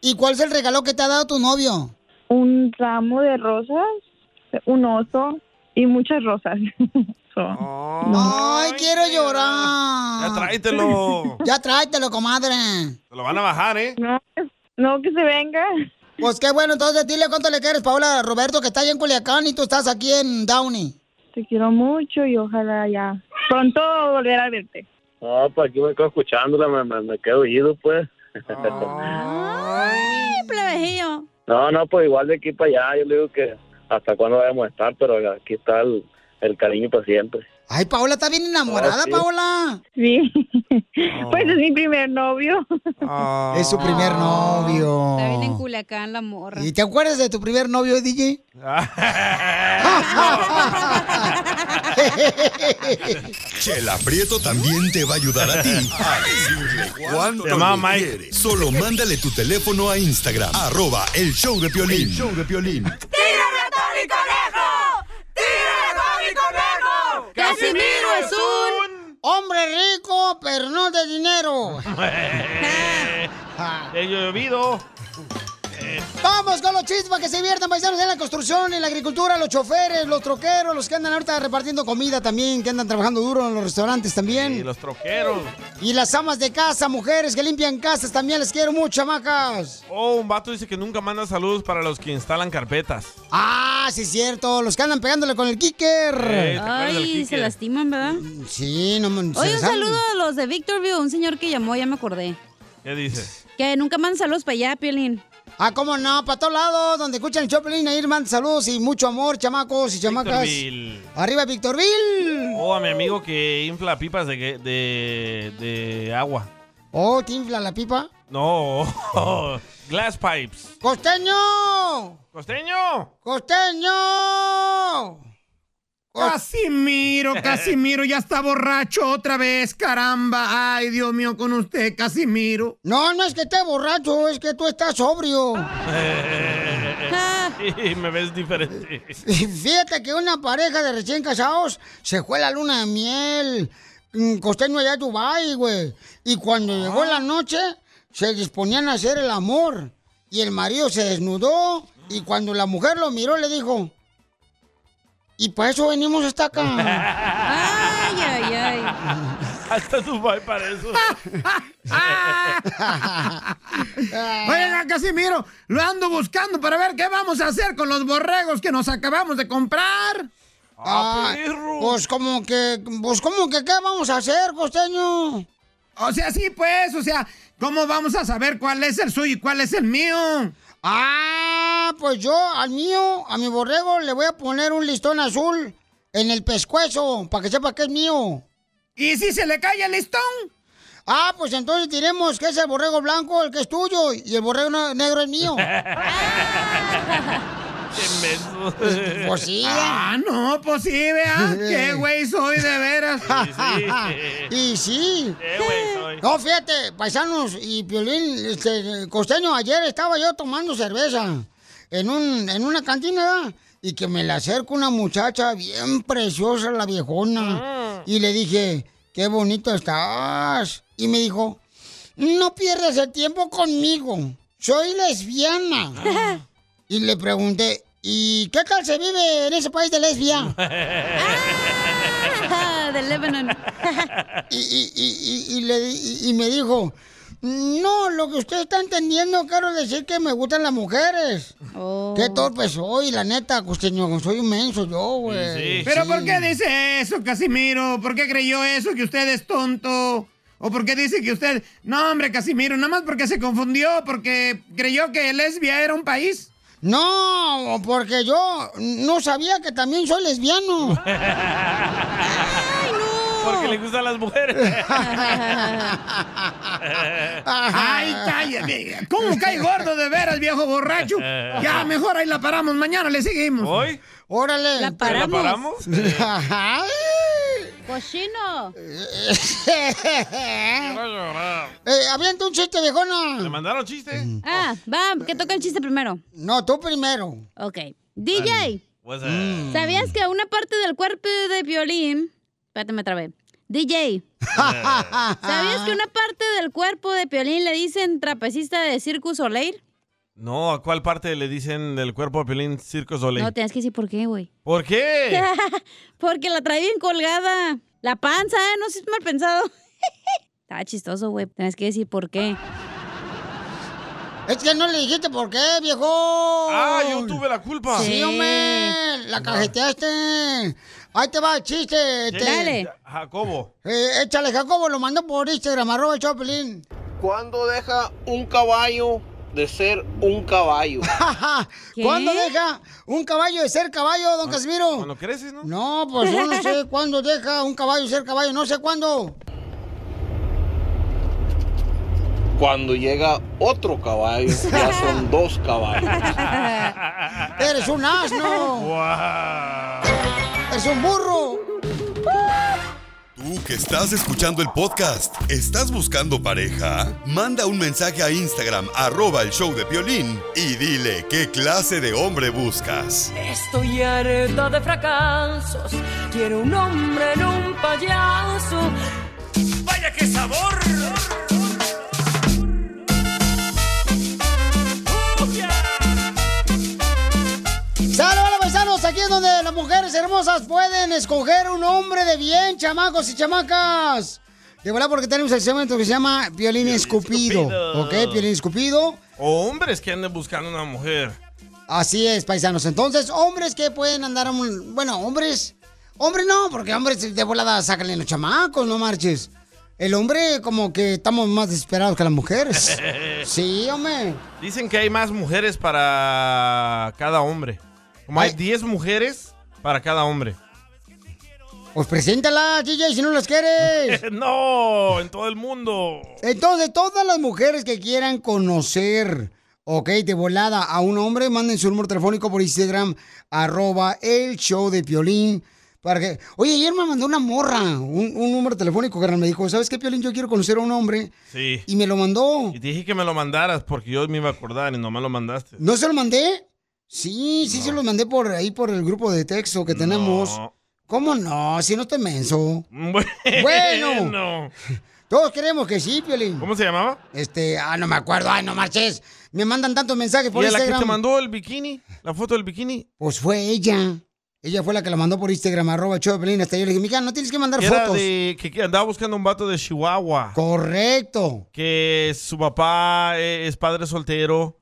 S3: ¿Y cuál es el regalo que te ha dado tu novio?
S13: Un ramo de rosas, un oso y muchas rosas. So,
S3: Ay, quiero llorar.
S2: Ya tráetelo.
S3: Ya tráetelo, comadre.
S2: Te lo van a bajar, ¿eh?
S13: No, no que se venga.
S3: Pues qué bueno, entonces dile cuánto le quieres, Paola Roberto, que está allá en Culiacán y tú estás aquí en Downey.
S13: Te quiero mucho y ojalá ya pronto volver a verte.
S12: No, pues aquí me quedo escuchándola, me, me, me quedo oído, pues.
S4: ¡Ay, plebejillo!
S12: No, no, pues igual de aquí para allá, yo le digo que hasta cuándo vamos a estar, pero aquí está el, el cariño para siempre.
S3: Ay, Paola está bien enamorada,
S12: Ah, sí.
S3: Paola.
S13: Sí. Pues es mi primer novio.
S3: Es su primer novio.
S4: Está bien en Culiacán la morra.
S3: ¿Y te acuerdas de tu primer novio, DJ?
S1: Chela Prieto también te va a ayudar a ti a decirle cuánto
S2: Se llamaba
S1: le quieres. Solo mándale tu teléfono a Instagram, arroba el show de Piolín. El show de Piolín.
S9: ¡Tírame a Tony Conejo! ¡Tírame a Tony Conejo!
S3: un hombre rico, pero no de dinero.
S2: He llovido.
S3: Vamos con los chistes para que se diviertan paisanos en la construcción, en la agricultura, los choferes, los troqueros, los que andan ahorita repartiendo comida también, que andan trabajando duro en los restaurantes también.
S2: Y los troqueros.
S3: Y las amas de casa, mujeres que limpian casas, también les quiero mucho, chamacas.
S2: Oh, un vato dice que nunca manda saludos para los que instalan carpetas.
S3: Ah, sí es cierto, los que andan pegándole con el
S2: Eh, ¿te
S3: kicker.
S2: acuerdas del
S4: Ay, se
S2: kicker?
S4: lastiman, ¿verdad?
S3: Mm, Sí, no me...
S4: Oye, un saludo a los de Victorville, un señor que llamó, ya me acordé.
S2: ¿Qué dice?
S4: Que nunca mandan saludos para allá, Piolín.
S3: Ah, cómo no, para todos lados, donde escuchan el Choplin, ahí mandan saludos y mucho amor, chamacos y chamacas.
S2: Victorville.
S3: Arriba, Victorville.
S2: Oh, a mi amigo que infla pipas de, que- de, de agua.
S3: Oh, ¿te infla la pipa?
S2: No, glass pipes.
S3: ¡Costeño!
S2: ¡Costeño!
S3: ¡Costeño!
S14: Casimiro, Casimiro, ya está borracho otra vez, caramba. Ay, Dios mío, con usted, Casimiro.
S3: No, no es que esté borracho, es que tú estás sobrio.
S2: Y me ves diferente.
S3: Fíjate que una pareja de recién casados se fue a la luna de miel. mm, Costeño allá a Dubái, güey. Y cuando llegó la noche, se disponían a hacer el amor. Y el marido se desnudó. Y cuando la mujer lo miró, le dijo: Y para eso venimos hasta acá.
S4: Ay, ay, ay.
S2: Hasta Dubai para eso.
S14: Oiga, Casimiro, lo ando buscando para ver qué vamos a hacer con los borregos que nos acabamos de comprar.
S3: Ah, pues como que, pues como que, ¿qué vamos a hacer, costeño?
S14: O sea, sí, pues, o sea, ¿cómo vamos a saber cuál es el suyo y cuál es el mío?
S3: Ah, pues yo al mío, a mi borrego, le voy a poner un listón azul en el pescuezo para que sepa que es mío.
S14: ¿Y si se le cae el listón?
S3: Ah, pues entonces diremos que es el borrego blanco el que es tuyo y el borrego ne- negro es mío.
S2: Qué
S14: Pues
S3: sí. ¿eh?
S14: Ah, no, pues sí, vea. Qué güey soy de veras.
S3: y sí. No, fíjate, paisanos y Piolín, este, costeño, ayer estaba yo tomando cerveza en, un, en una cantina, ¿verdad? Y que me le acerco una muchacha bien preciosa, la
S4: Ah.
S3: viejona. Y le dije, qué bonito estás. Y me dijo, no pierdas el tiempo conmigo, soy lesbiana. y le pregunté, ¿y qué tal se vive en ese país de lesbia?
S4: De Lebanon.
S3: y, y- y- y- y le di- y- y me dijo, no, lo que usted está entendiendo, quiero decir que me gustan las mujeres.
S9: Oh.
S4: Oh.
S3: Qué torpe soy, la neta, costeño, soy un menso yo, güey.
S14: Pero
S3: Sí.
S14: ¿por qué dice eso, Casimiro? ¿Por qué creyó eso que usted es tonto? ¿O por qué dice que usted... No, hombre, Casimiro, nada más porque se confundió, porque creyó que lesbia era un país.
S3: No, porque yo no sabía que también soy lesbiano.
S2: Porque le gustan las mujeres.
S14: Ay, cállate. ¿Cómo cae gordo de veras, viejo borracho? Ya, mejor ahí la paramos. Mañana le seguimos.
S2: ¿Hoy?
S3: Órale.
S14: ¿La
S4: paramos? ¿La paramos?
S3: Ay.
S4: Cochino.
S3: Eh, avienta un chiste,
S2: ¿Le
S3: viejona.
S2: mandaron chiste?
S4: Ah, va, que toca el chiste primero.
S3: No, tú primero.
S4: Ok. DJ,
S2: What's up?
S4: Mm. ¿sabías que una parte del cuerpo de violín. Espérate, me trabé. DJ. ¿Sabías que una parte del cuerpo de Piolín le dicen trapecista de Circus Soleil?
S2: No, ¿a cuál parte le dicen del cuerpo de Pelín Circo Soleil?
S4: No, tienes que decir por qué, güey.
S2: ¿Por qué?
S4: Porque la trae bien colgada. La panza, ¿eh? no seas mal pensado. Estaba chistoso, güey. Tienes que decir por qué.
S3: Es que no le dijiste por qué, viejo.
S2: Ah, yo tuve la culpa.
S3: Sí, hombre. La cajeteaste. Ahí te va el chiste.
S2: Sí,
S3: este.
S2: Jacobo.
S3: Eh, échale, Jacobo, lo mandó por Instagram, arroba el Choplin.
S16: ¿Cuándo deja un caballo de ser un caballo?
S3: ¿Cuándo deja un caballo de ser caballo, don Casimiro?
S16: cuando
S2: creces, ¿no?
S3: No, pues yo no sé cuándo deja un caballo ser caballo, no sé cuándo.
S16: Cuando llega otro caballo, ya son dos caballos.
S3: Eres un asno. Eres un burro.
S1: Tú que estás escuchando el podcast, ¿estás buscando pareja? Manda un mensaje a Instagram, arroba el show de Piolín, y dile qué clase de hombre buscas.
S9: Estoy harta de fracasos. Quiero un hombre en un payaso. ¡Vaya qué sabor!
S3: ¡Sale, vale, paisanos! Aquí es donde las mujeres hermosas pueden escoger un hombre de bien, chamacos y chamacas. De verdad, porque tenemos el segmento que se llama Violín Escupido.
S2: Escupido.
S3: ¿Ok? Violín Escupido.
S2: O hombres que anden buscando una mujer.
S3: Así es, paisanos. Entonces, hombres que pueden andar... a un- Bueno, hombres... Hombres no, porque hombres de volada sacan los chamacos, no marches. El hombre como que estamos más desesperados que las mujeres. Sí, hombre.
S2: Dicen que hay más mujeres para cada hombre. Como hay 10 mujeres para cada hombre.
S3: Pues preséntala, DJ, si no las quieres. Oh,
S2: no, en todo el mundo.
S3: Entonces, todas las mujeres que quieran conocer, ok, de volada a un hombre, manden su número telefónico por Instagram, arroba el show de Piolín. Para que... Oye, ayer me mandó una morra, un, un número telefónico, carnal. Me dijo, ¿sabes qué, Piolín? Yo quiero conocer a un hombre.
S2: Sí.
S3: Y me lo mandó.
S2: Y te dije que me lo mandaras porque yo me iba a acordar y nomás lo mandaste.
S3: ¿No se lo mandé? Sí, sí se lo mandé por ahí, por el grupo de texto que tenemos. ¿Cómo no? Si no te menso. Bueno. Todos queremos que sí, Piolín.
S2: ¿Cómo se llamaba?
S3: Este, ah, no me acuerdo, ay, no marches. Me mandan tantos mensajes por
S2: ¿Y a la
S3: Instagram.
S2: que te mandó el bikini? ¿La foto del bikini?
S3: Pues fue ella. Ella fue la que la mandó por Instagram, arroba el show de Piolín. Hasta yo le dije, mija, no tienes que mandar
S2: Que Era
S3: fotos.
S2: de, que que andaba buscando un vato de Chihuahua.
S3: Correcto.
S2: Que su papá eh, es padre soltero.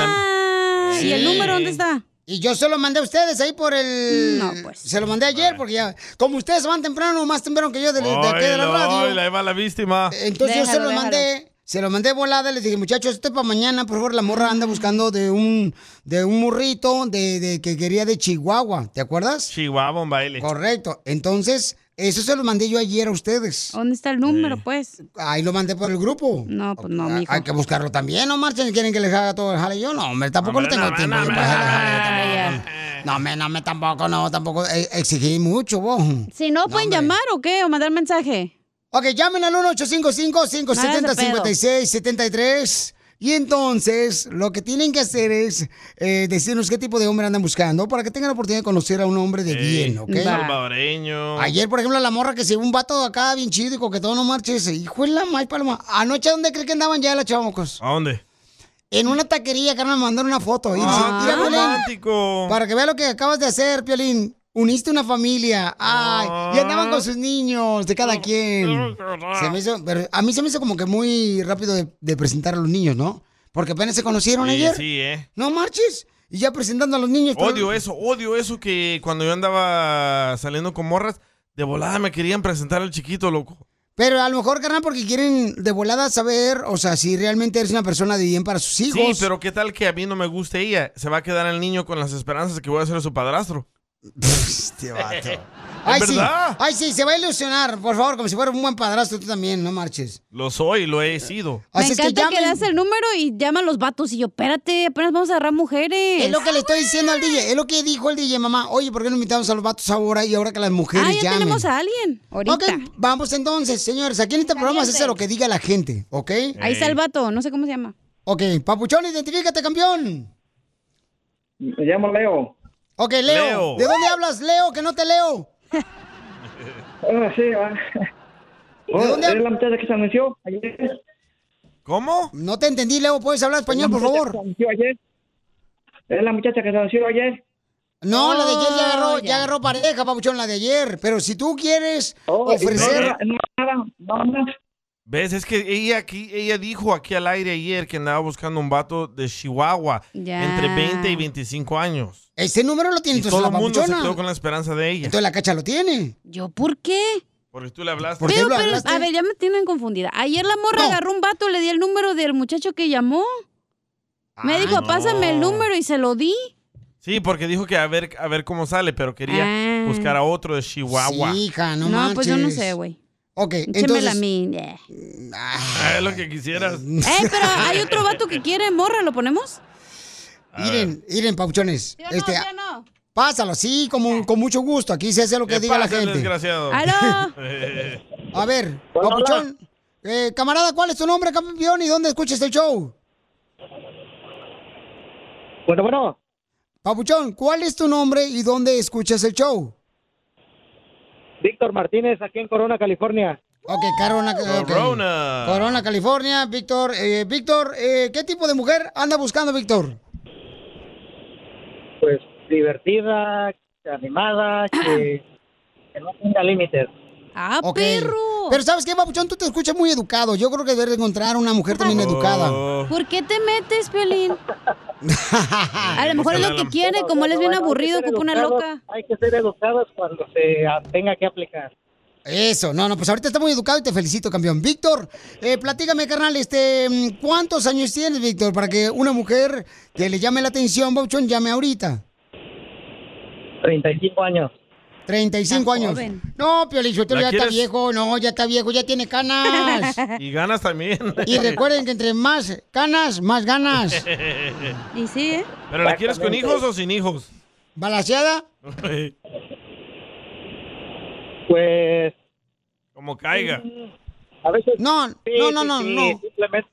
S4: Ah, ¿Y el
S2: Sí.
S4: número dónde está?
S3: Y yo se lo mandé a ustedes ahí por el... No, pues. Se lo mandé ayer porque ya... Como ustedes van temprano, más temprano que yo de, de aquí de la
S2: Oilo,
S3: radio. Eh,
S2: oilo, ahí va la víctima.
S3: Entonces yo se lo mandé, se lo mandé volada, les dije, muchachos, esto es para mañana, por favor, la morra anda buscando de un, de un murrito de, de- que quería de Chihuahua, ¿te acuerdas?
S2: Chihuahua, un baile.
S3: Correcto. Entonces, eso se lo mandé yo ayer a ustedes.
S4: ¿Dónde está el número, pues?
S3: Ahí lo mandé por el grupo. No, pues no, mijo. Hay que buscarlo también, no marchen, quieren que les haga todo el jale yo. No, hombre, tampoco no, tengo tiempo. de pasar
S4: Ah.
S3: el jale, tampoco, No, me, no, me tampoco, no, tampoco eh, exigí mucho vos.
S4: Si no, ¿pueden llamar o qué? ¿O mandar mensaje?
S3: Ok, llamen al 1-855-570-5673. Y entonces, lo que tienen que hacer es eh, decirnos qué tipo de hombre andan buscando para que tengan la oportunidad de conocer a un hombre de bien, ¿ok?
S2: Salvadoreño.
S3: Ayer, por ejemplo, la morra que se llevó un vato acá bien chido y coquetón, no marches. Hijo de la mal paloma. Anoche, ¿dónde creen que andaban ya las chamocos?
S2: ¿A dónde?
S3: En una taquería, carnal, me mandaron una foto. Y dice,
S2: Ah, qué
S3: "Mira, Piolín,
S2: romántico.
S3: Para que vea lo que acabas de hacer, Piolín. Uniste una familia. Ay, y andaban con sus niños, de cada quien. Se me hizo- pero a mí se me hizo como que muy rápido de, de presentar a los niños, ¿no? Porque apenas se conocieron
S2: Sí,
S3: ayer.
S2: sí, eh.
S3: No marches. Y ya presentando a los niños. pero-
S2: Odio eso, odio eso que cuando yo andaba saliendo con morras, de volada me querían presentar al chiquito, loco.
S3: Pero a lo mejor, carnal, porque quieren de volada saber, o sea, si realmente eres una persona de bien para sus
S2: Sí,
S3: hijos.
S2: pero ¿qué tal que a mí no me guste ella? Se va a quedar el niño con las esperanzas de que voy a ser su padrastro.
S3: este vato. Ay, sí.
S2: verdad?
S3: Ay, sí, se va a ilusionar, por favor, como si fuera un buen padrastro tú también, no marches.
S2: Lo soy, lo he sido.
S3: Ah, pues
S4: Me encanta que, das el número y llaman los vatos. Y yo, espérate, apenas vamos a agarrar mujeres.
S3: Es lo que le estoy diciendo al DJ, es lo que dijo el DJ, mamá. Oye, ¿por qué no invitamos a los vatos ahora y ahora que las mujeres
S4: Ah, ya
S3: llamen?
S4: tenemos a alguien. Ahorita.
S3: Ok, vamos entonces, señores. Aquí en este programa se hace lo que diga la gente, ¿ok?
S4: Ahí está el vato, no sé cómo se llama.
S3: Ok, Papuchón, identifícate, campeón.
S5: Me llamo Leo.
S3: Ok, Leo.
S5: Leo.
S3: ¿De dónde hablas, Leo? Que no te leo.
S18: Ah, sí, va. Oh,
S3: dónde
S18: ¿Es la muchacha que se anunció ayer?
S2: ¿Cómo?
S3: No te entendí, Leo. ¿Puedes hablar español, por favor?
S18: ¿Es la muchacha que se anunció ayer?
S3: No, la de ayer ya agarró,
S18: Oh,
S3: ya agarró pareja, papuchón, la de ayer. Pero si tú quieres
S18: Oh,
S3: ofrecer...
S18: no,
S2: ¿Ves? Es que ella aquí, ella dijo aquí al aire ayer que andaba buscando un vato de Chihuahua
S3: Ya.
S2: entre 20 y 25 años.
S3: Ese Este número lo
S2: Y
S3: tiene entonces
S2: todo
S3: la
S2: el mundo se
S3: papuchona.
S2: quedó con la esperanza de ella.
S3: Entonces la cacha lo tiene.
S4: ¿Yo por qué?
S2: Porque tú le hablaste.
S4: Pero, pero, a ver, ya me tienen confundida. Ayer la morra agarró un vato, le di el número del muchacho que llamó. Me
S2: Ah,
S4: dijo,
S2: no.
S4: pásame el número y se lo di.
S2: Sí, porque dijo que a ver, a ver cómo sale, pero quería
S4: Ah.
S2: buscar a otro de Chihuahua.
S4: Sí, hija, no No, pues yo no manches. sé, güey.
S3: Ok,
S4: Échamela a
S3: entonces...
S4: mí. Eh,
S2: Ah, es lo que quisieras.
S4: Eh, pero hay otro vato que quiere morra, ¿lo ponemos?
S3: Miren, miren, papuchones. este, Pásalo, sí, como, con mucho gusto. Aquí se hace lo que
S2: ¿Qué
S3: diga la
S2: pasa,
S3: gente.
S2: desgraciado?
S3: A ver,
S18: Pues
S2: Hola,
S3: papuchón. eh, camarada, ¿cuál es tu nombre, campeón? ¿Y dónde escuchas el show?
S18: Bueno, Pues bueno.
S3: Papuchón, ¿cuál es tu nombre y dónde escuchas el show?
S18: Víctor Martínez, aquí en Corona, California.
S3: Ok, Corona. ok.
S18: Corona.
S3: Corona, California. Víctor, eh, Víctor, eh, ¿qué tipo de mujer anda buscando, Víctor?
S18: Pues divertida, animada, que, que no tenga límites.
S4: Ah,
S3: perro. Pero ¿sabes qué, papuchón? Tú te escuchas muy educado. Yo creo que debes encontrar una mujer también educada.
S4: ¿Por qué te metes, Piolín? A
S3: Pues
S4: lo mejor es lo que quiere, como él es bien
S18: Bueno, hay que
S4: aburrido,
S18: ser
S4: ocupa una
S18: educados-
S4: loca.
S18: Hay que ser educados cuando se a- tenga que aplicar.
S3: Eso, no, no, pues ahorita está muy educado y te felicito, campeón. Víctor, eh, platícame, carnal, este, mm, ¿cuántos años tienes, Víctor, para que una mujer que le llame la atención, Bauchón, llame ahorita?
S18: 35 años.
S3: 35 años. No, Piolín, Sotelo
S2: ¿La
S3: ya está
S2: quieres?
S3: viejo, no, ya está viejo, ya tiene canas.
S2: Y ganas también.
S3: y recuerden que entre más canas, más ganas.
S4: Y sí, ¿eh?
S2: ¿Pero la quieres con hijos o sin hijos?
S3: ¿Balaseada?
S18: Pues.
S2: Como caiga.
S18: A veces.
S3: No, no, no, no, no.
S18: Simplemente.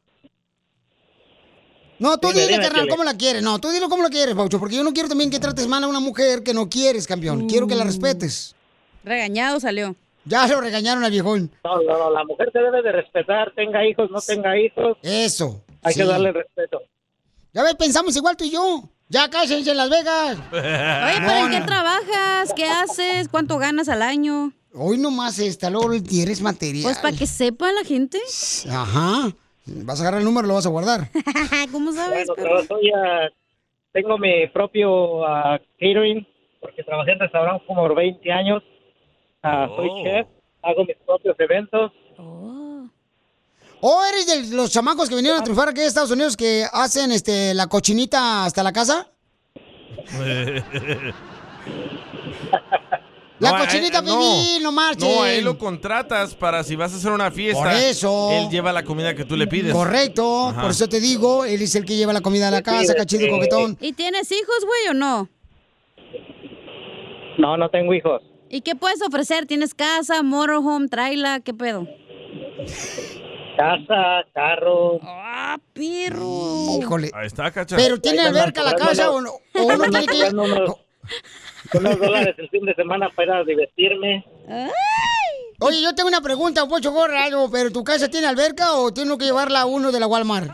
S3: No, tú
S18: Dime,
S3: dile,
S18: dime,
S3: carnal,
S18: Piolín.
S3: cómo la quieres. No, tú dile cómo la quieres, Baucho, porque yo no quiero también que trates mal a una mujer que no quieres, campeón. Quiero que la respetes.
S4: Mm. Regañado salió.
S3: Ya lo regañaron al viejón.
S18: No, no, no, la mujer se debe de respetar, tenga hijos, no tenga hijos.
S3: Eso.
S18: Hay que
S3: sí.
S18: darle respeto.
S3: Ya ves, pensamos igual tú y yo. Ya cállense en Las Vegas.
S4: Oye,
S3: No,
S4: ¿pero en qué
S3: no.
S4: trabajas? ¿Qué haces? ¿Cuánto ganas al año?
S3: Hoy nomás esta, luego tienes material.
S4: Pues para que sepa la gente.
S3: Ajá. Vas a agarrar el número, lo vas a guardar.
S4: ¿Cómo sabes?
S18: Bueno,
S4: perro?
S18: pero soy, ah, tengo mi propio ah, catering, porque trabajé en restaurantes como por 20 años. Ah,
S3: Oh.
S18: Soy chef, hago mis propios eventos.
S3: ¿O eres de los chamacos que vinieron a triunfar aquí de Estados Unidos que hacen este la cochinita hasta la casa? La cochinita,
S2: pibil,
S3: pibil, no marchen.
S2: No, a él lo contratas para si vas a hacer una fiesta.
S3: Por eso.
S2: Él lleva la comida que tú le pides.
S3: Correcto,
S2: Ajá.
S3: por eso te digo, él es el que lleva la comida
S18: este,
S3: a la casa,
S18: eh,
S3: cachito y coquetón.
S4: ¿Y tienes hijos, güey, o no?
S18: No, no tengo hijos.
S4: ¿Y qué puedes ofrecer? ¿Tienes casa, motorhome, traila? ¿Qué pedo?
S18: Casa, carro.
S4: ¡Ah, perro!
S3: Híjole.
S2: Ahí está, cacha.
S18: Pero ¿tiene alberca la casa o no?
S3: ¿O
S18: no
S3: tiene que-
S18: unos, unos dólares el fin de semana para divertirme.
S3: Oye, yo tengo una pregunta, Pocho Gorra, algo, pero ¿tu casa tiene alberca o tengo que llevarla a uno de la Walmart?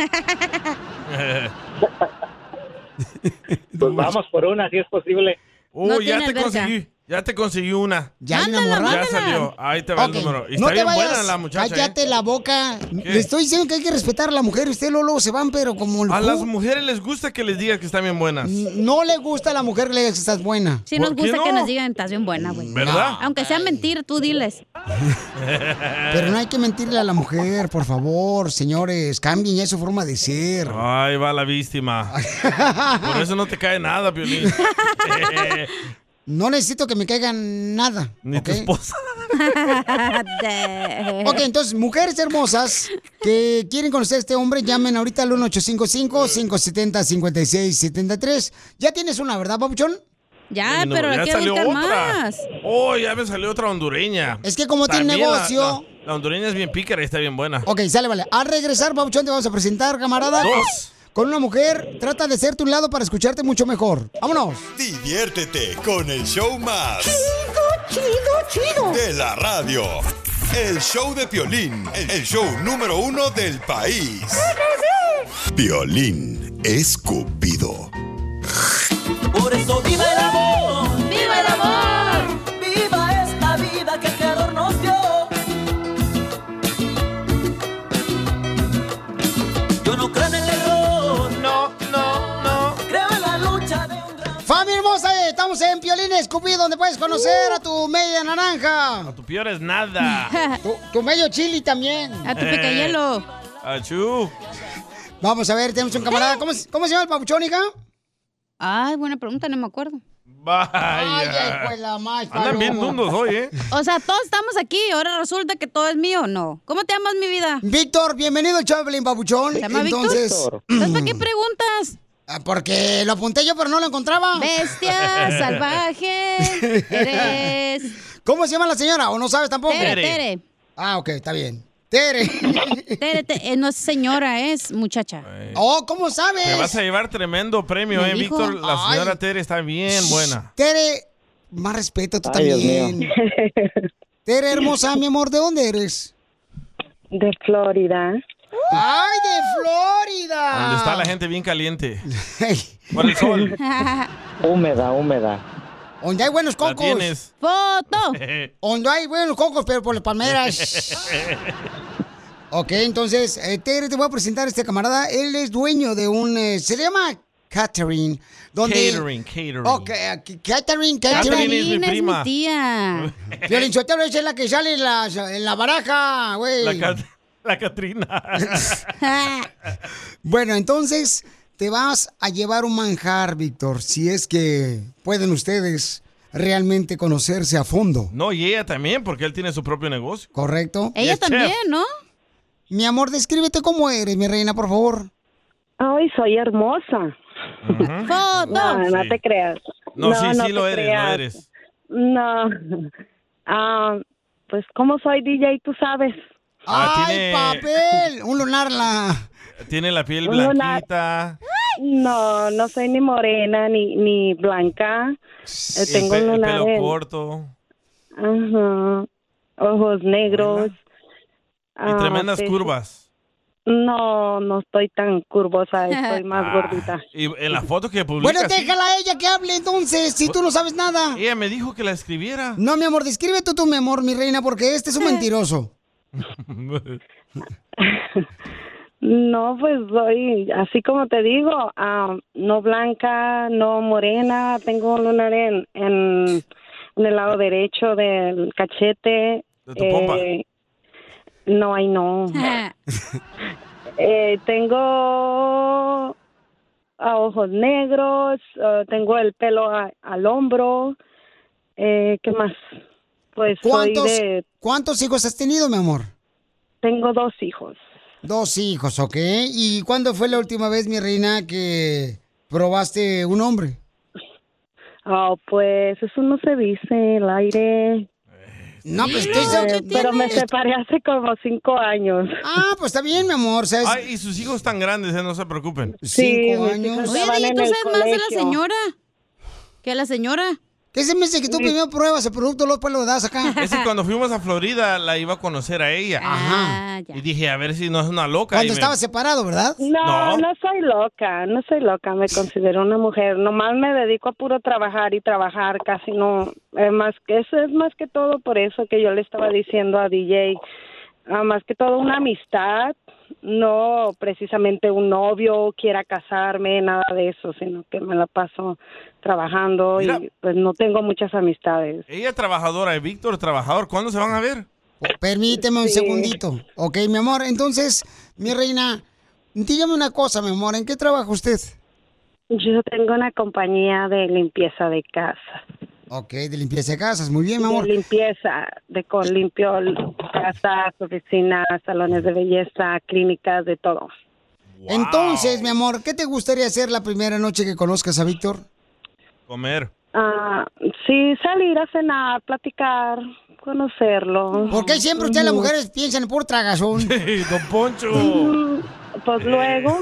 S18: Pues vamos por una, si es posible.
S2: Oh, ya te conseguí. Ya te conseguí una.
S3: Ya hay una Mándala, morra.
S2: Ya
S3: mándala.
S2: salió. Ahí te va
S3: Ok,
S2: el número. Y está
S3: no te
S2: bien
S3: vayas,
S2: buena la muchacha. ¿eh?
S3: Cállate la boca. Le estoy diciendo que hay que respetar a la mujer. Usted Lolo se van, pero como el
S2: A las
S3: ju-
S2: mujeres les gusta que les digas que están bien buenas.
S3: No le gusta a la mujer que le digas que estás buena.
S4: Sí, nos gusta que nos digan, estás bien buena, güey.
S2: ¿Verdad?
S4: Aunque sea mentira, tú diles.
S3: Pero no hay que mentirle a la mujer, por favor, señores. Cambien ya su forma de ser.
S2: Ahí va la víctima. Por eso no te cae nada, Piolín.
S3: No necesito que me caigan nada.
S2: Ni tu esposa. Eh,
S3: Ok, entonces, mujeres hermosas que quieren conocer a este hombre, llamen ahorita al 1855-570-5673. Ya tienes una, ¿verdad, Papuchón?
S4: Ya,
S2: Mi número. Ya salió otra. Oh, ya me salió otra hondureña.
S3: Es que como tiene
S2: También la-
S3: negocio-
S2: La, la hondureña es bien pícara y está bien buena.
S3: Ok, sale, vale. Al regresar, Papuchón, te vamos a presentar, camarada.
S2: Dos.
S3: Con una mujer, trata de ser tu lado para escucharte mucho mejor. Vámonos.
S1: Diviértete con el show más.
S3: chido,
S1: Chido, chido. De la radio. El show de Piolín, el show número uno del país. Piolín escupido.
S9: Por eso viva el amor, viva el amor, viva esta vida que el Creador nos dio. Yo no creo en el error, no, no, no. Creo en la lucha de un
S3: Familia hermosa, eh, estamos en Piolín Escupido, donde puedes conocer a tu media naranja.
S2: Tu peor es nada.
S3: tu, tu medio chili también.
S2: A tu picayelo. Eh, Achú.
S3: Vamos a ver, tenemos un camarada. ¿Cómo, se- cómo se llama el papuchón, hija?
S4: Ay, buena pregunta, no me acuerdo.
S2: Vaya.
S3: hijo de la más,
S2: Andan bien
S3: paloma.
S2: dundos hoy, ¿eh?
S4: O sea, todos estamos aquí, ahora resulta que todo es mío, no. ¿Cómo te llamas, mi vida?
S3: Víctor, bienvenido al show de Piolín, papuchón.
S4: ¿Se llama Víctor?
S3: Entonces,
S4: Víctor.
S3: ¿para
S4: qué preguntas?
S3: porque lo apunté yo, pero no lo encontraba.
S4: Bestia salvaje eres.
S3: ¿Cómo se llama la señora? ¿O no sabes tampoco?
S4: Tere, Tere. Tere.
S3: Ah, ok, está bien. Tere.
S4: Tere, te- eh, no es señora, es muchacha.
S3: Oh, ¿cómo sabes?
S2: Te vas a llevar tremendo premio,
S4: Me
S2: ¿eh,
S4: dijo-
S2: Víctor? La
S4: Ay.
S2: señora Tere está bien buena.
S3: Tere, más respeto tú
S2: Ay, Dios
S3: también.
S2: mío.
S3: Tere, hermosa, mi amor, ¿de dónde eres?
S19: De Florida.
S3: ¡Ay, de Florida!
S2: Donde está la gente bien caliente. Por el sol.
S19: Húmeda, húmeda.
S3: Donde hay buenos
S2: La
S3: cocos.
S2: tienes.
S4: ¡Foto!
S3: Donde hay buenos cocos, pero por las palmeras. ok, entonces, eh, Tere, te voy a presentar a este camarada. Él es dueño de un... eh, se llama Catherine. Donde...
S2: Catering, catering.
S3: Ok, aquí, Catherine, Catherine.
S2: Catherine es mi Catherine es prima. mi
S3: tía. Violín Sotelo es la que sale en la, en la baraja, güey.
S2: La, Cat- la Catrina.
S3: bueno, entonces te vas a llevar un manjar, Víctor, si es que pueden ustedes realmente conocerse a fondo,
S2: no, y ella también, porque él tiene su propio negocio.
S3: ¿correcto?
S2: Ella Yes, chef. también,
S3: ¿no? Mi amor, descríbete cómo eres, mi reina, por favor.
S19: Ay, soy hermosa.
S4: Foto.
S19: No, no
S2: Sí.
S19: te creas.
S2: No, sí, sí
S19: te
S2: lo eres,
S19: creas.
S2: lo eres.
S19: No. Ah, pues, ¿cómo soy DJ? Tú sabes.
S2: Ah, ¡Ay, tiene-
S3: papel! Un lunar la...
S2: Tiene la piel
S19: Un lunar.
S2: blanquita.
S19: No, no soy ni morena ni, ni blanca. Eh,
S2: el
S19: tengo
S2: pe- el
S19: lunar
S2: pelo
S19: en-
S2: corto.
S19: Ajá. Ojos negros.
S2: Y
S19: Ah,
S2: tremendas
S19: sí.
S2: curvas.
S19: No, no estoy tan curvosa, estoy más
S2: Ah,
S19: gordita.
S2: Y en la foto que publica.
S3: Bueno,
S2: sí.
S3: déjala a ella que hable entonces, si tú no sabes nada.
S2: Ella me dijo que la escribiera.
S3: No, mi amor, descríbete tú, mi amor, mi reina, porque este es
S19: Eh,
S3: un mentiroso.
S8: ¿eh?
S19: No, pues soy, así como te digo, ah, no blanca, no morena, tengo un lunar en, en, en el lado derecho del cachete. eh,
S20: De tu pompa.
S19: No, ay, no. Eh, tengo ah, ojos negros, ah, tengo el pelo a- al hombro. Eh, ¿Qué más? Pues soy
S3: ¿Cuántos,
S19: de-
S3: ¿Cuántos hijos has tenido, mi amor?
S19: Tengo dos hijos.
S3: Dos hijos, ok. ¿Y cuándo fue la última vez, mi reina, que probaste un hombre?
S19: Ah, pues eso no se dice, el aire.
S3: No, pues
S19: Eh,
S3: estoy seguro que
S19: Pero me
S3: tienes.
S19: separé hace como cinco años.
S3: Ah, pues está bien, mi amor. ¿sabes?
S2: Ay, y sus hijos tan grandes, eh, no se preocupen.
S19: Sí, mis hijos
S4: Oye,
S19: estaban
S4: DJ,
S19: en
S4: ¿tú
S19: el
S4: sabes más de la
S19: colegio.
S4: señora? ¿Que la señora?
S3: ¿Qué se me dice que tú primero pruebas el producto, luego pues lo das acá?
S2: Es que cuando fuimos a Florida la iba a conocer a ella.
S4: Ah,
S3: Ajá.
S2: Y dije, a ver si no es una loca.
S19: Cuando
S2: Y me-
S19: estaba
S3: separado, ¿verdad?
S2: No.
S19: No, no, soy loca, no soy loca, me considero una mujer. Nomás me dedico a puro trabajar y trabajar, casi no. eh, más que eso es más que todo por eso que yo le estaba diciendo a DJ, ah, más que todo una amistad, no precisamente un novio quiera casarme, nada de eso, sino que me la paso trabajando y pues no tengo muchas amistades.
S2: Ella trabajadora y Víctor trabajador. ¿Cuándo se van a ver?
S3: Permíteme un
S19: Sí.
S3: segundito. Ok, mi amor. Entonces, mi reina, dígame una cosa, mi amor. ¿En qué trabaja usted?
S19: Yo tengo una compañía de limpieza de casa.
S3: Ok, de limpieza de casas. Muy bien, mi amor.
S19: De limpieza, de con limpio casas, oficinas, salones de belleza, clínicas, de todo.
S3: Entonces, mi amor, ¿qué te gustaría hacer la primera noche que conozcas a Víctor?
S2: Comer.
S19: Ah, sí, salir a cenar, platicar, conocerlo.
S3: ¿Por qué siempre ustedes las
S19: Ujú.
S3: mujeres piensan en puro tragazón?
S2: Don Poncho.
S19: Mm, Pues luego.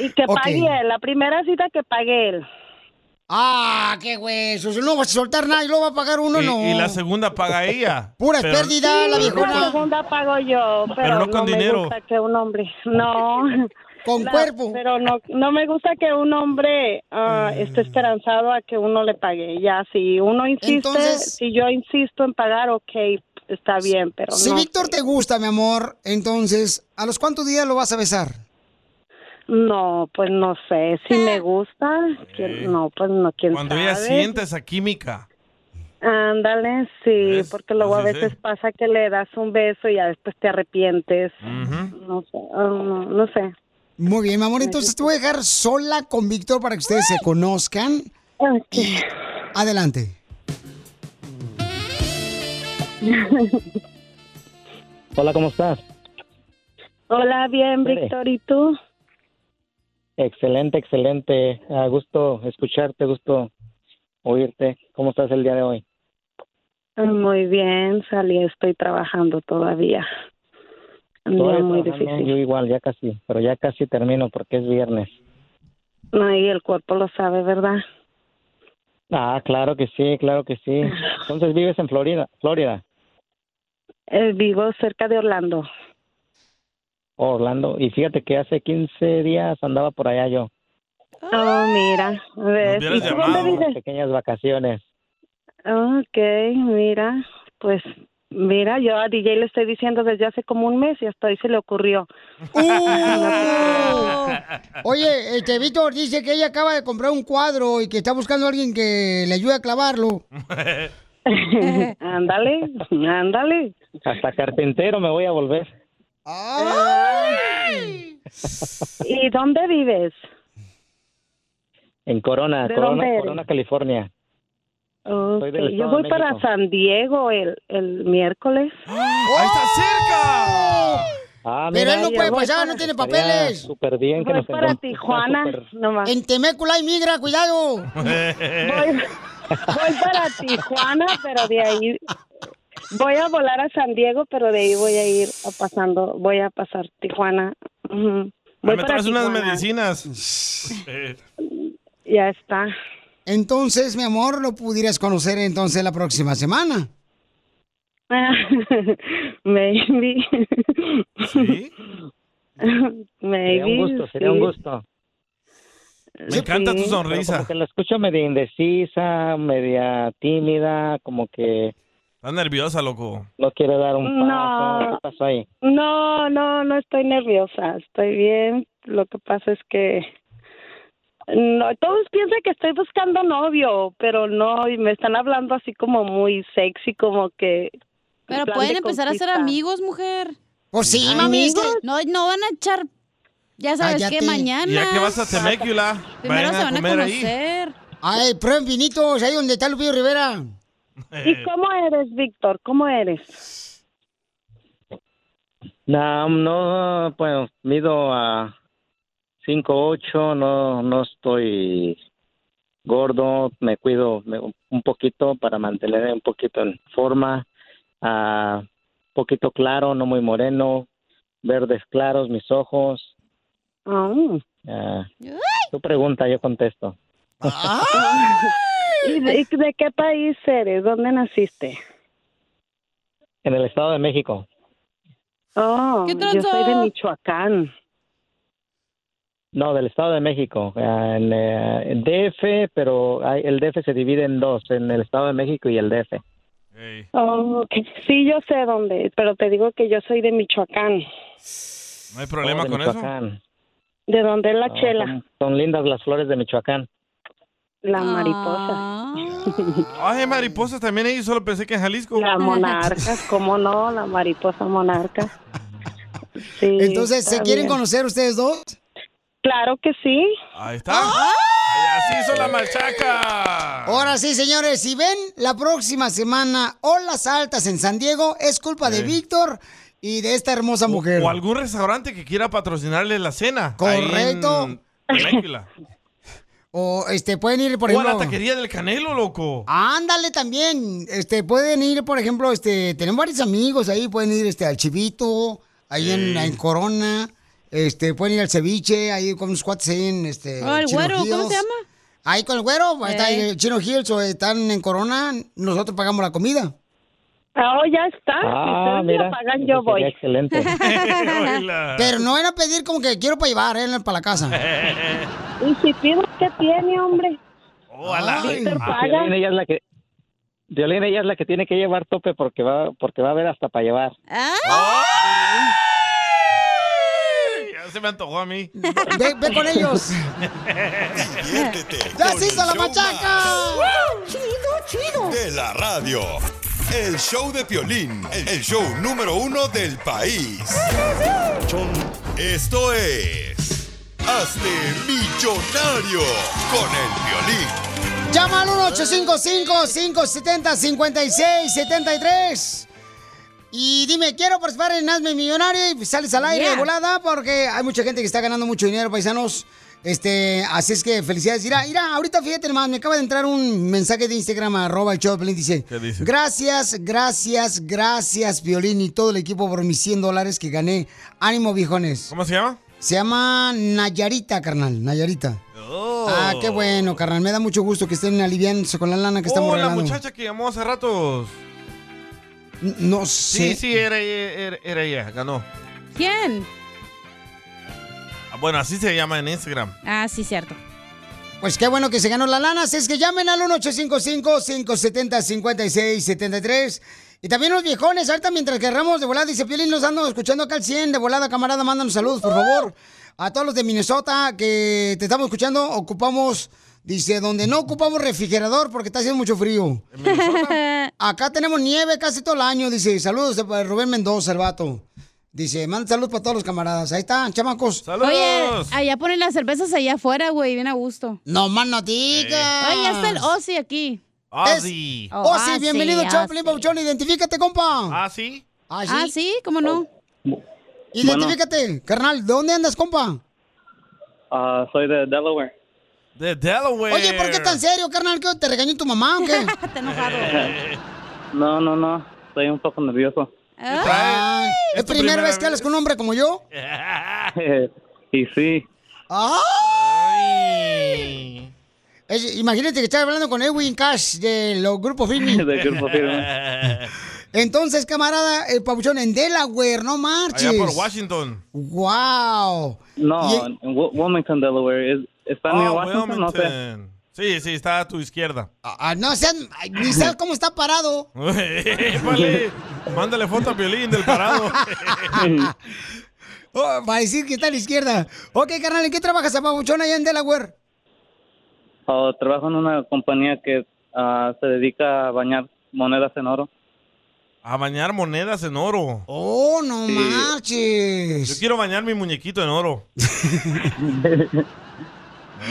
S19: y que
S3: Ok.
S19: pague él, la primera cita que pague él.
S3: Ah, qué huesos. No vas a soltar nada y luego va a pagar uno,
S2: Y,
S3: no.
S2: y la segunda paga ella.
S3: Pura
S2: Pero-
S3: pérdida, la
S19: La
S3: viejona.
S19: segunda pago yo, pero,
S2: Pero no con
S19: me
S2: dinero.
S19: gusta que un hombre, no.
S3: Con
S19: cuerpo. Pero no, no me gusta que un hombre ah,
S2: Mm.
S19: esté esperanzado a que uno le pague. Ya, si uno insiste,
S3: Entonces-
S19: si yo insisto en pagar, ok, está bien, pero
S3: Si
S19: Oh, no.
S3: Víctor te gusta, mi amor, entonces, ¿a los cuántos días lo vas a besar?
S19: No, pues no sé. Si
S3: Eh.
S19: me gusta, que- no, pues no, quién
S2: Cuando
S19: sabe.
S2: ella siente esa química.
S19: Ándale, sí, porque luego a
S2: Así es,
S19: veces
S2: sí.
S19: pasa que le das un beso y ya después te arrepientes. No sé, ah, no, no sé.
S3: Muy bien, mi amor, entonces te voy a dejar sola con Víctor para que ustedes se conozcan. Y adelante.
S6: Hola, ¿cómo estás?
S19: Hola, bien,
S6: Vale.
S19: Víctor, ¿y tú?
S6: Excelente, excelente. A gusto escucharte, gusto oírte. ¿Cómo estás el día de hoy?
S19: Ah, Muy bien, salí, estoy trabajando todavía. Un día
S6: Todavía
S19: muy
S6: trabajando,
S19: difícil.
S6: Yo igual, ya casi, pero ya casi termino porque es viernes.
S19: No, y el cuerpo lo sabe, ¿verdad?
S6: Ah, claro que sí, claro que sí. Entonces vives en Florida, Florida,
S19: Eh, vivo cerca de Orlando.
S6: Orlando. Y fíjate que hace 15 días andaba por allá yo.
S19: Oh, mira, ¿ves? ¿Y tú dónde
S6: Unas
S19: vives?
S6: pequeñas vacaciones.
S19: Ok, mira, pues mira, yo a DJ le estoy diciendo desde hace como un mes y hasta hoy se le ocurrió.
S3: ¡Uh! Oye, este Víctor dice que ella acaba de comprar un cuadro y que está buscando a alguien que le ayude a clavarlo.
S19: ándale, ándale.
S6: Hasta carpintero me voy a volver.
S19: ¿Y dónde vives?
S6: En Corona,
S19: ¿De
S6: Corona,
S19: dónde eres?
S6: Corona, California.
S19: Ok,
S6: del
S19: Yo
S6: Estado
S19: voy
S6: de
S19: para
S6: México.
S19: San Diego el, el miércoles.
S3: ¡Oh! ¡Ahí está cerca!
S6: Ah,
S3: Pero
S6: mira,
S3: él no puede
S6: voy
S3: pasar,
S6: para-
S3: no tiene
S6: estaría
S3: papeles.
S6: Súper bien que
S3: Voy
S6: nos
S3: para
S6: encontremos.
S3: Tijuana.
S6: Está súper-
S3: En Temécula y migra, cuidado.
S6: Eh.
S19: Voy, voy para Tijuana, pero de ahí voy a volar a San Diego, pero de ahí voy a ir a pasando, voy a pasar Tijuana. Ujú. Voy
S2: Ay, me
S19: para
S2: traes unas
S19: Tijuana.
S2: medicinas. Eh,
S19: Ya está.
S3: Entonces, mi amor, lo pudieras conocer entonces la próxima semana.
S19: Maybe.
S2: ¿Sí?
S19: Maybe.
S6: Sería un gusto, sería un
S19: sí.
S6: gusto.
S19: Me encanta tu sonrisa.
S6: Pero Como que la escucho media indecisa, media tímida, como que
S2: Estás nerviosa, loco.
S6: no quiere dar un paso.
S19: No.
S6: ¿Qué pasó ahí?
S19: No, no, no estoy nerviosa, estoy bien. Lo que pasa es que no, todos piensan que estoy buscando novio, pero no, y me están hablando así como muy sexy, como que. en
S4: Pero
S19: plan
S4: pueden
S19: de
S4: empezar a ser
S19: conquista.
S4: amigos, mujer.
S3: Pues sí,
S2: mami, es que-
S4: No, no van a echar. Ya sabes
S3: Cállate.
S4: que mañana.
S2: Ya que vas a Temécula,
S4: Primero
S2: vayan
S4: se
S2: a
S4: van a
S2: comer ahí.
S4: conocer.
S3: Ay, prueben vinitos, ahí donde está Lupillo Rivera.
S19: ¿Y cómo eres, Víctor? ¿Cómo eres?
S6: No, no, pues mido a 5'8, no, no estoy gordo, me cuido me- un poquito para mantenerme un poquito en forma, un poquito claro, no muy moreno, verdes claros mis ojos.
S19: Oh.
S6: ah, tu pregunta, yo contesto.
S19: ¿Y de, y de qué país eres? ¿Dónde naciste?
S6: En el Estado de México.
S19: Oh,
S4: ¿Qué
S19: yo soy de
S4: tranza?
S19: Michoacán.
S6: No, del Estado de México, ah, en eh, en DF, pero hay- el DF se divide en dos, en el Estado de México y el DF.
S19: Oh, ok. Sí, yo sé dónde, pero te digo que yo soy de Michoacán.
S2: No hay problema
S6: Oh, de
S2: con eso.
S6: Michoacán.
S19: ¿De dónde es la
S6: No,
S19: chela?
S6: Son, son lindas las flores de Michoacán.
S19: La
S4: Ah.
S19: mariposa.
S2: Ay, mariposas también ahí, solo pensé que en Jalisco.
S19: La monarcas, cómo no, la mariposa monarca. Sí,
S3: Entonces, ¿se
S19: está
S3: quieren
S19: bien.
S3: conocer ustedes dos?
S19: Claro que sí.
S2: Ahí está.
S3: ¡Ah!
S2: Ay, así hizo la machaca.
S3: Ahora sí, señores, si ven la próxima semana olas altas en San Diego, es culpa de
S2: Sí.
S3: Víctor y de esta hermosa mujer.
S2: O algún restaurante que quiera patrocinarle la cena. ahí en
S3: Correcto.
S2: Temécula.
S3: O este pueden ir por
S2: O a la
S3: ejemplo.
S2: taquería del Canelo, loco.
S3: Ándale también. Este pueden ir, por ejemplo, este tenemos varios amigos ahí, pueden ir este al Chivito, ahí en, en Corona, este pueden ir al ceviche, ahí con unos cuates ahí en este
S4: Ah, el
S3: Chino
S4: güero, ¿cómo
S3: Hills.
S4: se llama? Eh.
S3: Ahí con el güero, pues, está
S13: Ey.
S3: el Chino Hills o están en Corona, nosotros pagamos la comida.
S13: Ah, oh, ya está.
S3: Ah,
S13: si ustedes me
S3: mira,
S13: lo pagan, yo voy.
S6: excelente.
S3: Pero no van a pedir como que quiero para llevar, ¿eh? Para la casa.
S13: ¿Y si pido qué tiene, hombre?
S2: Ah,
S6: Violín, ella es la que... Violín, ella es la que tiene que llevar tope porque va, porque va a haber hasta para llevar.
S2: Ya se me antojó a mí.
S3: Ve, ve con ellos. ¡Ya se hizo la machaca!
S1: Chido, chido. De la radio. El show de Piolín, el show número uno del país. Esto es... Hazte millonario con el violín.
S3: Llama al 1-855-570-5673. Y dime, quiero participar en Hazme Millonario y sales al aire
S13: Yeah.
S3: de volada porque hay mucha gente que está ganando mucho dinero, paisanos. Este, así es que felicidades. Mira, mira, ahorita fíjate nomás, me acaba de entrar un mensaje de Instagram, arroba el Choplin, dice,
S13: ¿Qué dice?
S3: gracias, gracias, gracias, Violín y todo el equipo por mis 100 dólares que gané. Ánimo, viejones.
S2: ¿Cómo se llama?
S3: Se llama Nayarita, carnal, Nayarita.
S2: Oh.
S3: Ah, qué bueno, carnal. Me da mucho gusto que estén aliviándose con la lana que estamos
S2: Oh, la
S3: regalando.
S2: muchacha que llamó hace ratos.
S3: N- No
S2: Sí,
S3: sé.
S2: sí, era, era- era ella, ganó.
S4: ¿Quién?
S2: Ah, Bueno, así se llama en Instagram.
S4: Ah, sí, cierto.
S3: Pues qué bueno que se ganó la lana. Así es que llamen al 1-855-570-5673. Y también los viejones, ahorita mientras que erramos de volada, dice Piolín, los ando escuchando acá al 100. De volada, camarada, mándanos saludos, por favor. A todos los de Minnesota que te estamos escuchando, ocupamos, dice, donde no ocupamos refrigerador porque está haciendo mucho frío. Acá tenemos nieve casi todo el año, dice. Saludos de Rubén Mendoza, el vato. Dice, manda saludos para todos los camaradas. Ahí están, chamacos.
S4: Oye, allá ponen las cervezas allá afuera, güey, bien a gusto.
S3: No más no digas.
S4: Oye, ya está el Ozzy aquí.
S2: Ozzy.
S4: Oh,
S3: Oh, sí,
S4: ah,
S3: bienvenido,
S4: sí, ah,
S3: Choplin Pauchón. Identifícate, compa.
S2: Ah, sí.
S3: Ah, sí.
S4: Ah, sí, cómo no.
S3: Identifícate, carnal. ¿De dónde andas, compa?
S20: Ah, soy de Delaware.
S2: De Delaware.
S3: Oye, ¿por qué tan serio, carnal? ¿Qué, ¿Te regañó tu mamá o qué? Te enojado.
S20: No, no, no. Estoy un poco nervioso.
S3: ¿Es,
S20: tu
S3: primera,
S20: primera
S3: vez que hablas con un hombre como yo?
S20: y sí.
S3: ¡Ay! Es- imagínate que estás hablando con Edwin Cash de los grupos Firme.
S20: De grupo firme.
S3: Entonces, camarada, el Pauchón en Delaware, no marches.
S2: Allá por Washington.
S3: ¡Wow!
S20: No,
S3: Y-
S20: en Wil- Wilmington, Delaware. Es- ¿Está en
S2: Ah,
S20: Washington? No sé.
S2: Wilmington. Sí, sí, está a tu izquierda.
S3: Ah, no, sean, ay, ni sabes cómo está parado.
S2: Épale, Mándale foto a Piolín del parado.
S3: Oh, para decir que está a la izquierda. Ok, carnal, ¿en qué trabajas, Pabuchón, allá en Delaware?
S20: Oh, trabajo en una compañía que ah, se dedica a bañar monedas en oro.
S2: A bañar monedas en oro.
S3: Oh, no marches.
S2: Yo quiero bañar mi muñequito en oro.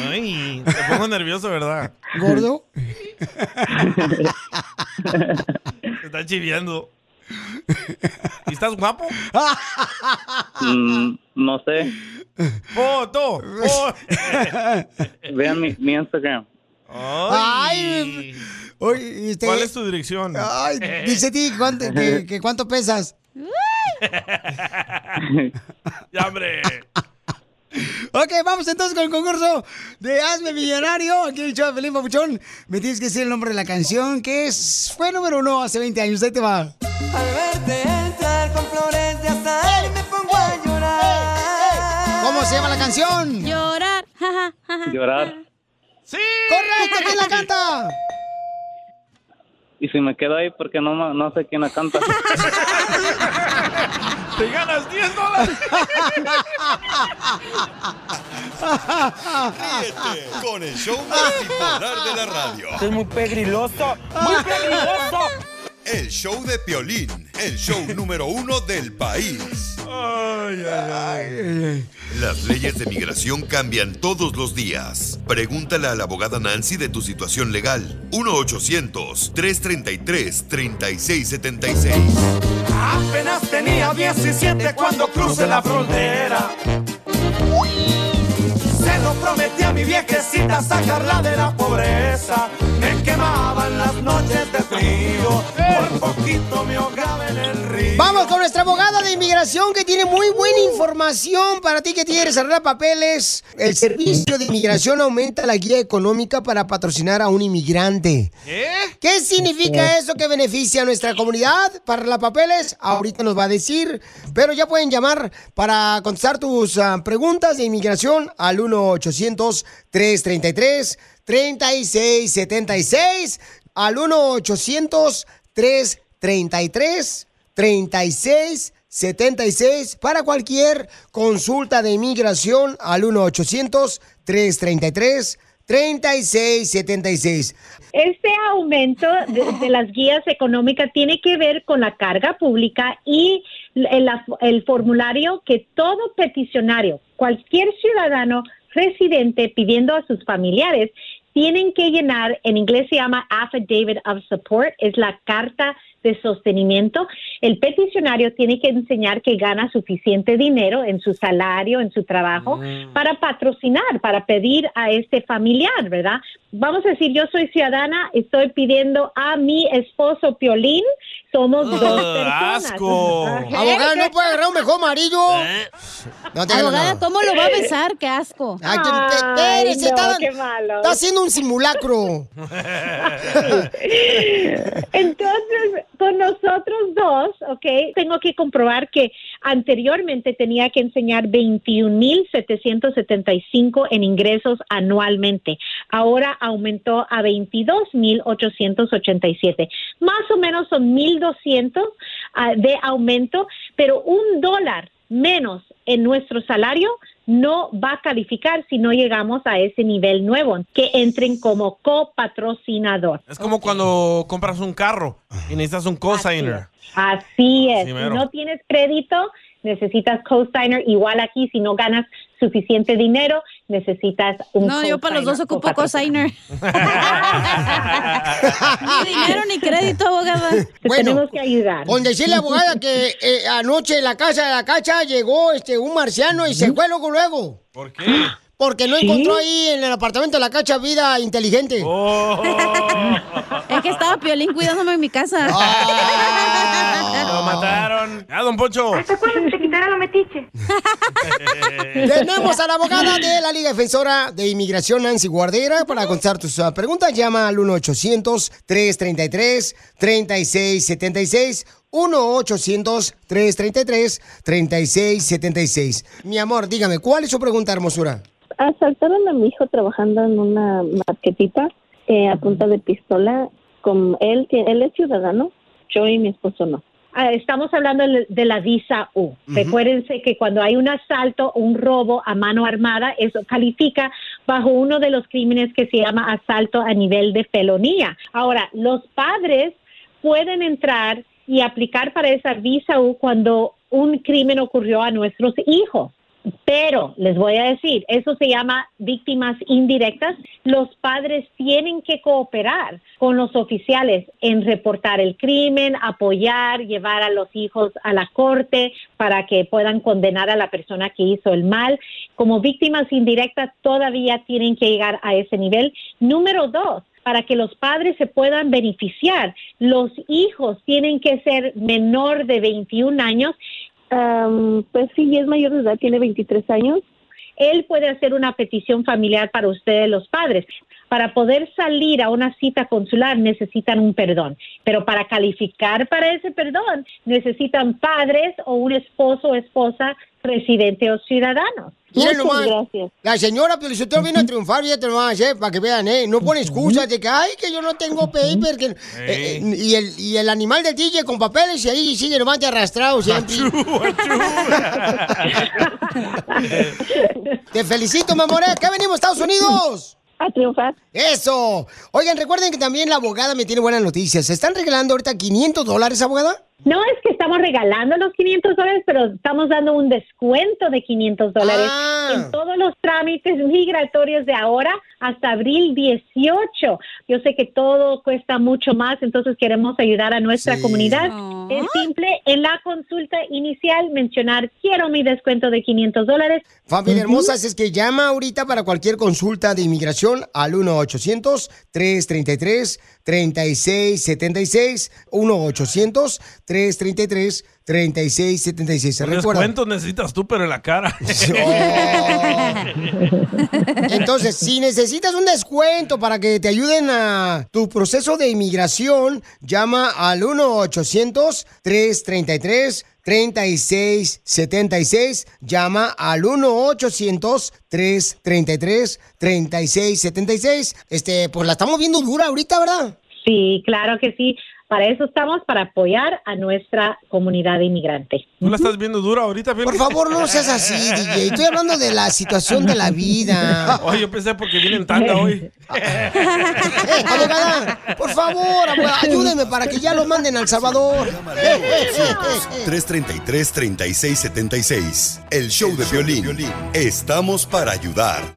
S2: Ay, te pongo nervioso, ¿verdad?
S3: ¿Gordo?
S2: Te están chiviando. ¿Y estás guapo?
S20: Mm, no sé.
S2: ¡Foto! ¡Foto!
S20: Vean mi, mi Instagram.
S2: Ay.
S3: Oye, Ah, este-
S2: ¿Cuál es tu dirección? Eh.
S3: Ay, dice a ti cuánto, que- que cuánto pesas.
S2: ¡Ya, hombre!
S3: Ok, vamos entonces con el concurso de Hazme Millonario. Aquí el show de Felipe Pabuchón. Me tienes que decir el nombre de la canción que es, fue número uno hace 20 años. Ahí te va.
S22: Al verte entrar con flores de azahar me pongo a llorar.
S3: ¿Cómo se llama la canción?
S4: Llorar.
S20: Llorar.
S2: ¡Sí!
S3: ¡Correcto! ¿Quién la canta?
S20: Y si me quedo ahí porque no, ma- no sé quién la canta.
S2: ¡Te ganas 10 dólares!
S1: Ríete con el show más bipolar de la radio.
S10: Esto es muy pegriloso. Muy pegriloso.
S1: El show de Piolín, el show número uno del país.
S3: Eh,
S1: Las leyes de migración cambian todos los días. Pregúntale a la abogada Nancy de tu situación legal. 1-800-333-3676.
S22: Apenas tenía 17 cuando crucé la frontera. Se lo prometí a mi viejecita sacarla de la pobreza. Me quemaban las noches de frío, por poquito me ahogaba en el río.
S3: Vamos con nuestra abogada de inmigración que tiene muy buena información para ti que quieres arreglar papeles. El servicio de inmigración aumenta la guía económica para patrocinar a un inmigrante. ¿Qué? significa eso que beneficia a nuestra comunidad para arreglar papeles? Ahorita nos va a decir, pero ya pueden llamar para contestar tus ah, preguntas de inmigración al 1-800-333. 3676 al 1-800-333-3676 para cualquier consulta de inmigración al 1-800-333-3676.
S7: Este aumento de, de las guías económicas tiene que ver con la carga pública y el, el formulario que todo peticionario, cualquier ciudadano residente pidiendo a sus familiares, tienen que llenar, en inglés se llama Affidavit of Support, es la carta de sostenimiento. El peticionario tiene que enseñar que gana suficiente dinero en su salario, en su trabajo, para patrocinar, para pedir a este familiar, ¿verdad? Vamos a decir, yo soy ciudadana, estoy pidiendo a mi esposo Piolín, somos
S9: Ah.
S7: dos personas.
S2: asco.
S3: Abogada, no puede agarrar un mejor amarillo. No te hagas
S4: Abogada,
S3: nada.
S4: ¿cómo lo va a besar? Qué asco.
S3: Ay, que- te- eres, está- está haciendo un simulacro.
S7: Entonces, con nosotros dos, ¿ok? Tengo que comprobar que anteriormente tenía que enseñar 21.775 en ingresos anualmente. Ahora aumentó a 22.887. Más o menos son 1.200 ah, de aumento, pero un dólar menos en nuestro salario no va a calificar si no llegamos a ese nivel nuevo, que entren como copatrocinador.
S2: Es como cuando compras un carro y necesitas un cosigner.
S7: Así es.
S2: Sí,
S7: Si
S2: mero.
S7: no tienes crédito, necesitas cosigner. Igual aquí, si no ganas suficiente dinero, necesitas un
S4: No, yo para los dos
S7: cosigner o
S4: ocupo cosigner. ni dinero ni crédito, abogada.
S7: tenemos que ayudar.
S3: Con decirle, abogada, que eh, anoche en la casa de la cacha llegó este un marciano y se fue luego, luego.
S2: ¿Por qué?
S3: Porque no
S2: ¿Sí?
S3: encontró ahí en el apartamento de la cacha vida inteligente.
S4: Es que estaba Piolín cuidándome en mi casa.
S2: Lo mataron. Ya, don Poncho.
S4: cuándo se quitaron los metiches?
S7: Eh.
S3: Tenemos a la abogada de la Liga Defensora de Inmigración, Nancy Guardera, para contestar tus ah, preguntas. Llama al 1-800-333-3676. 1-800-333-3676. Mi amor, dígame, ¿cuál es su pregunta, hermosura?
S15: Asaltaron a mi hijo trabajando en una marquetita eh, a punta de pistola. Con él, que él es ciudadano, yo y mi esposo no.
S7: Ah, Estamos hablando del- de la visa U. Recuérdense que cuando hay un asalto o un robo a mano armada, eso califica bajo uno de los crímenes que se llama asalto a nivel de felonía. Ahora, los padres pueden entrar y aplicar para esa visa U cuando un crimen ocurrió a nuestros hijos. Pero les voy a decir, eso se llama víctimas indirectas. Los padres tienen que cooperar con los oficiales en reportar el crimen, apoyar, llevar a los hijos a la corte para que puedan condenar a la persona que hizo el mal. Como víctimas indirectas todavía tienen que llegar a ese nivel. Número dos, para que los padres se puedan beneficiar, los hijos tienen que ser menor de 21 años
S15: Am, pues sí, es mayor de edad, tiene 23 años.
S7: él puede hacer una petición familiar para ustedes los padres. Para poder salir a una cita consular necesitan un perdón, pero para calificar para ese perdón necesitan padres o un esposo o esposa residente o ciudadano.
S3: Miren nomás, La señora pues, Piolisotero vino a triunfar, ya te lo van a hacer para que vean, ¿eh? No pone excusas de que, ay, que yo no tengo paper. que- eh, eh, y, el, y el animal del DJ con papeles y ahí sigue nomás de arrastrado siempre. Te felicito, mamore. Acá venimos, Estados Unidos.
S15: A triunfar.
S3: Eso. Oigan, recuerden que también la abogada me tiene buenas noticias. Se están regalando ahorita 500 dólares, abogada.
S7: No es que estamos regalando los 500 dólares, pero estamos dando un descuento de 500 dólares
S3: Ah.
S7: en todos los trámites migratorios de ahora hasta abril 18. Yo sé que todo cuesta mucho más, entonces queremos ayudar a nuestra comunidad. Es simple, en la consulta inicial mencionar quiero mi descuento de 500 dólares.
S3: Familia
S7: Ujú.
S3: hermosa, así es que llama ahorita para cualquier consulta de inmigración al 1-800-333-3676. 1-800-333-3676.
S2: Un
S3: Recuerda.
S2: descuento necesitas tú, pero en la cara.
S3: Entonces, si necesitas un descuento para que te ayuden a tu proceso de inmigración, llama al 1-800-333. 3676 llama al 1-800-333-3676. Este, pues la estamos viendo dura ahorita, ¿verdad?
S7: Sí, claro que sí. Para eso estamos, para apoyar a nuestra comunidad de inmigrante.
S2: ¿Tú la estás viendo dura ahorita, Piolín?
S3: Por favor, no seas así, DJ. Estoy hablando de la situación de la vida.
S2: Oye, yo pensé porque viene en tanga hoy.
S3: Eh, abogada, por favor, abogada, ayúdenme para que ya lo manden al Salvador. Eh, eh, eh, eh, eh.
S1: 333-3676. El show de violín. Estamos para ayudar.